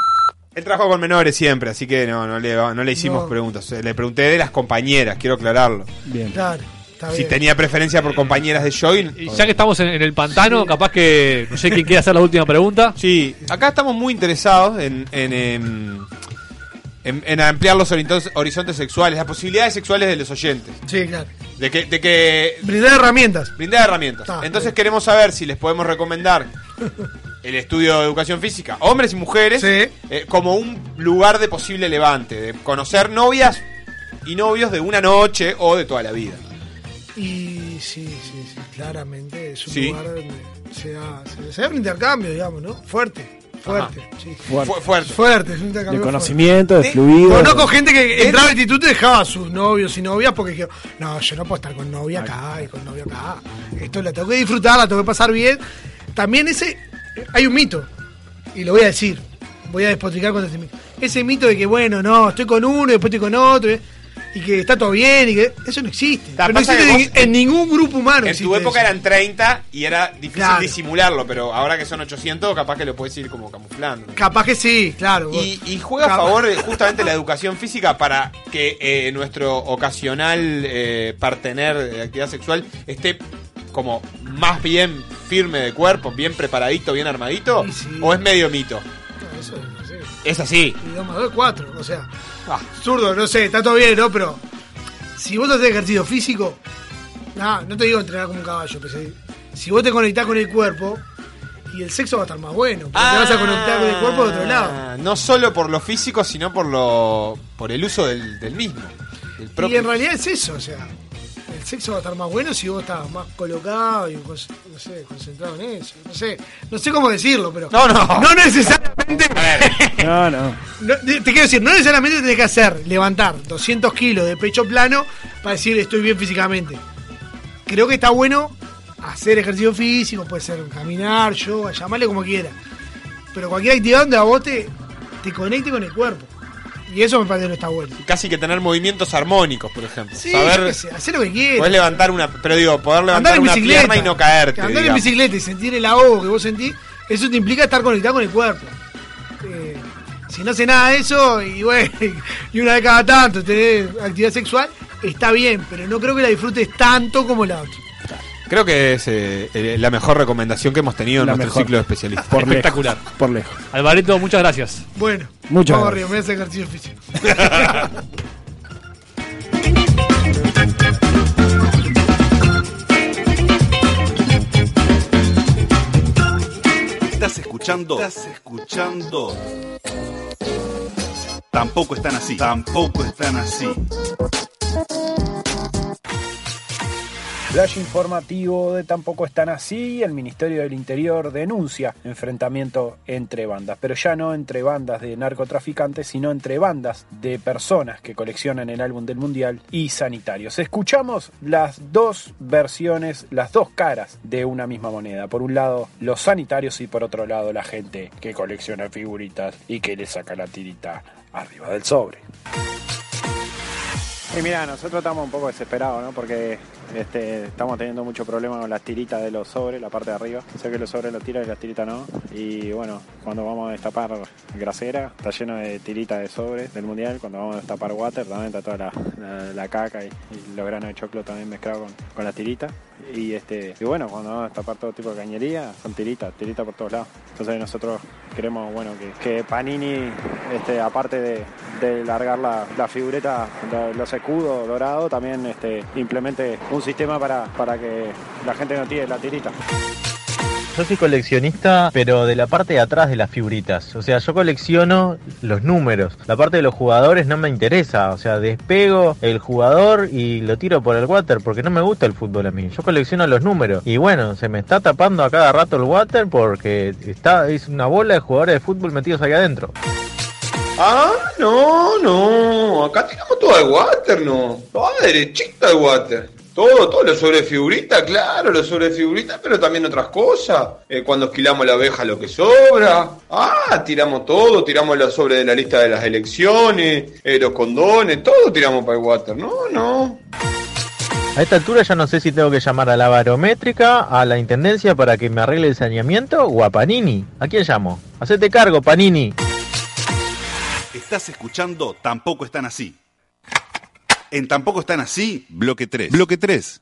Speaker 6: Él trabaja con menores siempre, así que no, no le, no le hicimos
Speaker 15: No.
Speaker 6: preguntas. Eh, Le pregunté de las compañeras, quiero aclararlo.
Speaker 15: Claro, está
Speaker 6: Si
Speaker 15: bien.
Speaker 6: tenía preferencia por compañeras de jogging.
Speaker 8: Y ya que estamos en, en el pantano, capaz que no sé quién quiere hacer la última pregunta.
Speaker 6: Sí, acá estamos muy interesados en, en, em, en- en ampliar los horizontes, horizontes sexuales, las posibilidades sexuales de los oyentes.
Speaker 15: Sí, claro.
Speaker 6: De que, de que
Speaker 15: Brindar herramientas. Ah,
Speaker 6: brindar herramientas.
Speaker 15: Está,
Speaker 6: Entonces queremos saber si les podemos recomendar el estudio de educación física, hombres y mujeres, eh, como un lugar de posible levante, de conocer novias y novios de una noche o de toda la vida.
Speaker 15: Y sí, sí, sí, claramente es un
Speaker 6: Sí.
Speaker 15: lugar donde se da, se, se da un intercambio, digamos, ¿no? Fuerte, fuerte, sí.
Speaker 7: Fuerte.
Speaker 6: Fu- fuerte.
Speaker 15: Fuerte, es un intercambio.
Speaker 7: De
Speaker 15: fuerte.
Speaker 7: conocimiento, de
Speaker 15: Sí.
Speaker 7: fluido.
Speaker 15: Conozco gente que entraba al instituto y dejaba a sus novios y novias porque dijeron, no, yo no puedo estar con novia acá y con novia acá. Esto la tengo que disfrutar, la tengo que pasar bien. También ese, hay un mito, y lo voy a decir, voy a despotricar contra ese mito. Ese mito de que, bueno, no, estoy con uno y después estoy con otro. ¿eh? Y que está todo bien, y que eso no existe.
Speaker 6: Ta,
Speaker 15: Pero no
Speaker 6: pasa que
Speaker 15: existe
Speaker 6: vos-
Speaker 15: en, en ningún grupo humano.
Speaker 6: En tu
Speaker 15: existe
Speaker 6: época
Speaker 15: eso.
Speaker 6: eran 30 y era difícil
Speaker 15: Claro.
Speaker 6: disimularlo, pero ahora que son 800 capaz que lo puedes ir como camuflando.
Speaker 15: Capaz que sí, claro.
Speaker 6: Y, y juega a favor de justamente la educación física para que eh, nuestro ocasional eh, partener de actividad sexual esté como más bien firme de cuerpo, bien preparadito, bien armadito, o es medio mito.
Speaker 15: Eso, sí.
Speaker 6: Es así.
Speaker 15: Y dos más dos, cuatro. O sea,
Speaker 6: Ah.
Speaker 15: zurdo, no sé, está todo bien, ¿no? Pero si vos haces ejercicio físico, nada, no te digo entrenar como un caballo, pero si- si vos te conectás con el cuerpo, y el sexo va a estar más bueno, porque te vas a conectar con el cuerpo de otro lado.
Speaker 6: Ah, No solo por lo físico, sino por lo por el uso del, del mismo. del
Speaker 15: Y
Speaker 6: propio.
Speaker 15: en realidad es eso, o sea, el el sexo va a estar más bueno si vos estás más colocado y cons- no sé, concentrado en eso. No sé, no sé cómo decirlo, pero.
Speaker 6: No, no.
Speaker 15: No necesariamente.
Speaker 7: No, no.
Speaker 15: no, te quiero decir, no necesariamente tenés que hacer levantar 200 kilos de pecho plano para decir estoy bien físicamente. Creo que está bueno hacer ejercicio físico, puede ser caminar, yoga, llamarle como quiera. Pero cualquier actividad donde a vos te, te conecte con el cuerpo. Y eso me parece que no está bueno.
Speaker 6: Casi que tener movimientos armónicos, por ejemplo.
Speaker 15: Sí, yo
Speaker 6: Saber.
Speaker 15: qué sé, hacer lo que quieras.
Speaker 6: Podés levantar una. Pero digo, poder levantar
Speaker 15: en
Speaker 6: una
Speaker 15: bicicleta.
Speaker 6: pierna y no caerte.
Speaker 15: Andar en
Speaker 6: digamos.
Speaker 15: bicicleta y sentir el ahogo que vos sentís, eso te implica estar conectado con el cuerpo. Eh, si no hace nada de eso, y bueno, y una vez cada tanto tenés actividad sexual, está bien, pero no creo que la disfrutes tanto como la otra.
Speaker 6: Creo que es eh, eh, la mejor recomendación que hemos tenido en
Speaker 8: La
Speaker 6: nuestro
Speaker 8: mejor.
Speaker 6: ciclo de especialistas.
Speaker 8: Por lejos.
Speaker 6: Espectacular.
Speaker 7: Por lejos.
Speaker 8: Alvarito, muchas gracias.
Speaker 15: Bueno,
Speaker 8: Muchas
Speaker 15: vamos
Speaker 8: gracias.
Speaker 15: arriba, me voy a hacer ejercicio físico.
Speaker 12: Estás escuchando. Estás escuchando. Tampoco están así. Tampoco están así.
Speaker 7: Flash informativo de Tampoco están así. El Ministerio del Interior denuncia enfrentamiento entre bandas, pero ya no entre bandas de narcotraficantes, sino entre bandas de personas que coleccionan el álbum del Mundial y sanitarios. Escuchamos las dos versiones, las dos caras de una misma moneda. Por un lado, los sanitarios y por otro lado, la gente que colecciona figuritas y que le saca la tirita arriba del sobre. Y mira, nosotros estamos un poco desesperados, ¿no? Porque este, estamos teniendo mucho problema con las tiritas de los sobres, la parte de arriba. Sé que los sobres los tiran y las tiritas no. Y bueno, cuando vamos a destapar grasera, está lleno de tiritas de sobres del mundial. Cuando vamos a destapar water, también está toda la, la- la caca y, y los granos de choclo también mezclados con, con las tiritas. Y este y bueno, cuando vamos a destapar todo tipo de cañería, son tiritas, tiritas por todos lados. Entonces nosotros queremos, bueno, que, que Panini, este, aparte de, de largar la, la figureta, lo- los escudos dorados, también este, implemente un sistema para, para que la gente no tire la tirita.
Speaker 14: Yo soy coleccionista, pero de la parte de atrás de las figuritas. O sea, yo colecciono los números. La parte de los jugadores no me interesa. O sea, despego el jugador y lo tiro por el water porque no me gusta el fútbol a mí. Yo colecciono los números. Y bueno, se me está tapando a cada rato el water porque está, es una bola de jugadores de fútbol metidos ahí adentro.
Speaker 6: Ah, no, no. Acá tiramos todo de water, no. Todo derechito de water. Todo, todo lo sobre figurita, claro, lo sobre figurita, pero también otras cosas. Eh, cuando esquilamos la abeja, lo que sobra. Ah, tiramos todo, tiramos lo sobre de la lista de las elecciones, eh, los condones, todo tiramos para el water. No, no.
Speaker 14: A esta altura ya no sé si tengo que llamar a la barométrica, a la intendencia para que me arregle el saneamiento o a Panini. ¿A quién llamo? Hacete cargo, Panini.
Speaker 12: Estás escuchando. Tampoco están así. En Tampoco están así. Bloque 3. Bloque 3.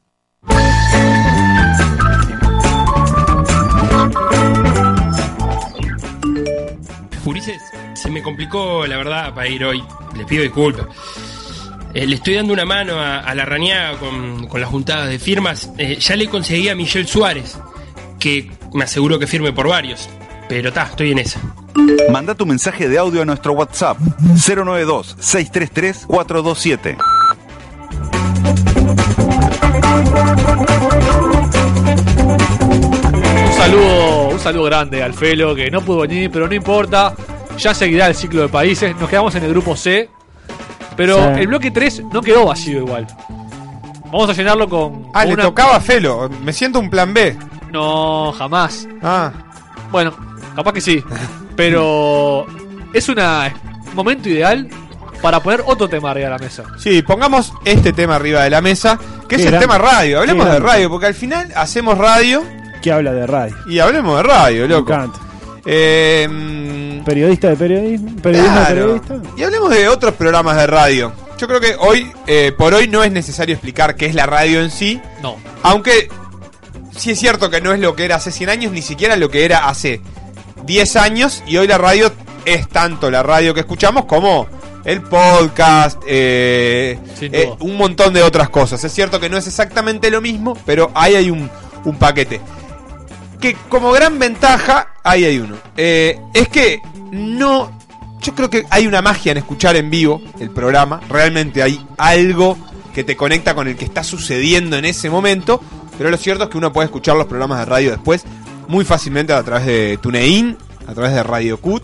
Speaker 19: Ulises, se me complicó la verdad para ir hoy. Les pido disculpas. Eh, le estoy dando una mano a, a la rañada con, con las juntadas de firmas. Eh, ya le conseguí a Michelle Suárez, que me aseguró que firme por varios. Pero está, estoy en esa.
Speaker 12: Manda tu mensaje de audio a nuestro WhatsApp 092 633 427.
Speaker 8: Un saludo, un saludo grande al Felo que no pudo venir, pero no importa. Ya seguirá el ciclo de países. Nos quedamos en el grupo C. Pero
Speaker 6: Sí.
Speaker 8: el bloque 3 no quedó vacío igual. Vamos a llenarlo con.
Speaker 6: Ah,
Speaker 8: con
Speaker 6: le
Speaker 8: una-
Speaker 6: tocaba a Felo. Me siento un plan B.
Speaker 8: No, jamás.
Speaker 6: Ah.
Speaker 8: Bueno, capaz que sí. Pero es una- un momento ideal para poner otro tema arriba de la mesa.
Speaker 6: Sí, pongamos este tema arriba de la mesa, que es
Speaker 8: Qué
Speaker 6: el
Speaker 8: grande.
Speaker 6: tema radio. Hablemos
Speaker 8: Qué
Speaker 6: de
Speaker 8: grande.
Speaker 6: radio, porque al final hacemos radio
Speaker 7: Que habla de radio.
Speaker 6: y hablemos de radio, loco.
Speaker 7: encanta.
Speaker 6: Eh, mm,
Speaker 7: Periodista de periodismo,
Speaker 6: claro. Y hablemos de otros programas de radio. Yo creo que hoy, eh, por hoy, no es necesario explicar qué es la radio en sí.
Speaker 8: No.
Speaker 6: Aunque sí es cierto que no es lo que era hace 100 años, ni siquiera lo que era hace 10 años. Y hoy la radio es tanto la radio que escuchamos como el podcast, eh,
Speaker 8: Sin
Speaker 6: eh,
Speaker 8: duda.
Speaker 6: un montón de otras cosas. Es cierto que no es exactamente lo mismo, pero ahí hay un, un paquete. Que como gran ventaja, ahí hay uno. Eh, es que no... Yo creo que hay una magia en escuchar en vivo el programa. Realmente hay algo que te conecta con el que está sucediendo en ese momento. Pero lo cierto es que uno puede escuchar los programas de radio después muy fácilmente a través de TuneIn, a través de Radio Cut,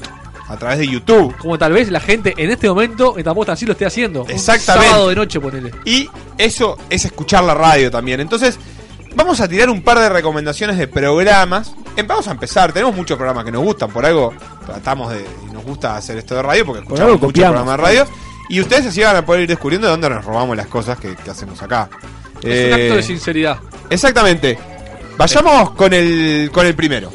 Speaker 6: a través de YouTube.
Speaker 8: Como tal vez la gente en este momento en tampoco así lo esté haciendo. Un
Speaker 6: Exactamente.
Speaker 8: sábado de noche, ponele.
Speaker 6: Y eso es escuchar la radio también. Entonces, vamos a tirar un par de recomendaciones de programas. Em, Vamos a empezar, tenemos muchos programas que nos gustan, por algo tratamos de. y nos gusta hacer esto de radio porque escuchamos
Speaker 7: algo
Speaker 6: muchos
Speaker 7: copiamos.
Speaker 6: programas de radio. Y ustedes así van a poder ir descubriendo de dónde nos robamos las cosas que, que hacemos acá.
Speaker 8: Es un acto de
Speaker 6: Eh,
Speaker 8: sinceridad.
Speaker 6: Exactamente. Vayamos con el, con el primero.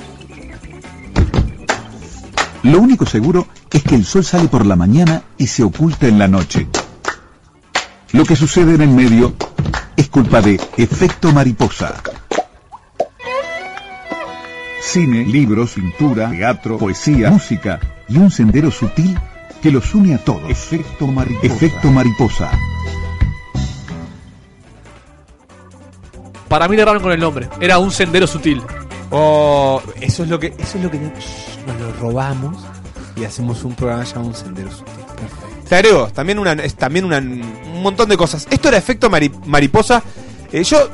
Speaker 20: Lo único seguro es que el sol sale por la mañana y se oculta en la noche. Lo que sucede en el medio es culpa de efecto mariposa. Cine, libros, pintura, teatro, poesía, música y un sendero sutil que los une a todos. Efecto mariposa. Efecto mariposa.
Speaker 8: Para mí le erraron con el nombre. Era un sendero sutil.
Speaker 6: Oh, eso es lo que. Eso es lo que nos lo robamos y hacemos un programa llamado Un Sendero Te agrego, también, una, es también una- un montón de cosas. Esto era efecto mari- mariposa. Eh, yo,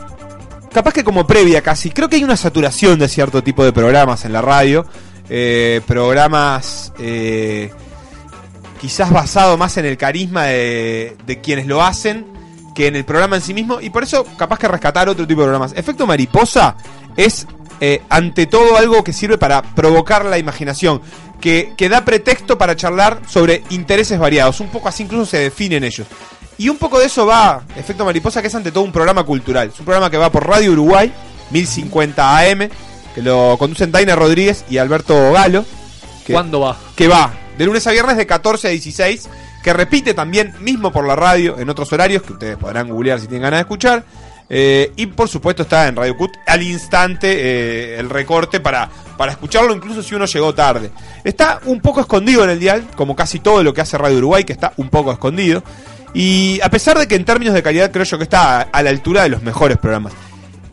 Speaker 6: capaz que como previa casi, creo que hay una saturación de cierto tipo de programas en la radio. Eh, programas eh, quizás basado más en el carisma de, de quienes lo hacen que en el programa en sí mismo. Y por eso, capaz que rescatar otro tipo de programas. Efecto mariposa es, eh, ante todo, algo que sirve para provocar la imaginación. Que, que da pretexto para charlar sobre intereses variados. Un poco así incluso se definen ellos. Y un poco de eso va Efecto Mariposa, que es ante todo un programa cultural. Es un programa que va por Radio Uruguay, 1050 AM, que lo conducen Daina Rodríguez y Alberto Galo. que-
Speaker 8: ¿Cuándo va?
Speaker 6: que va de lunes a viernes de 14 a 16, que repite también mismo por la radio en otros horarios que ustedes podrán googlear si tienen ganas de escuchar. Eh, y por supuesto está en Radio Cut al instante eh, el recorte para, para escucharlo incluso si uno llegó tarde. Está un poco escondido en el dial, como casi todo lo que hace Radio Uruguay, que está un poco escondido. Y a pesar de que en términos de calidad creo yo que está a- a la altura de los mejores programas.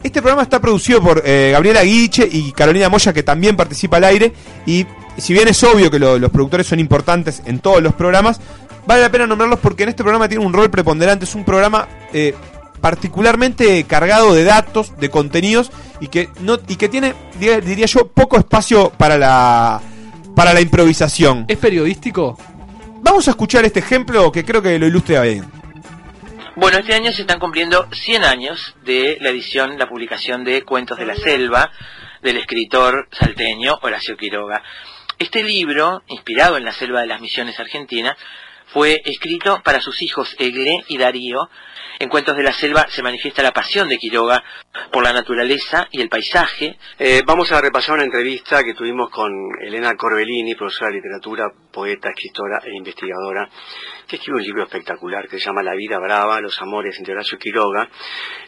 Speaker 6: Este programa está producido por eh, Gabriela Guiche y Carolina Moya, que también participa al aire. Y si bien es obvio que lo- los productores son importantes en todos los programas, vale la pena nombrarlos porque en este programa tiene un rol preponderante. Es un programa eh, particularmente cargado de datos, de contenidos, y que, no, y que tiene, diría diría yo, poco espacio para la, para la improvisación.
Speaker 8: ¿Es periodístico?
Speaker 6: Vamos a escuchar este ejemplo que creo que lo ilustra bien.
Speaker 21: Bueno, este año se están cumpliendo 100 años de la edición, la publicación de Cuentos de la Selva del escritor salteño Horacio Quiroga. Este libro, inspirado en la selva de las misiones argentinas, fue escrito para sus hijos Egle y Darío. En Cuentos de la Selva se manifiesta la pasión de Quiroga por la naturaleza y el paisaje.
Speaker 22: Eh, vamos a repasar una entrevista que tuvimos con Elena Corbellini, profesora de literatura, poeta, escritora e investigadora, que escribe un libro espectacular que se llama La vida brava, los amores de Horacio Quiroga,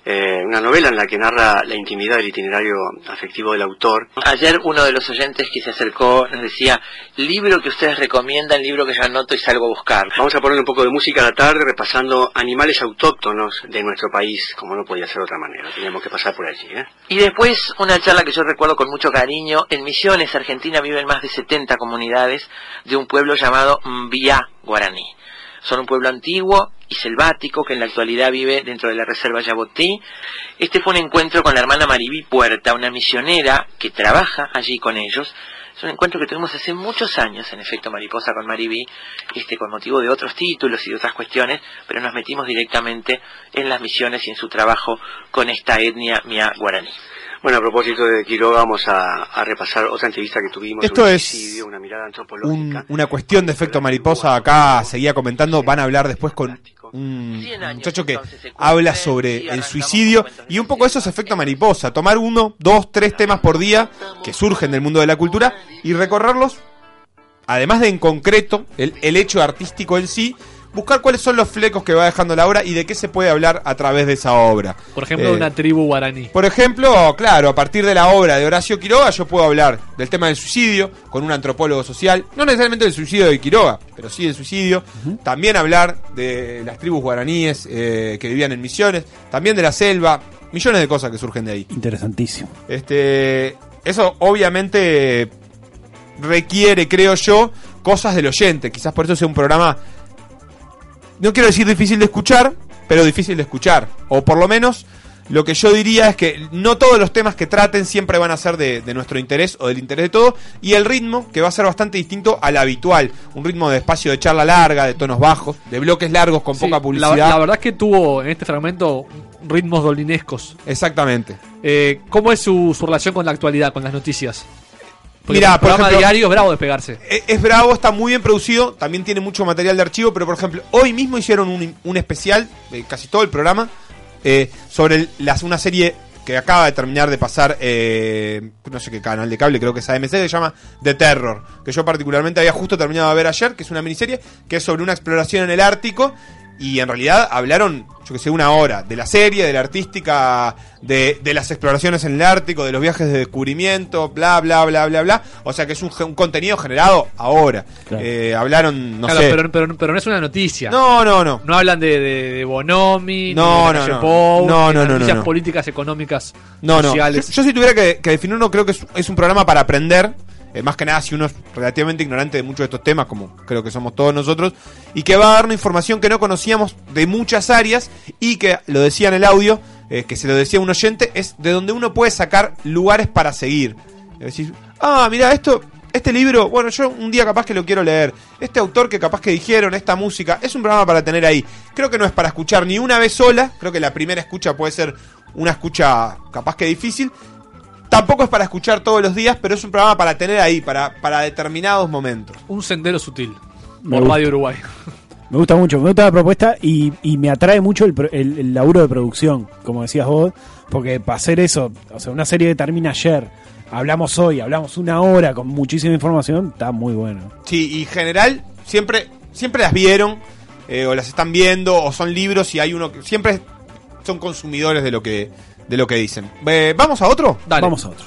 Speaker 22: eh, una novela en la que narra la intimidad del itinerario afectivo del autor.
Speaker 21: Ayer uno de los oyentes que se acercó nos decía, libro que ustedes recomiendan, libro que yo anoto y salgo a buscar.
Speaker 22: Vamos a poner un poco de música a la tarde repasando animales autóctonos de nuestro país, como no podía ser de otra manera, teníamos que pasar por allí. ¿eh?
Speaker 21: Y después una charla que yo recuerdo con mucho cariño. En Misiones, Argentina, viven más de 70 comunidades de un pueblo llamado Mbiá Guaraní. Son un pueblo antiguo y selvático que en la actualidad vive dentro de la reserva Yabotí. Este fue un encuentro con la hermana Maribí Puerta, una misionera que trabaja allí con ellos. Es un encuentro que tuvimos hace muchos años, en efecto, Mariposa con Maribí, este, con motivo de otros títulos y de otras cuestiones, pero nos metimos directamente en las misiones y en su trabajo con esta etnia mía guaraní.
Speaker 22: Bueno, a propósito de Quiroga, vamos a, a repasar otra entrevista que tuvimos.
Speaker 6: Esto
Speaker 22: un
Speaker 6: es
Speaker 22: homicidio, una mirada antropológica.
Speaker 6: un- una cuestión de efecto mariposa. Acá seguía comentando, van a hablar después con un muchacho que habla sobre el suicidio y un poco eso es efecto mariposa. Tomar uno, dos, tres temas por día que surgen del mundo de la cultura y recorrerlos, además de en concreto el, el hecho artístico en sí, buscar cuáles son los flecos que va dejando la obra y de qué se puede hablar a través de esa obra.
Speaker 8: Por ejemplo,
Speaker 6: Eh,
Speaker 8: una tribu guaraní.
Speaker 6: por ejemplo, claro, a partir de la obra de Horacio Quiroga yo puedo hablar del tema del suicidio con un antropólogo social, no necesariamente del suicidio de Quiroga, pero sí del suicidio, también hablar de las tribus guaraníes eh, que vivían en misiones, también de la selva, millones de cosas que surgen de ahí.
Speaker 7: Interesantísimo.
Speaker 6: Este, eso obviamente requiere, creo yo, cosas del oyente, quizás por eso sea un programa, no quiero decir difícil de escuchar, pero difícil de escuchar. O por lo menos, lo que yo diría es que no todos los temas que traten siempre van a ser de, de nuestro interés o del interés de todos. Y el ritmo, que va a ser bastante distinto al habitual. Un ritmo de espacio de charla larga, de tonos bajos, de bloques largos con
Speaker 8: Sí,
Speaker 6: poca
Speaker 8: la-
Speaker 6: publicidad.
Speaker 8: La, verdad es que tuvo en este fragmento ritmos dolinescos. Eh,
Speaker 6: Exactamente.
Speaker 8: ¿Cómo es su, su relación con la actualidad, con las noticias? Porque
Speaker 6: Mirá,
Speaker 8: un
Speaker 6: por
Speaker 8: programa
Speaker 6: ejemplo-
Speaker 8: diario es bravo despegarse.
Speaker 6: es, Eh, es bravo, está muy bien producido, también tiene mucho material de archivo, pero por ejemplo, hoy mismo hicieron un, un especial, eh, casi todo el programa, eh, sobre el- las, una serie que acaba de terminar de pasar, eh, no sé qué canal de cable, creo que es AMC, que se llama The Terror, que yo particularmente había justo terminado de ver ayer, que es una miniserie, que es sobre una exploración en el Ártico, y en realidad hablaron, yo que sé, una hora de la serie, de la artística, de, de las exploraciones en el Ártico, de los viajes de descubrimiento, bla, bla, bla, bla, bla. O sea que es un, ge- un contenido generado ahora. Eh, hablaron, no
Speaker 8: Claro,
Speaker 6: sé.
Speaker 8: pero, pero- pero no es una noticia.
Speaker 6: No, no, no.
Speaker 8: No hablan de, de- de Bonomi, ni
Speaker 6: No,
Speaker 8: de
Speaker 6: no,
Speaker 8: Calle
Speaker 6: no.
Speaker 8: Pou, ni
Speaker 6: No,
Speaker 8: de
Speaker 6: no, no,
Speaker 8: noticias
Speaker 6: no, no.
Speaker 8: políticas, económicas,
Speaker 6: No, no. Yo,
Speaker 8: sociales.
Speaker 6: yo si tuviera que, que definir uno, creo que es, es un programa para aprender. eh, más que nada, si uno es relativamente ignorante de muchos de estos temas, como creo que somos todos nosotros, y que va a darnos información que no conocíamos de muchas áreas y que, lo decía en el audio, eh, que se lo decía un oyente, es de donde uno puede sacar lugares para seguir. Es decir, ah, mira, esto, este libro, bueno, yo un día capaz que lo quiero leer. Este autor que capaz que dijeron, esta música, es un programa para tener ahí. Creo que no es para escuchar ni una vez sola, creo que la primera escucha puede ser una escucha capaz que difícil. Tampoco es para escuchar todos los días, pero es un programa para tener ahí, para, para determinados momentos.
Speaker 8: Un sendero sutil.
Speaker 7: Me
Speaker 8: Por
Speaker 7: gusta.
Speaker 8: Radio Uruguay.
Speaker 7: Me gusta mucho, me gusta la propuesta y, y me atrae mucho el, pro- el- el laburo de producción, como decías vos, porque para hacer eso, o sea, una serie que termina ayer, hablamos hoy, hablamos una hora con muchísima información, está muy bueno.
Speaker 6: Sí, y general, siempre, siempre las vieron, eh, o las están viendo, o son libros, y hay uno que siempre son consumidores de lo que, de lo que dicen. Eh, ¿Vamos a otro?
Speaker 8: Dale.
Speaker 7: Vamos a otro.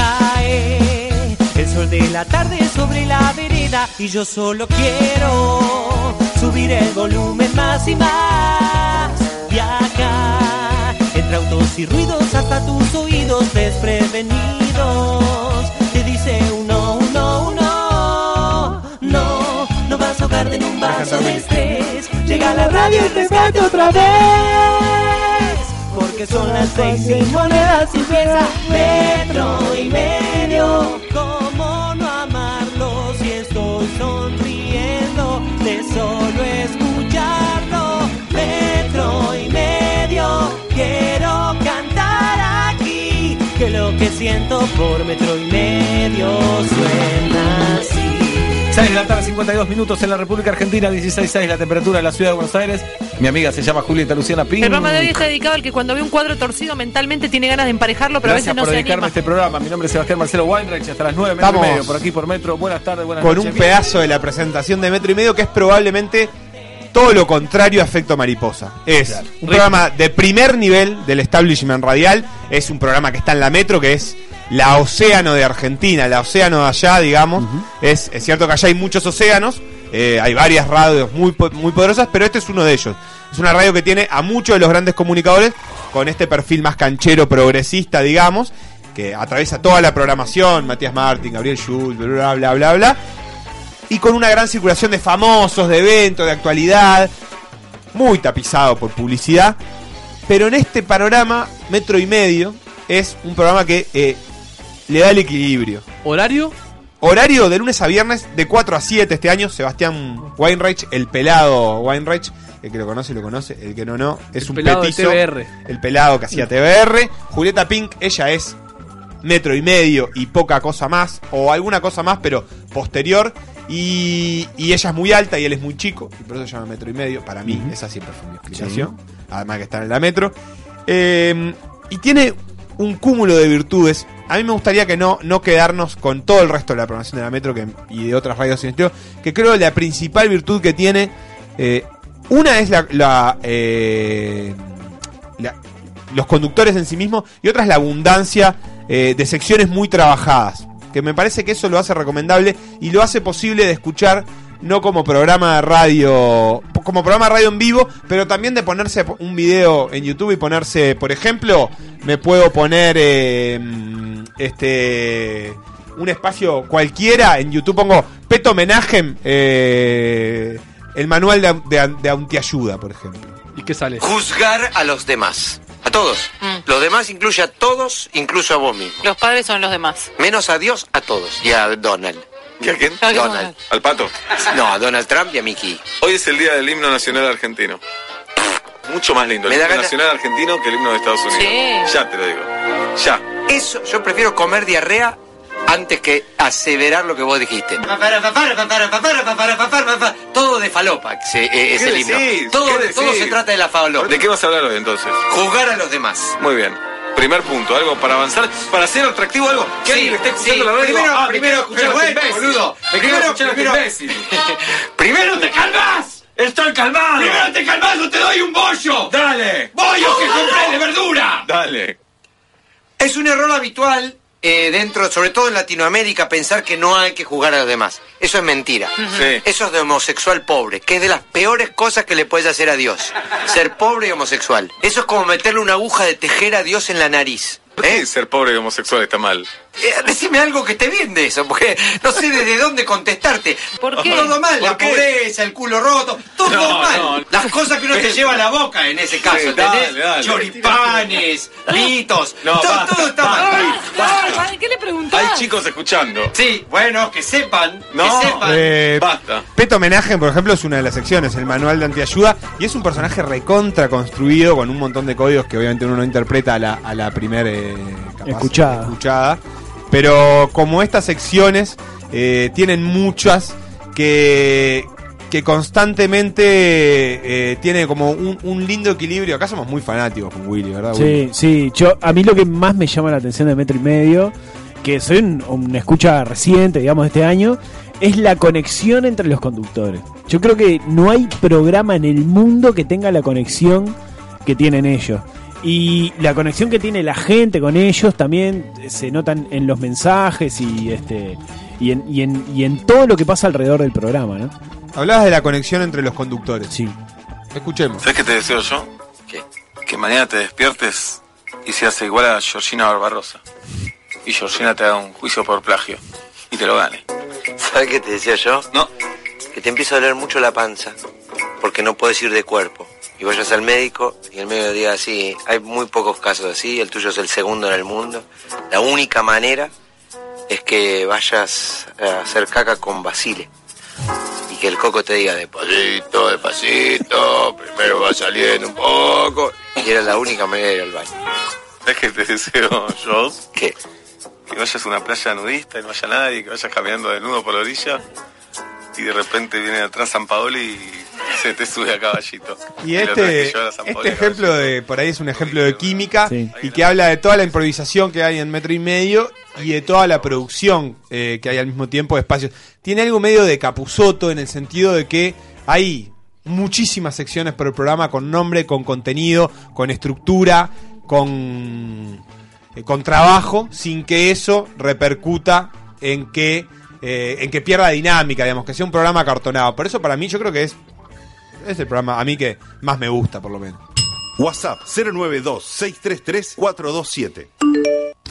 Speaker 1: Cae el sol de la tarde sobre la vereda y yo solo quiero subir el volumen más y más. Y acá, entre autos y ruidos hasta tus oídos desprevenidos, te dice uno, uno, uno. No, no vas a ahogar en un vaso de estrés. Llega la radio y te canta otra vez. Porque son las seis y monedas y pesa metro y medio. ¿Cómo no amarlo si estoy sonriendo de solo escucharlo? Metro y medio, quiero cantar aquí. Que lo que siento por metro y medio suena así.
Speaker 5: 6 de la tarde, 52 minutos en la República Argentina, 16.6 la temperatura en la ciudad de Buenos Aires. Mi amiga se llama Julieta Luciana Pink.
Speaker 23: El programa de hoy está dedicado al que cuando ve un cuadro torcido mentalmente tiene ganas de emparejarlo, pero
Speaker 5: Gracias
Speaker 23: a veces no
Speaker 5: por
Speaker 23: se
Speaker 5: dedicarme
Speaker 23: anima.
Speaker 5: a este programa. Mi nombre es Sebastián Marcelo Weinreich. Hasta las 9 metro y
Speaker 6: Estamos
Speaker 5: medio por aquí por metro. Buenas tardes, buenas
Speaker 6: Con
Speaker 5: noches.
Speaker 6: un pedazo de la presentación de Metro y Medio que es probablemente todo lo contrario a Efecto Mariposa. Es
Speaker 5: Claro.
Speaker 6: un programa de primer nivel del establishment radial. Es un programa que está en la Metro, que es la océano de Argentina, la océano de allá, digamos. es, es cierto que allá hay muchos océanos. eh, hay varias radios muy, po- muy poderosas, pero este es uno de ellos. Es una radio que tiene a muchos de los grandes comunicadores con este perfil más canchero, progresista, digamos, que atraviesa toda la programación. Matías Martín, Gabriel Schultz, bla, bla, bla, bla y con una gran circulación de famosos, de eventos, de actualidad, muy tapizado por publicidad. Pero en este panorama, Metro y Medio es un programa que eh, le da el equilibrio.
Speaker 8: ¿Horario?
Speaker 6: Horario de lunes a viernes, de 4 a 7 este año. Sebastián Weinreich, el pelado Weinreich, el que lo conoce, lo conoce, el que no, no, es un
Speaker 8: pelado de
Speaker 6: petizo.
Speaker 8: TBR.
Speaker 6: El pelado que hacía TBR. Julieta Pink, ella es metro y medio y poca cosa más, o alguna cosa más, pero posterior. Y, y ella es muy alta y él es muy chico, y por eso se llama metro y medio. Para mí, esa siempre fue mi explicación. Además que está en la metro. Eh, y tiene un cúmulo de virtudes. A mí me gustaría que no, no quedarnos con todo el resto de la programación de la metro que- y de otras radios sin estilo, que creo la principal virtud que tiene. eh, una es la, la, eh, la- los conductores en sí mismos y otra es la abundancia eh, de secciones muy trabajadas. que me parece que eso lo hace recomendable y lo hace posible de escuchar no como programa de radio, como programa de radio en vivo, pero también de ponerse un video en YouTube y ponerse, por ejemplo, me puedo poner eh, mm, este un espacio cualquiera en YouTube pongo Peto Menajem eh, el manual de, de, de Auntiayuda, por ejemplo.
Speaker 8: ¿Y qué sale?
Speaker 3: Juzgar a los demás. A todos. Los demás incluye a todos, incluso a vos mismo.
Speaker 24: Los padres son los demás.
Speaker 3: Menos a Dios, a todos. Y a Donald. ¿Y a quién?
Speaker 24: Donald.
Speaker 3: Donald. ¿Al pato? No, a Donald Trump y a Mickey.
Speaker 1: Hoy es el día del himno nacional argentino. Mucho más lindo el
Speaker 3: Me da
Speaker 1: himno
Speaker 3: gana-
Speaker 1: nacional argentino que el himno de Estados Unidos.
Speaker 3: Sí.
Speaker 1: Ya te lo digo. Ya.
Speaker 3: Eso, yo prefiero comer diarrea antes que aseverar lo que vos dijiste. Todo de falopa se- eh, es
Speaker 1: ¿Qué
Speaker 3: el himno.
Speaker 1: decís?
Speaker 3: Todo,
Speaker 1: ¿Qué
Speaker 3: de- todo
Speaker 1: decís?
Speaker 3: se trata de la falopa.
Speaker 1: ¿De qué vas a hablar hoy entonces?
Speaker 3: Juzgar a los demás.
Speaker 1: Muy bien. Primer punto, algo para avanzar, para hacer atractivo algo que
Speaker 3: Sí,
Speaker 1: alguien le esté escuchando
Speaker 3: sí.
Speaker 1: la radio.
Speaker 3: Primero-
Speaker 1: Ah, me
Speaker 3: primero
Speaker 1: quiero escuchar
Speaker 3: escuchá
Speaker 1: a este
Speaker 3: vos,
Speaker 1: imbécil.
Speaker 3: boludo.
Speaker 1: Me quiero
Speaker 3: Primero
Speaker 1: escuchar a este
Speaker 3: escuchá-
Speaker 1: imbécil.
Speaker 3: ¡Primero te calmas! ¡Estoy calmado!
Speaker 1: Primero
Speaker 3: te calmas o te doy un bollo!
Speaker 1: ¡Dale! Oh.
Speaker 3: ¡Bollo que compré de verdura!
Speaker 1: Dale.
Speaker 3: Es un error habitual eh, dentro, sobre todo en Latinoamérica, pensar que no hay que jugar a los demás. Eso es mentira.
Speaker 1: Sí.
Speaker 3: Eso es de homosexual pobre, que es de las peores cosas que le puedes hacer a Dios. Ser pobre y homosexual. Eso es como meterle una aguja de tejer a Dios en la nariz.
Speaker 1: ¿Por qué ser pobre y homosexual está mal?
Speaker 3: Eh, decime algo que esté bien de eso, porque no sé desde dónde contestarte. ¿Por qué? Todo mal, la ¿Por qué? pobreza, el culo roto, todo No, mal. no. Las cosas que uno te lleva a la boca en ese caso, Sí, ¿entendés? dale, dale. Choripanes, pitos, No, todo, basta, todo está mal.
Speaker 24: Ay, ¿Qué le preguntás?
Speaker 3: Hay
Speaker 1: Chicos escuchando.
Speaker 3: Sí, bueno, que sepan,
Speaker 1: No,
Speaker 3: que sepan.
Speaker 6: Eh,
Speaker 1: Basta.
Speaker 6: Peto Homenaje, por ejemplo, es una de las secciones, el manual de antiayuda, y es un personaje recontra construido con un montón de códigos que obviamente uno no interpreta a la, a la primera
Speaker 7: Escuchada.
Speaker 6: escuchada. Pero como estas secciones eh, tienen muchas que, que constantemente eh, tiene como un, un lindo equilibrio. Acá somos muy fanáticos con Willy, ¿verdad?
Speaker 7: Sí,
Speaker 6: Willy?
Speaker 7: sí. Yo, a mí lo que más me llama la atención de Metro y Medio, que soy un, una escucha reciente, digamos, de este año, es la conexión entre los conductores. Yo creo que no hay programa en el mundo que tenga la conexión que tienen ellos. Y la conexión que tiene la gente con ellos también eh, se notan en los mensajes y este y en, y en, y en todo lo que pasa alrededor del programa, ¿no?
Speaker 6: Hablabas de la conexión entre los conductores.
Speaker 7: Sí.
Speaker 6: Escuchemos.
Speaker 1: ¿Sabes qué te deseo yo? Que mañana te despiertes y seas igual a Georgina Barbarosa. Y Georgina te haga un juicio por plagio. Y te lo gane.
Speaker 3: ¿Sabes qué te decía yo?
Speaker 1: No.
Speaker 3: Que te empieza a doler mucho la panza, porque no puedes ir de cuerpo. Y vayas al médico y el médico diga así, hay muy pocos casos así, el tuyo es el segundo en el mundo. La única manera es que vayas a hacer caca con basile. Y que el coco te diga, despacito, despacito, primero va saliendo un poco. Y era la única manera de ir al baño.
Speaker 1: ¿Sabes qué te deseo yo?
Speaker 3: ¿Qué?
Speaker 1: Que vayas a una playa nudista y no haya nadie, que vayas caminando desnudo por la orilla. Y de repente viene atrás San Paoli y se te sube a caballito.
Speaker 6: Y
Speaker 1: lo tenés
Speaker 6: este,
Speaker 1: que llevar a San
Speaker 6: este
Speaker 1: Paoli a caballito.
Speaker 6: ejemplo de, por ahí es un ejemplo de química
Speaker 7: Sí.
Speaker 6: y que habla de toda la improvisación que hay en metro y medio y de toda la producción eh, que hay al mismo tiempo de espacios. Tiene algo medio de capuzoto en el sentido de que hay muchísimas secciones por el programa con nombre, con contenido, con estructura, con, eh, con trabajo, sin que eso repercuta en que, eh, en que pierda dinámica, digamos, que sea un programa cartonado. Por eso para mí yo creo que es es el programa a mí que más me gusta, por lo menos.
Speaker 12: WhatsApp 092-633-427.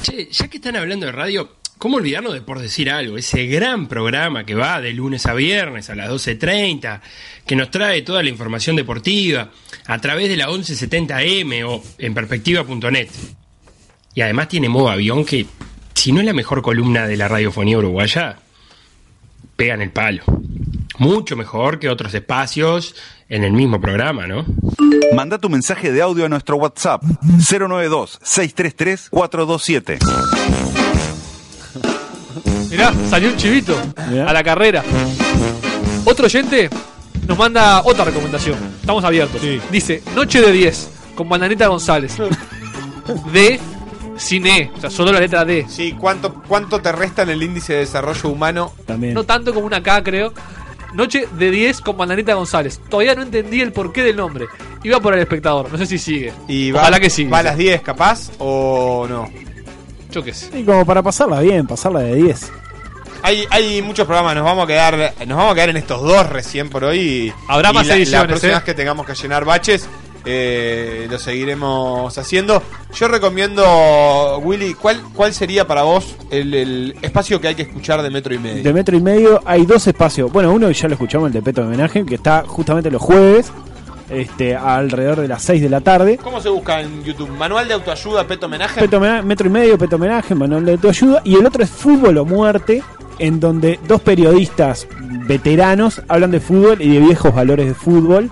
Speaker 19: Che, ya que están hablando de radio, ¿cómo olvidarnos de Por Decir Algo? Ese gran programa que va de lunes a viernes a las 12.30, que nos trae toda la información deportiva a través de la 1170M o en perspectiva.net. Y además tiene modo avión que, si no es la mejor columna de la radiofonía uruguaya, pegan el palo. Mucho mejor que otros espacios en el mismo programa, ¿no?
Speaker 12: Manda tu mensaje de audio a nuestro WhatsApp 092-633-427.
Speaker 8: Mirá, salió un chivito a la carrera. Otro oyente nos manda otra recomendación. Estamos abiertos. Dice, Noche de 10, con Bananita González. De cine, o sea, solo la letra D.
Speaker 6: Sí, ¿cuánto, cuánto te resta en el índice de desarrollo humano?
Speaker 7: También.
Speaker 8: No tanto como una K, creo. Noche de 10 con Bananita González. Todavía no entendí el porqué del nombre. Iba por el espectador, no sé si sigue.
Speaker 6: Y
Speaker 8: Ojalá que sí.
Speaker 6: ¿Va a las 10 capaz o no?
Speaker 8: Yo qué sé.
Speaker 7: Y como para pasarla bien, pasarla de 10.
Speaker 6: Hay, hay muchos programas, nos vamos a quedar nos vamos a quedar en estos dos recién por hoy. y-
Speaker 8: Habrá
Speaker 6: y
Speaker 8: más
Speaker 6: la-
Speaker 8: ediciones,
Speaker 6: Las próximas
Speaker 8: ¿eh?
Speaker 6: que tengamos que llenar baches, eh, lo seguiremos haciendo. Yo recomiendo, Willy, ¿cuál, cuál sería para vos el, el espacio que hay que escuchar de metro y medio?
Speaker 7: De metro y medio hay dos espacios. Bueno, uno que ya lo escuchamos, el de Peto de Homenaje, que está justamente los jueves, este, alrededor de las 6 de la tarde.
Speaker 6: ¿Cómo se busca en YouTube? ¿Manual de autoayuda, peto homenaje?
Speaker 7: Peto Homenaje- metro y medio, Peto Homenaje, Manuel de tu ayuda. Y el otro es Fútbol o Muerte, en donde dos periodistas veteranos hablan de fútbol y de viejos valores de fútbol.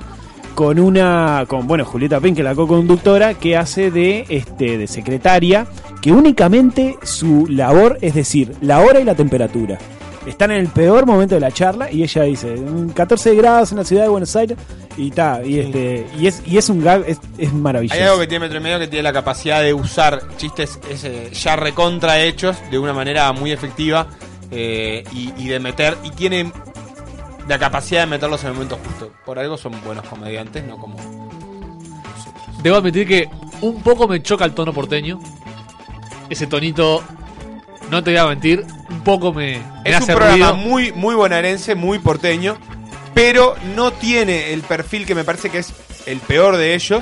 Speaker 7: Con una, con bueno, Julieta Pin, que es la co-conductora, que hace de, este, de secretaria, que únicamente su labor es decir la hora y la temperatura. Están en el peor momento de la charla y ella dice "Mm, 14 grados en la ciudad de Buenos Aires y ta, y, este, y, es, y es un gag, es, es maravilloso.
Speaker 6: Hay algo que tiene Metro y Medio que tiene la capacidad de usar chistes ese, ya recontra hechos de una manera muy efectiva eh, y, y de meter. Y tiene la capacidad de meterlos en el momento justo. Por algo son buenos comediantes, no como.
Speaker 8: Debo admitir que un poco me choca el tono porteño. Ese tonito, no te voy a mentir, un poco me, me
Speaker 6: Es un
Speaker 8: hace
Speaker 6: programa
Speaker 8: ruido.
Speaker 6: muy, muy bonaerense, muy porteño, pero no tiene el perfil que me parece que es el peor de ellos,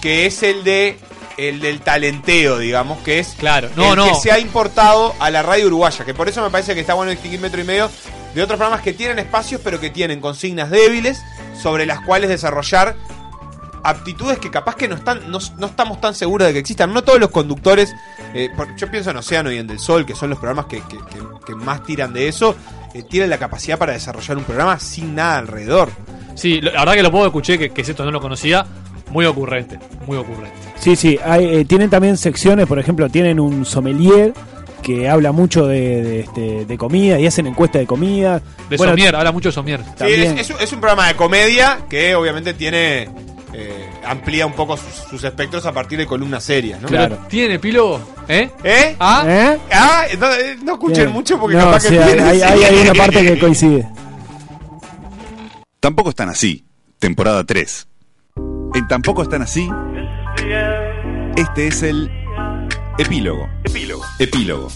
Speaker 6: que es el de el del talenteo, digamos, que es claro,
Speaker 8: no,
Speaker 6: el
Speaker 8: no.
Speaker 6: que se ha importado a la radio uruguaya, que por eso me parece que está bueno distinguir metro y medio de otros programas que tienen espacios pero que tienen consignas débiles sobre las cuales desarrollar aptitudes que capaz que no están no, no estamos tan seguros de que existan. No todos los conductores, eh, por- yo pienso en Océano y en Del Sol, que son los programas que, que- que- que más tiran de eso, eh, tienen la capacidad para desarrollar un programa sin nada alrededor.
Speaker 8: Sí, lo- la verdad que lo poco que escuché, que, que esto no lo conocía, muy ocurrente, muy ocurrente.
Speaker 7: Sí, sí, hay, eh, tienen también secciones, por ejemplo, tienen un sommelier que habla mucho de, de, este, de comida y hacen encuesta de comida.
Speaker 8: De
Speaker 7: Bueno,
Speaker 8: Somier, habla mucho de Somier.
Speaker 6: Sí, es, es un- es un programa de comedia que obviamente tiene eh, amplía un poco sus, sus espectros a partir de columnas serias, ¿no?
Speaker 8: Pero ¿Tiene epílogo? ¿Eh?
Speaker 6: ¿Eh?
Speaker 8: ¿Ah?
Speaker 7: ¿Eh?
Speaker 6: Ah, no, eh, no escuchen
Speaker 7: Bien.
Speaker 6: mucho porque
Speaker 7: No,
Speaker 6: capaz
Speaker 7: o sea,
Speaker 6: que
Speaker 7: hay, hay, hay una parte que coincide.
Speaker 9: Tampoco están así, temporada 3. En Tampoco están así, este es el epílogo. Epílogo. Epílogo.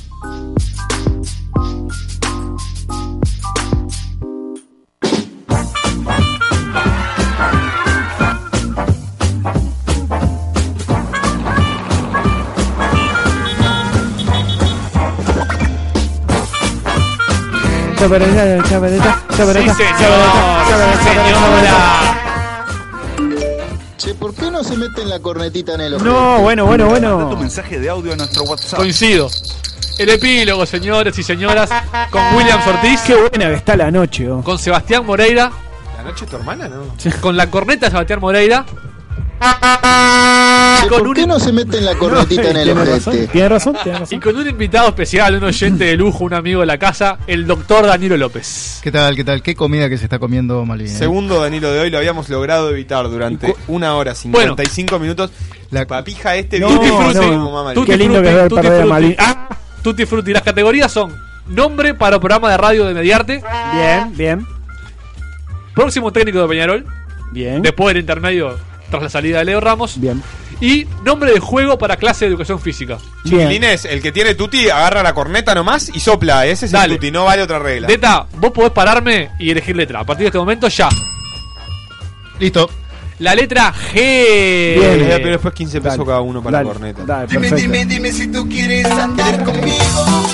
Speaker 7: Chapareta, chapareta, chapareta,
Speaker 8: Sí, señor.
Speaker 7: chapareta, chapareta, chapareta, chapareta.
Speaker 13: Che, ¿por qué no se meten la cornetita en el ojo?
Speaker 7: No, bueno, bueno,
Speaker 9: Manda tu
Speaker 7: bueno.
Speaker 9: mensaje de audio a nuestro WhatsApp.
Speaker 8: Coincido. El epílogo, señores y señoras, con William Ortiz,
Speaker 7: Qué buena que está la noche. oh.
Speaker 8: con Sebastián Moreira,
Speaker 6: ¿La noche es tu hermana, no?
Speaker 8: con la corneta de Sebastián Moreira.
Speaker 13: Che, ¿Por qué no se meten la cornetita en el
Speaker 7: Tiene razón,
Speaker 13: ojete?
Speaker 7: tiene razón, tiene razón.
Speaker 8: Y con un invitado especial, un oyente de lujo, un amigo de la casa, el doctor Danilo López.
Speaker 4: ¿Qué tal? ¿Qué tal? ¿Qué comida que se está comiendo Malvin? eh?
Speaker 6: Segundo Danilo de hoy lo habíamos logrado evitar durante una hora 55 minutos. La papija este
Speaker 7: No,
Speaker 6: viene
Speaker 7: no,
Speaker 6: como
Speaker 7: no.
Speaker 6: mamá María.
Speaker 7: Qué lindo que es ver perder a Malvin.
Speaker 8: Ah, Tutti Frutti. Las categorías son nombre para programa de radio de Mediarte,
Speaker 7: Bien, bien,
Speaker 8: próximo técnico de Peñarol,
Speaker 7: bien.
Speaker 8: después del intermedio tras la salida de Leo Ramos,
Speaker 7: Bien.
Speaker 8: y nombre de juego para clase de educación física.
Speaker 6: Chiquilines, el que tiene tuti agarra la corneta nomás y sopla. Ese es
Speaker 8: Dale.
Speaker 6: el tuti, no vale otra regla.
Speaker 8: Deta, vos podés pararme y elegir letra. A partir de este momento ya.
Speaker 4: Listo.
Speaker 8: La letra G.
Speaker 6: Les voy a pedir eh, después 15 pesos cada uno para la corneta.
Speaker 10: Dime, dime, dime si tú quieres andar conmigo.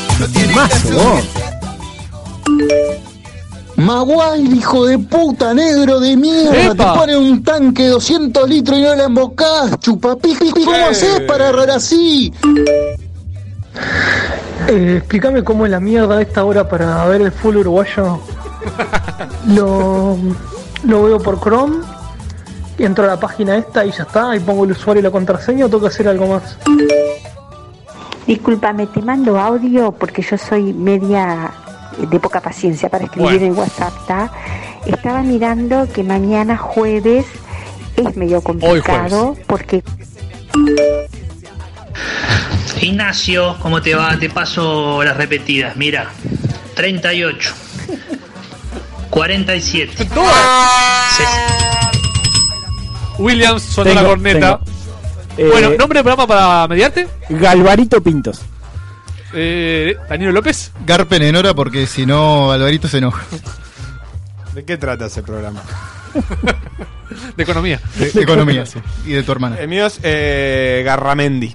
Speaker 13: Maguay, hijo de puta, negro de mierda,
Speaker 10: ¡Epa!
Speaker 13: te pone un tanque de 200 litros y no la embocás, chupapiji, ¿cómo haces para errar así?
Speaker 11: Eh, explícame cómo es la mierda a esta hora para ver el full uruguayo. Lo, lo veo por Chrome, y entro a la página esta y ya está, y pongo el usuario y la contraseña o tengo que hacer algo más.
Speaker 25: Discúlpame, te mando audio porque yo soy media eh, de poca paciencia para escribir
Speaker 26: Bueno.
Speaker 25: en WhatsApp, ¿tá? Estaba mirando que mañana jueves es medio complicado porque
Speaker 26: Ignacio, ¿cómo te va? Te paso las repetidas. Mira, 38, 47.
Speaker 7: eh.
Speaker 8: Williams sonó la
Speaker 7: Tengo,
Speaker 8: corneta.
Speaker 7: tengo. Eh,
Speaker 8: bueno, nombre de programa para mediarte.
Speaker 7: Galvarito Pintos.
Speaker 8: Eh, Danilo López.
Speaker 4: Garpen en hora porque si no, Alvarito se enoja.
Speaker 6: ¿De qué trata ese programa?
Speaker 8: De economía.
Speaker 4: De, de economía, sí. Y de tu hermana.
Speaker 6: El mío es eh, Garramendi.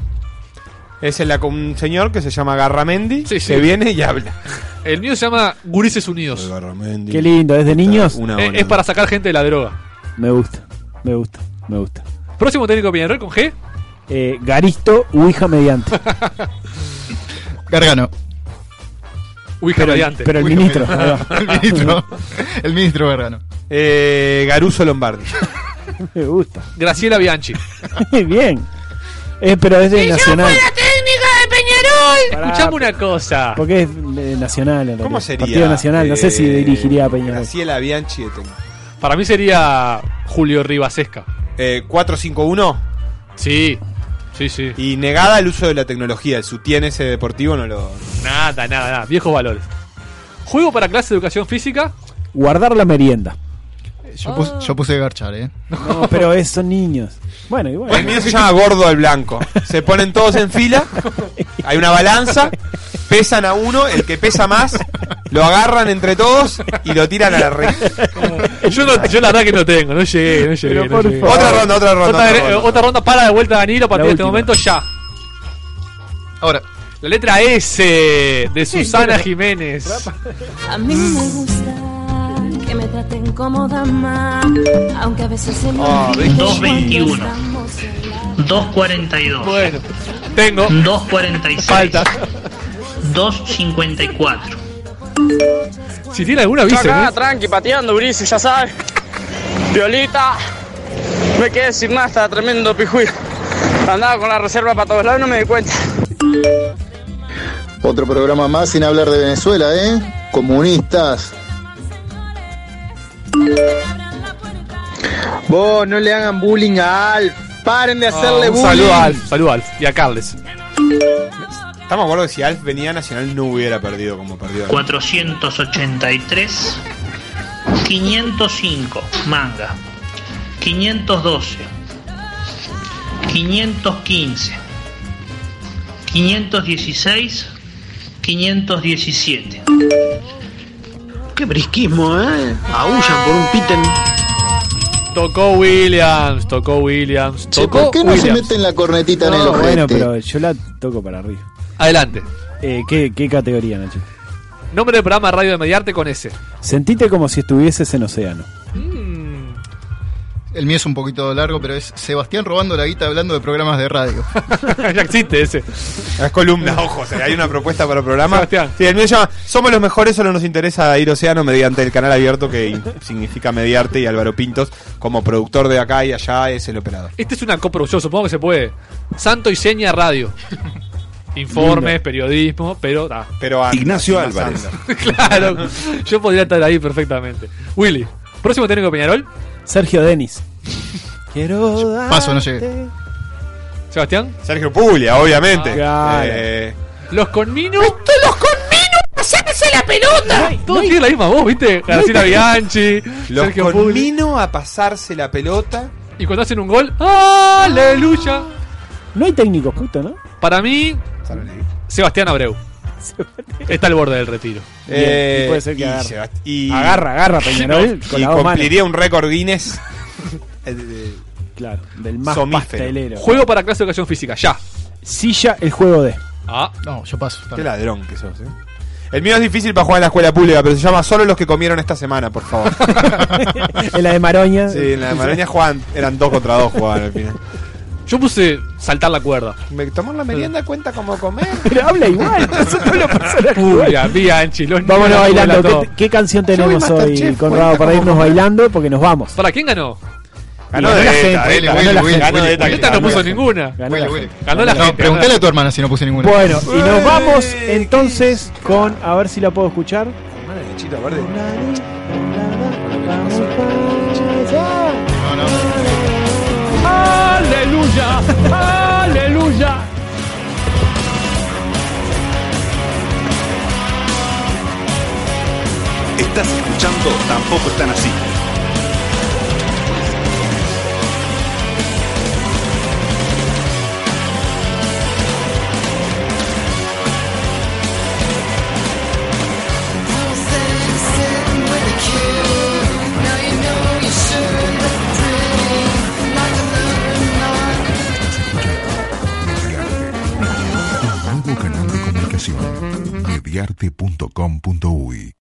Speaker 6: Es el- un señor que se llama Garramendi,
Speaker 8: sí.
Speaker 6: que viene y habla.
Speaker 8: El mío se llama Gurises Unidos.
Speaker 7: Qué lindo, ¿es de niños?
Speaker 8: Eh, es para sacar gente de la droga.
Speaker 7: Me gusta, me gusta, me gusta.
Speaker 8: Próximo técnico de Peñarol con G.
Speaker 7: Eh, Garisto, Ouija mediante.
Speaker 4: Gargano.
Speaker 8: Ouija
Speaker 7: Pero-
Speaker 8: mediante.
Speaker 7: pero el
Speaker 8: Ouija
Speaker 7: ministro,
Speaker 8: mediante.
Speaker 4: El ministro. El ministro Gargano.
Speaker 6: Eh, Garuso Lombardi.
Speaker 7: Me gusta.
Speaker 8: Graciela Bianchi.
Speaker 7: Bien. Eh, pero es de Nacional.
Speaker 8: técnica de Peñarol!
Speaker 7: Pará,
Speaker 8: Escuchame una cosa.
Speaker 7: Porque es eh, Nacional. En realidad.
Speaker 6: ¿Cómo sería?
Speaker 7: Partido Nacional. No sé si
Speaker 6: Eh,
Speaker 7: dirigiría a Peñarol.
Speaker 6: Graciela Bianchi de Tecno.
Speaker 8: Para mí sería Julio Ribasesca.
Speaker 6: Eh, 451.
Speaker 8: Sí, sí, sí.
Speaker 6: Y negada el uso de la tecnología. El sutién ese deportivo no lo.
Speaker 8: Nada, nada, nada. Viejos valores. Juego para clase de educación física.
Speaker 7: Guardar la merienda.
Speaker 4: Yo, pus- yo puse Garchar, ¿eh?
Speaker 7: No, pero es, son niños. Bueno, igual.
Speaker 6: El mío se llama gordo al blanco. Se ponen todos en fila. Hay una balanza. Pesan a uno. El que pesa más. Lo agarran entre todos. Y lo tiran a la red.
Speaker 8: Yo, no- yo la verdad que no tengo, no llegué, no llegué.
Speaker 6: Pero
Speaker 8: no
Speaker 6: por
Speaker 8: llegué.
Speaker 6: favor. Otra ronda, otra ronda,
Speaker 8: Otra,
Speaker 6: otra
Speaker 8: eh,
Speaker 6: ronda.
Speaker 8: otra ronda, para de vuelta Danilo a partir de este momento ya.
Speaker 4: Ahora.
Speaker 8: La letra S de Susana Jiménez.
Speaker 14: A mí me gusta que me traten como dama, aunque a veces se me
Speaker 26: Ah,
Speaker 14: olvida
Speaker 26: ¿ves? 2.21.
Speaker 14: cuando estamos en la-
Speaker 26: 2.42.
Speaker 8: Bueno, tengo.
Speaker 26: 2.46.
Speaker 8: Falta.
Speaker 26: 2.54.
Speaker 8: Si tiene alguna
Speaker 26: Yo
Speaker 8: visa.
Speaker 26: acá,
Speaker 15: tranqui, pateando, Ulises, ya sabes. Violita. Me quedé sin nada, estaba tremendo pijuí. Andaba con la reserva para todos lados y no me di cuenta.
Speaker 13: Otro programa más sin hablar de Venezuela, ¿eh? Comunistas.
Speaker 16: Vos no le hagan bullying a Alf. Paren de hacerle
Speaker 8: Ah, un
Speaker 16: bullying.
Speaker 8: saludo a Alf, saludo a Alf y a Carles.
Speaker 6: Estamos de acuerdo que si Alf venía Nacional no hubiera perdido como perdió.
Speaker 26: 483. 505. Manga. 512. 515. 516. 517.
Speaker 15: Qué brisquismo, ¿eh? Aullan por un piten.
Speaker 8: Tocó Williams, tocó Williams,
Speaker 13: Che,
Speaker 8: tocó
Speaker 13: ¿por qué no se
Speaker 8: Williams.
Speaker 13: meten la cornetita en el ojete?
Speaker 7: bueno, pero yo la toco para arriba.
Speaker 8: Adelante.
Speaker 7: Eh, ¿qué, qué categoría, Nacho?
Speaker 8: Nombre del programa Radio de Mediarte con S.
Speaker 7: Sentite como si estuvieses en océano.
Speaker 4: El mío es un poquito largo, pero es Sebastián robando la guita hablando de programas de radio.
Speaker 8: ya existe ese.
Speaker 6: Las columnas, ojo, o sea, hay una propuesta para el programa. Sí, el mío se llama Somos los mejores, solo nos interesa ir océano mediante el canal abierto que in- significa Mediarte y Álvaro Pintos como productor de acá y allá es el operador.
Speaker 8: Este es una coproducción, supongo que se puede. Santo y Seña Radio. Informes,
Speaker 6: Lindo.
Speaker 8: periodismo, pero. ah.
Speaker 6: Pero a-
Speaker 9: Ignacio
Speaker 6: a-
Speaker 9: Álvarez.
Speaker 8: claro, yo podría estar ahí perfectamente. Willy, próximo técnico de Peñarol.
Speaker 7: Sergio Denis. Quiero
Speaker 8: paso, no
Speaker 7: darte-
Speaker 8: Sebastián.
Speaker 6: Sergio Puglia, obviamente.
Speaker 7: Ah, claro.
Speaker 6: Eh,
Speaker 8: Los conmino.
Speaker 1: ¡Los conmino! ¡Pasámese la pelota!
Speaker 8: Todos tienen la misma voz, ¿viste? Graciela Bianchi,
Speaker 6: los
Speaker 8: Sergio Pugli.
Speaker 6: convino a pasarse la pelota.
Speaker 8: Y cuando hacen un gol, ¡Aleluya!
Speaker 7: No hay técnicos, puto, ¿no?
Speaker 8: Para mí, Sebastián Abreu. Está al borde del retiro.
Speaker 6: Bien, Eh, y puede ser que y agarre. Sebast- y- Agarra, agarra, Peñarol, con
Speaker 8: Y
Speaker 6: las dos Cumpliría un récord Guinness.
Speaker 7: claro, del más
Speaker 6: Somífero.
Speaker 7: pastelero.
Speaker 8: Juego para clase de educación física, ya.
Speaker 7: Silla, el juego de.
Speaker 8: Ah.
Speaker 4: No, yo paso.
Speaker 6: Qué ladrón que sos, eh. El mío es difícil para jugar en la escuela pública, pero se llama Solo los que comieron esta semana, por favor.
Speaker 7: En la de Maroña.
Speaker 6: Sí, en la de Maroña jugaban, eran dos contra dos jugaban al final.
Speaker 8: Yo puse saltar la cuerda.
Speaker 6: Me tomó la merienda cuenta como comer.
Speaker 7: Pero habla igual, nosotros lo personas
Speaker 8: Julia, Bianchi, los
Speaker 7: Vámonos
Speaker 8: niños,
Speaker 7: bailando.
Speaker 8: todo.
Speaker 7: ¿Qué, qué canción tenemos
Speaker 8: Masterchef,
Speaker 7: hoy,
Speaker 8: cuenta
Speaker 7: Conrado, para
Speaker 8: como
Speaker 7: irnos bailando? Porque nos vamos.
Speaker 8: ¿Para quién ganó?
Speaker 7: Ganó Ganó la Delta, gente, Delta, ganó la Willy, gente. Willy,
Speaker 8: Delta,
Speaker 7: Willy,
Speaker 8: no
Speaker 7: ganó
Speaker 8: puso
Speaker 7: la gente.
Speaker 8: ninguna.
Speaker 7: Ganó la gente.
Speaker 8: Ganó la
Speaker 4: No,
Speaker 8: gente.
Speaker 4: preguntale a tu hermana si no puse ninguna.
Speaker 7: Bueno, y nos vamos entonces con. A ver si la puedo escuchar.
Speaker 1: ¡Aleluya! ¡Aleluya!
Speaker 9: Estás escuchando Tampoco están así.
Speaker 13: información. Mediarte.com.uy